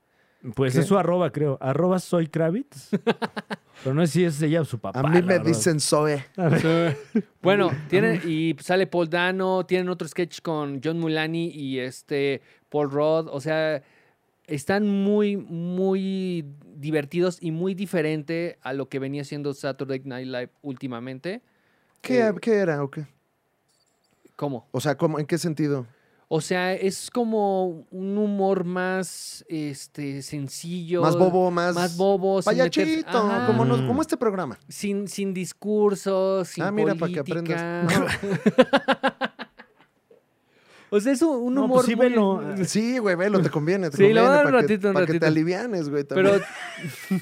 [SPEAKER 3] Pues
[SPEAKER 1] ¿Qué?
[SPEAKER 3] es su arroba, creo. Arroba soy Kravitz. Pero no sé si es ella o su papá.
[SPEAKER 1] A mí
[SPEAKER 3] la
[SPEAKER 1] me
[SPEAKER 3] verdad.
[SPEAKER 1] dicen Zoe.
[SPEAKER 3] A ver.
[SPEAKER 2] Bueno, tienen, y sale Paul Dano, tienen otro sketch con John Mulaney y este Paul Rudd. O sea, están muy, muy divertidos y muy diferente a lo que venía siendo Saturday Night Live últimamente.
[SPEAKER 1] ¿Qué,
[SPEAKER 2] Eh,
[SPEAKER 1] qué era o qué?
[SPEAKER 2] ¿Cómo?
[SPEAKER 1] O sea, ¿cómo, ¿en qué sentido?
[SPEAKER 2] O sea, es como un humor más este, sencillo.
[SPEAKER 1] Más bobo, más...
[SPEAKER 2] Más bobo. sin meterse-
[SPEAKER 1] Payachito,
[SPEAKER 2] Ajá.
[SPEAKER 1] como, nos-
[SPEAKER 3] Mm.
[SPEAKER 1] como este programa.
[SPEAKER 2] Sin, sin discursos, sin
[SPEAKER 1] Ah, mira, para que
[SPEAKER 2] política.
[SPEAKER 1] aprendas.
[SPEAKER 2] o sea, es un, un
[SPEAKER 3] No,
[SPEAKER 2] humor
[SPEAKER 3] pues sí,
[SPEAKER 2] muy-
[SPEAKER 3] velo.
[SPEAKER 1] Sí, güey, velo, te conviene. Te
[SPEAKER 2] Sí, le voy a dar un
[SPEAKER 1] para
[SPEAKER 2] ratito, un
[SPEAKER 1] que, para que te
[SPEAKER 2] ratito.
[SPEAKER 1] alivianes, güey. también.
[SPEAKER 2] Pero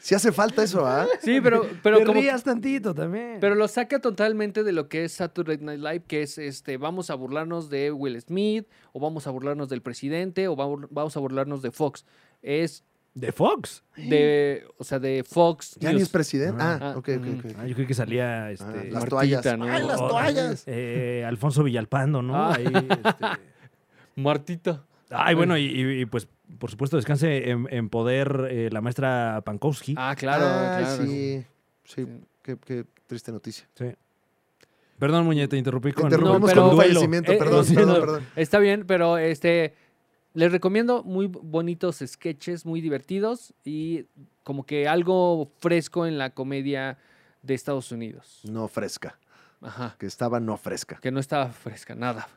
[SPEAKER 1] Si hace falta eso, ¿ah?
[SPEAKER 2] Sí, pero,
[SPEAKER 3] Pero
[SPEAKER 2] pero como
[SPEAKER 3] rías tantito también.
[SPEAKER 2] Pero lo saca totalmente de lo que es Saturday Night Live, que es este, vamos a burlarnos de Will Smith, o vamos a burlarnos del presidente, o va- vamos a burlarnos de Fox. Es
[SPEAKER 3] de Fox.
[SPEAKER 2] de, o sea, de Fox
[SPEAKER 1] Ya ni
[SPEAKER 2] News.
[SPEAKER 1] es presidente. Ah,
[SPEAKER 2] Ah,
[SPEAKER 1] ok, ok,
[SPEAKER 2] mm.
[SPEAKER 1] ok.
[SPEAKER 3] Ah, yo creo que salía este,
[SPEAKER 1] Ah,
[SPEAKER 2] Martita,
[SPEAKER 1] las toallas.
[SPEAKER 2] ¿no?
[SPEAKER 1] ¡Ay, las
[SPEAKER 3] Oh,
[SPEAKER 1] toallas!
[SPEAKER 3] eh, Alfonso Villalpando, ¿no?
[SPEAKER 2] Ah.
[SPEAKER 3] Ahí, este,
[SPEAKER 2] Martita.
[SPEAKER 3] Ay, bueno, y, y- y, pues, por supuesto, descanse en, en poder eh, la maestra Pankowski.
[SPEAKER 2] Ah, claro,
[SPEAKER 1] Ah,
[SPEAKER 2] claro.
[SPEAKER 1] Sí, sí. Qué, qué triste noticia.
[SPEAKER 3] Sí. Perdón, Muñe, te interrumpí
[SPEAKER 1] Te
[SPEAKER 3] con,
[SPEAKER 1] interrumpimos
[SPEAKER 2] No,
[SPEAKER 3] con
[SPEAKER 2] pero-
[SPEAKER 1] con un
[SPEAKER 3] duelo.
[SPEAKER 1] fallecimiento.
[SPEAKER 2] Eh,
[SPEAKER 1] perdón,
[SPEAKER 2] eh,
[SPEAKER 1] perdón,
[SPEAKER 2] no,
[SPEAKER 1] perdón.
[SPEAKER 2] Está bien, pero este les recomiendo muy bonitos sketches, muy divertidos y como que algo fresco en la comedia de Estados Unidos.
[SPEAKER 1] No fresca.
[SPEAKER 2] Ajá.
[SPEAKER 1] Que estaba no fresca.
[SPEAKER 2] Que no estaba fresca, nada.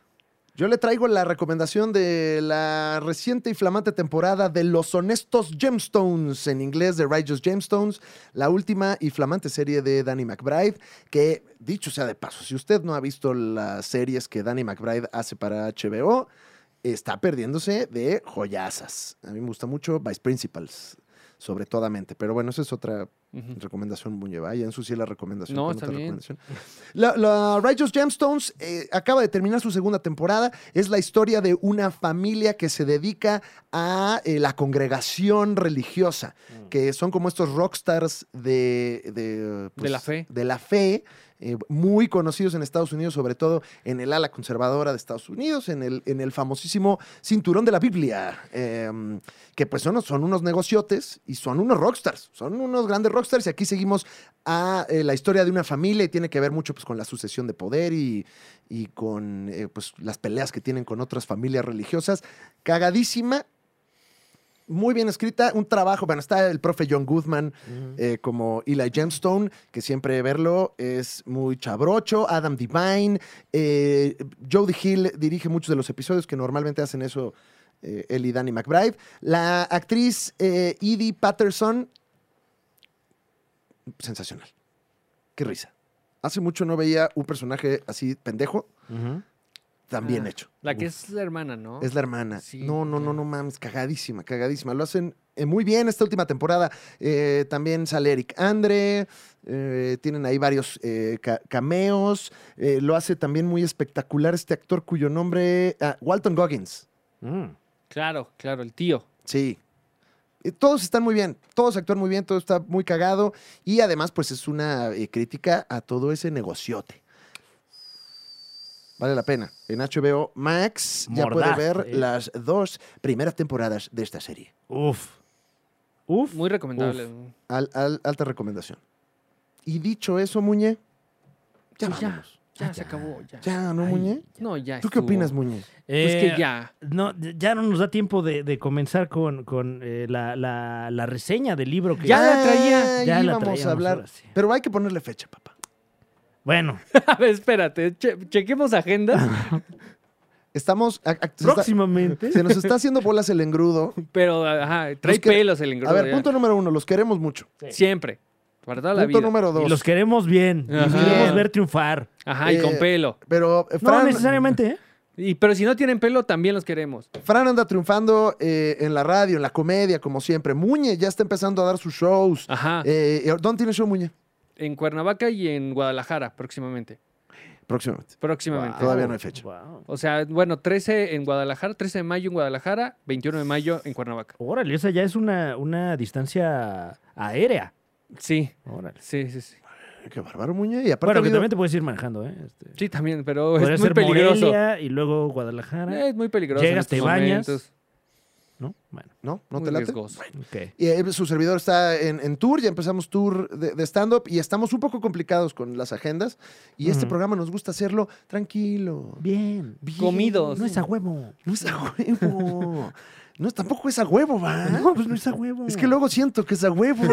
[SPEAKER 1] Yo le traigo la recomendación de la reciente y flamante temporada de Los Honestos Gemstones, en inglés The Righteous Gemstones, la última y flamante serie de Danny McBride, que dicho sea de paso, si usted no ha visto las series que Danny McBride hace para HBO, está perdiéndose de joyazas. A mí me gusta mucho Vice Principals, sobre todamente, pero bueno, esa es otra
[SPEAKER 2] Ujú.
[SPEAKER 1] Recomendación Muñeva. Ya ensucié la recomendación.
[SPEAKER 2] No,
[SPEAKER 1] con
[SPEAKER 2] está
[SPEAKER 1] otra
[SPEAKER 2] bien.
[SPEAKER 1] recomendación. La, la Righteous Gemstones eh, acaba de terminar su segunda temporada. Es la historia de una familia que se dedica a eh, la congregación religiosa,
[SPEAKER 2] Mm.
[SPEAKER 1] que son como estos rockstars de, de, pues,
[SPEAKER 2] la fe.
[SPEAKER 1] De la fe. eh, muy conocidos en Estados Unidos, sobre todo en el ala conservadora de Estados Unidos, en el, en el famosísimo cinturón de la Biblia. em, que pues son, son unos negociotes y son unos rockstars, son unos grandes rockstars y aquí seguimos a eh, la historia de una familia y tiene que ver mucho pues, con la sucesión de poder y, y con eh, pues, las peleas que tienen con otras familias religiosas. Cagadísima, muy bien escrita, un trabajo, bueno, está el profe John Goodman eh, como Eli Gemstone, que siempre verlo es muy chabrocho, Adam Divine, eh, Jody Hill dirige muchos de los episodios que normalmente hacen eso eh, él y Danny McBride. La actriz eh, Edie Patterson, sensacional. Qué risa. Hace mucho no veía un personaje así pendejo,
[SPEAKER 3] Ujú.
[SPEAKER 1] tan bien
[SPEAKER 2] Ah.
[SPEAKER 1] hecho.
[SPEAKER 2] La que es la hermana, ¿no?
[SPEAKER 1] Es la hermana.
[SPEAKER 2] Sí,
[SPEAKER 1] no, no, no,
[SPEAKER 2] claro.
[SPEAKER 1] no mames, cagadísima, cagadísima. Lo hacen eh, muy bien esta última temporada. Eh, también sale Eric Andre, eh, tienen ahí varios eh, ca- cameos. Eh, lo hace también muy espectacular este actor cuyo nombre... ah, Walton Goggins.
[SPEAKER 3] Mm.
[SPEAKER 2] Claro, claro, el tío.
[SPEAKER 1] Sí. Eh, Todos están muy bien, todos actúan muy bien, todo está muy cagado y además pues es una eh, crítica a todo ese negociote. Vale la pena. En HBO Max ya
[SPEAKER 3] Mordaz,
[SPEAKER 1] puede ver
[SPEAKER 3] eh.
[SPEAKER 1] las dos primeras temporadas de esta serie.
[SPEAKER 3] Uf. Uf.
[SPEAKER 2] Muy recomendable.
[SPEAKER 1] Al- al- alta recomendación. Y dicho eso, Muñe, ya
[SPEAKER 2] Pues ya,
[SPEAKER 1] vámonos.
[SPEAKER 2] Ya se acabó, ya.
[SPEAKER 1] Ya, ¿no,
[SPEAKER 3] Ay,
[SPEAKER 1] Muñe?
[SPEAKER 2] No, ya.
[SPEAKER 1] ¿Tú qué
[SPEAKER 2] estuvo.
[SPEAKER 1] opinas, Muñe?
[SPEAKER 2] Pues
[SPEAKER 3] Eh,
[SPEAKER 2] que ya.
[SPEAKER 3] No, ya no nos da tiempo de, de comenzar con, con, eh, la, la- la reseña del libro que
[SPEAKER 2] Ya la traía,
[SPEAKER 1] Ah,
[SPEAKER 3] ya la
[SPEAKER 1] íbamos
[SPEAKER 3] traíamos,
[SPEAKER 1] a hablar.
[SPEAKER 3] ahora sí.
[SPEAKER 1] Pero hay que ponerle fecha, papá.
[SPEAKER 3] Bueno,
[SPEAKER 2] A ver, espérate, che- chequemos agenda,
[SPEAKER 1] Estamos... a- a- se, está-
[SPEAKER 3] próximamente.
[SPEAKER 1] se nos está haciendo bolas el engrudo.
[SPEAKER 2] pero ajá, trae
[SPEAKER 1] que-
[SPEAKER 2] pelos el engrudo.
[SPEAKER 1] A ver,
[SPEAKER 2] ya.
[SPEAKER 1] punto número uno, los queremos mucho.
[SPEAKER 2] Siempre. Para toda la
[SPEAKER 1] Punto
[SPEAKER 2] vida.
[SPEAKER 1] número dos.
[SPEAKER 3] Y los queremos bien. Y los
[SPEAKER 2] Ajá.
[SPEAKER 3] queremos ver triunfar.
[SPEAKER 2] Ajá, y
[SPEAKER 1] Eh,
[SPEAKER 2] con pelo.
[SPEAKER 1] Pero eh,
[SPEAKER 3] No
[SPEAKER 1] Fran,
[SPEAKER 3] necesariamente, ¿eh?
[SPEAKER 2] Y, pero si no tienen pelo, también los queremos.
[SPEAKER 1] Fran anda triunfando eh, en la radio, en la comedia, como siempre. Muñe ya está empezando a dar sus shows.
[SPEAKER 2] Ajá.
[SPEAKER 1] Eh, eh, ¿Dónde tiene show Muñe?
[SPEAKER 2] En Cuernavaca y en Guadalajara, próximamente.
[SPEAKER 1] Próximamente.
[SPEAKER 2] Próximamente.
[SPEAKER 1] Todavía no hay fecha.
[SPEAKER 3] Wow.
[SPEAKER 2] O sea, bueno, 13 en Guadalajara, 13 de mayo en Guadalajara, 21 de mayo en Cuernavaca.
[SPEAKER 3] Órale, esa ya es una, una distancia aérea.
[SPEAKER 2] Sí,
[SPEAKER 3] Órale.
[SPEAKER 2] sí, sí, sí.
[SPEAKER 1] Qué bárbaro, Muñe. Y aparte,
[SPEAKER 3] Bueno,
[SPEAKER 1] ha
[SPEAKER 3] que
[SPEAKER 1] habido-
[SPEAKER 3] también te puedes ir manejando, ¿eh? Este,
[SPEAKER 2] Sí, también, pero
[SPEAKER 3] podría
[SPEAKER 2] Pues es muy
[SPEAKER 3] ser
[SPEAKER 2] peligroso. Eh.
[SPEAKER 3] Morelia y luego Guadalajara.
[SPEAKER 2] Es muy peligroso.
[SPEAKER 3] Llegas,
[SPEAKER 2] en estos
[SPEAKER 3] te bañas.
[SPEAKER 2] momentos.
[SPEAKER 3] ¿No? Bueno,
[SPEAKER 1] ¿No? ¿No
[SPEAKER 2] Muy
[SPEAKER 1] te late?
[SPEAKER 2] riesgoso.
[SPEAKER 3] ok.
[SPEAKER 1] Y, eh, su servidor está en, en tour, ya empezamos tour de, de stand-up y estamos un poco complicados con las agendas. Y este
[SPEAKER 3] Ujú.
[SPEAKER 1] programa nos gusta hacerlo tranquilo.
[SPEAKER 3] Bien.
[SPEAKER 1] bien.
[SPEAKER 2] Comidos.
[SPEAKER 3] No es a huevo.
[SPEAKER 1] No es a huevo. No, tampoco es a huevo, va.
[SPEAKER 3] No, pues no es a huevo.
[SPEAKER 1] Es que luego siento que es a huevo.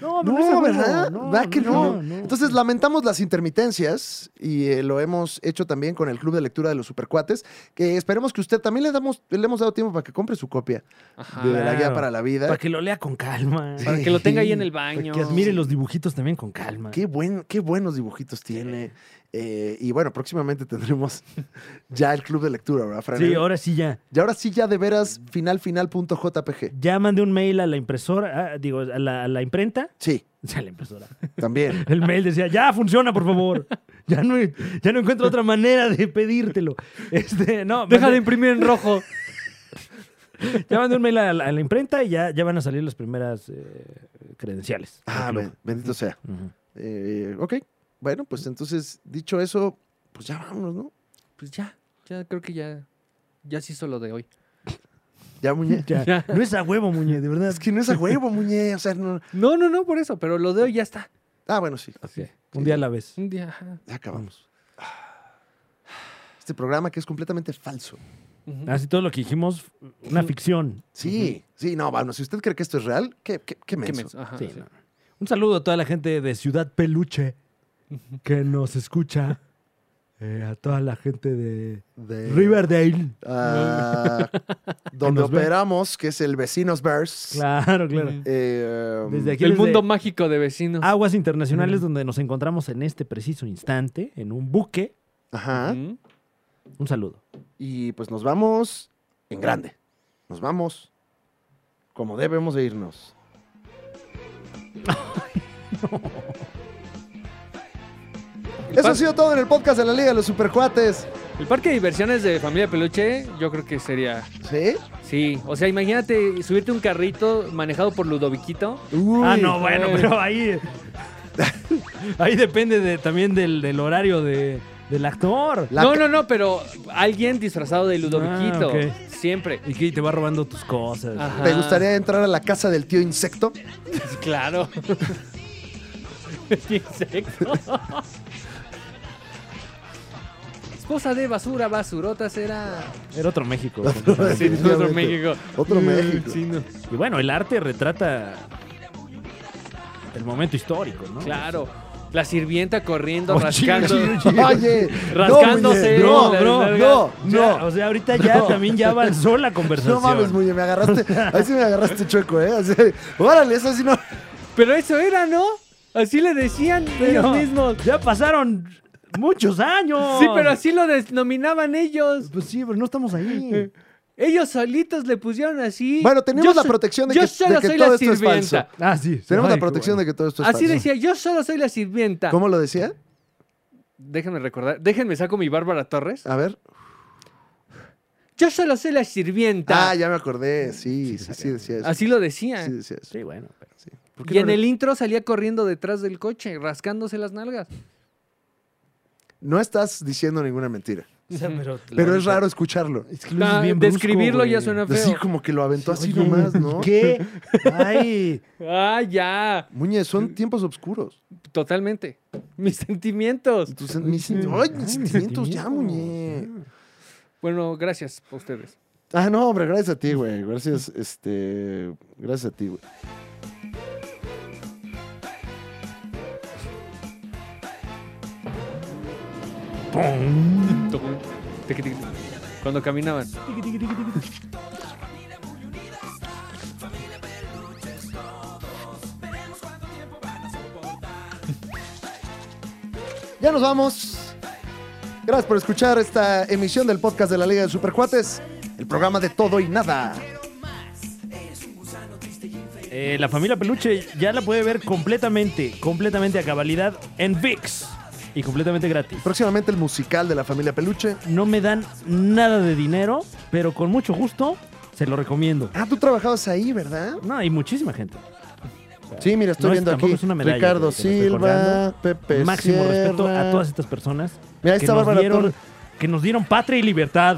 [SPEAKER 3] No,
[SPEAKER 1] No,
[SPEAKER 3] es a huevo,
[SPEAKER 1] ¿verdad?
[SPEAKER 3] no,
[SPEAKER 1] ¿Verdad que no?
[SPEAKER 3] no, no.
[SPEAKER 1] Entonces, lamentamos las intermitencias y eh, lo hemos hecho también con el Club de Lectura de los Supercuates, que esperemos que usted también le, damos, le hemos dado tiempo para que compre su copia
[SPEAKER 2] Ajá.
[SPEAKER 1] de la
[SPEAKER 3] Claro.
[SPEAKER 1] Guía para la Vida.
[SPEAKER 3] Para que lo lea con calma.
[SPEAKER 1] Sí.
[SPEAKER 2] Para que lo tenga ahí en el
[SPEAKER 3] Para
[SPEAKER 2] baño.
[SPEAKER 3] que admire los dibujitos también con calma.
[SPEAKER 1] Qué, buen, qué buenos dibujitos tiene. Eh, y bueno, próximamente tendremos ya el Club de Lectura, ¿verdad, Fran?
[SPEAKER 3] Sí, ahora sí ya.
[SPEAKER 1] Y ahora sí, ya de veras, finalfinal.jpg.
[SPEAKER 3] Ya mandé un mail a la impresora, ah, digo, a la, a la imprenta.
[SPEAKER 1] Sí,
[SPEAKER 3] O sea, a la impresora.
[SPEAKER 1] también.
[SPEAKER 3] El mail decía, ya funciona, por favor. Ya no, ya no encuentro otra manera de pedírtelo. Este, no,
[SPEAKER 2] Deja de
[SPEAKER 3] mandé-
[SPEAKER 2] imprimir en rojo.
[SPEAKER 3] ya mandé un mail a la, a la imprenta y ya, ya van a salir las primeras eh, credenciales.
[SPEAKER 1] Ah,
[SPEAKER 3] Para que lo-
[SPEAKER 1] ben- bendito sea.
[SPEAKER 3] Ujú.
[SPEAKER 1] Eh, ok, bueno, pues entonces, dicho eso, pues ya vámonos, ¿no?
[SPEAKER 2] Pues ya, ya creo que ya, ya se hizo lo de hoy.
[SPEAKER 1] Ya, Muñe.
[SPEAKER 3] Ya.
[SPEAKER 2] Ya.
[SPEAKER 3] No es a huevo, Muñe, de verdad.
[SPEAKER 1] Es que no es a huevo, Muñe. O sea, no...
[SPEAKER 2] No, no, no, por eso, pero lo de hoy ya está.
[SPEAKER 1] Ah, bueno, sí.
[SPEAKER 2] Sí.
[SPEAKER 3] Un día a la vez.
[SPEAKER 2] Un día. ajá.
[SPEAKER 1] Ya acabamos. Este programa que es completamente falso.
[SPEAKER 2] Ujú.
[SPEAKER 3] Así Ah, todo lo que dijimos, una ficción.
[SPEAKER 1] Sí, sí, no, bueno, si usted cree que esto es real, qué, qué, qué
[SPEAKER 2] Qué
[SPEAKER 1] menso.
[SPEAKER 2] menso, ajá,
[SPEAKER 3] Sí,
[SPEAKER 2] sí.
[SPEAKER 3] no. Un saludo a toda la gente de Ciudad Peluche que nos escucha. Eh, a toda la gente de
[SPEAKER 1] De-
[SPEAKER 3] Riverdale.
[SPEAKER 1] Ah, donde
[SPEAKER 3] nos ve.
[SPEAKER 1] operamos, que es el Vecinos Verse.
[SPEAKER 3] Claro, claro.
[SPEAKER 2] Ujú.
[SPEAKER 1] Eh,
[SPEAKER 3] Desde aquí,
[SPEAKER 2] El
[SPEAKER 3] desde
[SPEAKER 2] mundo mágico de Ah, vecinos.
[SPEAKER 3] Aguas internacionales, donde nos encontramos en este preciso instante, en un buque.
[SPEAKER 1] Ajá.
[SPEAKER 2] Ujú.
[SPEAKER 3] Un saludo.
[SPEAKER 1] Y pues nos vamos en grande. Nos vamos como debemos de irnos. Eso ha sido todo en el podcast de la Liga de los Supercuates.
[SPEAKER 2] El parque de diversiones de Familia Peluche, yo creo que sería.
[SPEAKER 1] ¿Sí?
[SPEAKER 2] Sí, o sea, imagínate subirte un carrito manejado por Ludoviquito.
[SPEAKER 1] Uh,
[SPEAKER 3] ah, no,
[SPEAKER 2] güey.
[SPEAKER 3] bueno, pero ahí. ahí depende de- también del, del horario de- del actor.
[SPEAKER 1] La
[SPEAKER 2] no,
[SPEAKER 1] ca-
[SPEAKER 2] no, no, pero alguien disfrazado de Ludoviquito.
[SPEAKER 3] Ah, ok.
[SPEAKER 2] Siempre.
[SPEAKER 3] Y que te va robando tus cosas.
[SPEAKER 2] Ajá.
[SPEAKER 1] ¿Te gustaría entrar a la casa del tío Insecto?
[SPEAKER 2] Claro. Insecto. Esposa de basura, basurota será.
[SPEAKER 3] Era otro México.
[SPEAKER 2] Sí,
[SPEAKER 1] Definitivamente.
[SPEAKER 2] otro México.
[SPEAKER 1] Otro
[SPEAKER 2] Eh,
[SPEAKER 1] México.
[SPEAKER 2] sí, no.
[SPEAKER 3] Y bueno, el arte retrata el momento histórico, ¿no?
[SPEAKER 2] Claro. La sirvienta corriendo,
[SPEAKER 3] Oh,
[SPEAKER 2] rascando.
[SPEAKER 3] chido,
[SPEAKER 1] Oye,
[SPEAKER 2] Rascándose.
[SPEAKER 1] No,
[SPEAKER 3] No,
[SPEAKER 1] Muñe,
[SPEAKER 2] la-
[SPEAKER 3] bro,
[SPEAKER 1] no,
[SPEAKER 2] la- la-
[SPEAKER 1] no,
[SPEAKER 3] O
[SPEAKER 1] no.
[SPEAKER 3] sea, ah, o sea, ahorita ya
[SPEAKER 1] No.
[SPEAKER 3] también ya avanzó la
[SPEAKER 1] No
[SPEAKER 3] conversación.
[SPEAKER 1] mames, Muñe, me agarraste. Ahí sí me agarraste chueco, ¿eh? Así, órale, eso sí no.
[SPEAKER 2] Pero eso era, ¿no? Así le decían
[SPEAKER 3] Pero
[SPEAKER 2] ellos mismos.
[SPEAKER 3] Ya pasaron muchos años.
[SPEAKER 2] Sí, pero así lo denominaban ellos.
[SPEAKER 3] Pues sí, pero no estamos ahí.
[SPEAKER 2] Ellos solitos le pusieron así.
[SPEAKER 1] Bueno, tenemos
[SPEAKER 2] Yo
[SPEAKER 1] la
[SPEAKER 2] so-
[SPEAKER 1] protección de
[SPEAKER 2] yo
[SPEAKER 1] que,
[SPEAKER 2] solo
[SPEAKER 1] de que
[SPEAKER 2] soy
[SPEAKER 1] todo
[SPEAKER 2] la
[SPEAKER 1] esto es falso.
[SPEAKER 2] sirvienta.
[SPEAKER 3] Ah, sí.
[SPEAKER 1] Tenemos la protección de que todo esto es
[SPEAKER 2] Así
[SPEAKER 1] falso.
[SPEAKER 2] decía, yo solo soy la sirvienta.
[SPEAKER 1] ¿Cómo lo decía?
[SPEAKER 2] Déjenme recordar, déjenme saco mi Bárbara Torres.
[SPEAKER 1] A ver.
[SPEAKER 2] Yo solo soy la sirvienta.
[SPEAKER 1] Ah, ya me acordé. Sí, sí, sí, decía eso.
[SPEAKER 2] Así lo decía.
[SPEAKER 1] Sí, decía eso.
[SPEAKER 3] Sí, bueno. pero-
[SPEAKER 1] ¿Por qué
[SPEAKER 2] y
[SPEAKER 1] no
[SPEAKER 2] en
[SPEAKER 1] le-
[SPEAKER 2] el intro salía corriendo detrás del coche, rascándose las nalgas.
[SPEAKER 1] No estás diciendo ninguna mentira.
[SPEAKER 3] o sea, pero,
[SPEAKER 1] Pero es raro escucharlo.
[SPEAKER 3] Es que lo dices
[SPEAKER 2] Ah,
[SPEAKER 3] bien brusco,
[SPEAKER 2] describirlo
[SPEAKER 3] güey.
[SPEAKER 2] ya suena feo.
[SPEAKER 1] Así como que lo aventó así
[SPEAKER 3] Oye,
[SPEAKER 1] nomás, ¿no?
[SPEAKER 3] ¿Qué? Ay.
[SPEAKER 2] Ah, ya.
[SPEAKER 1] Muñe, son tiempos oscuros.
[SPEAKER 2] Totalmente. Mis sentimientos.
[SPEAKER 1] Tus sen- mis, sen- ay, mis sentimientos ya, Muñe.
[SPEAKER 2] Bueno, gracias a ustedes.
[SPEAKER 1] Ah, no, hombre, gracias a ti, güey. Gracias, este. Gracias a ti, güey.
[SPEAKER 2] Tiqui, tiqui, tiqui. Cuando caminaban.
[SPEAKER 1] Ya nos vamos. Gracias por escuchar esta emisión del podcast de la Liga de Supercuates, el programa de todo y nada.
[SPEAKER 3] Eh, la familia Peluche ya la puede ver completamente, completamente a cabalidad en VIX y completamente gratis.
[SPEAKER 1] Próximamente el musical de la familia Peluche.
[SPEAKER 3] No me dan nada de dinero, pero con mucho gusto se lo recomiendo.
[SPEAKER 1] Ah, tú trabajabas ahí, ¿verdad?
[SPEAKER 3] No, hay muchísima gente.
[SPEAKER 1] Sí, mira, estoy
[SPEAKER 3] No, es-
[SPEAKER 1] viendo
[SPEAKER 3] tampoco
[SPEAKER 1] aquí.
[SPEAKER 3] es una medalla
[SPEAKER 1] Ricardo
[SPEAKER 3] que- que me estoy
[SPEAKER 1] Silva,
[SPEAKER 3] colgando.
[SPEAKER 1] Pepe
[SPEAKER 3] Máximo
[SPEAKER 1] Sierra.
[SPEAKER 3] respeto a todas estas personas
[SPEAKER 1] Mira, ahí
[SPEAKER 3] que
[SPEAKER 1] está
[SPEAKER 3] nos,
[SPEAKER 1] Bárbara
[SPEAKER 3] dieron,
[SPEAKER 1] Torres.
[SPEAKER 3] que nos dieron patria y libertad.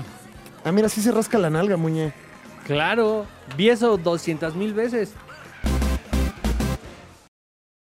[SPEAKER 1] Ah, mira, sí se rasca la nalga, Muñe.
[SPEAKER 2] Claro, 10 o 200 mil veces.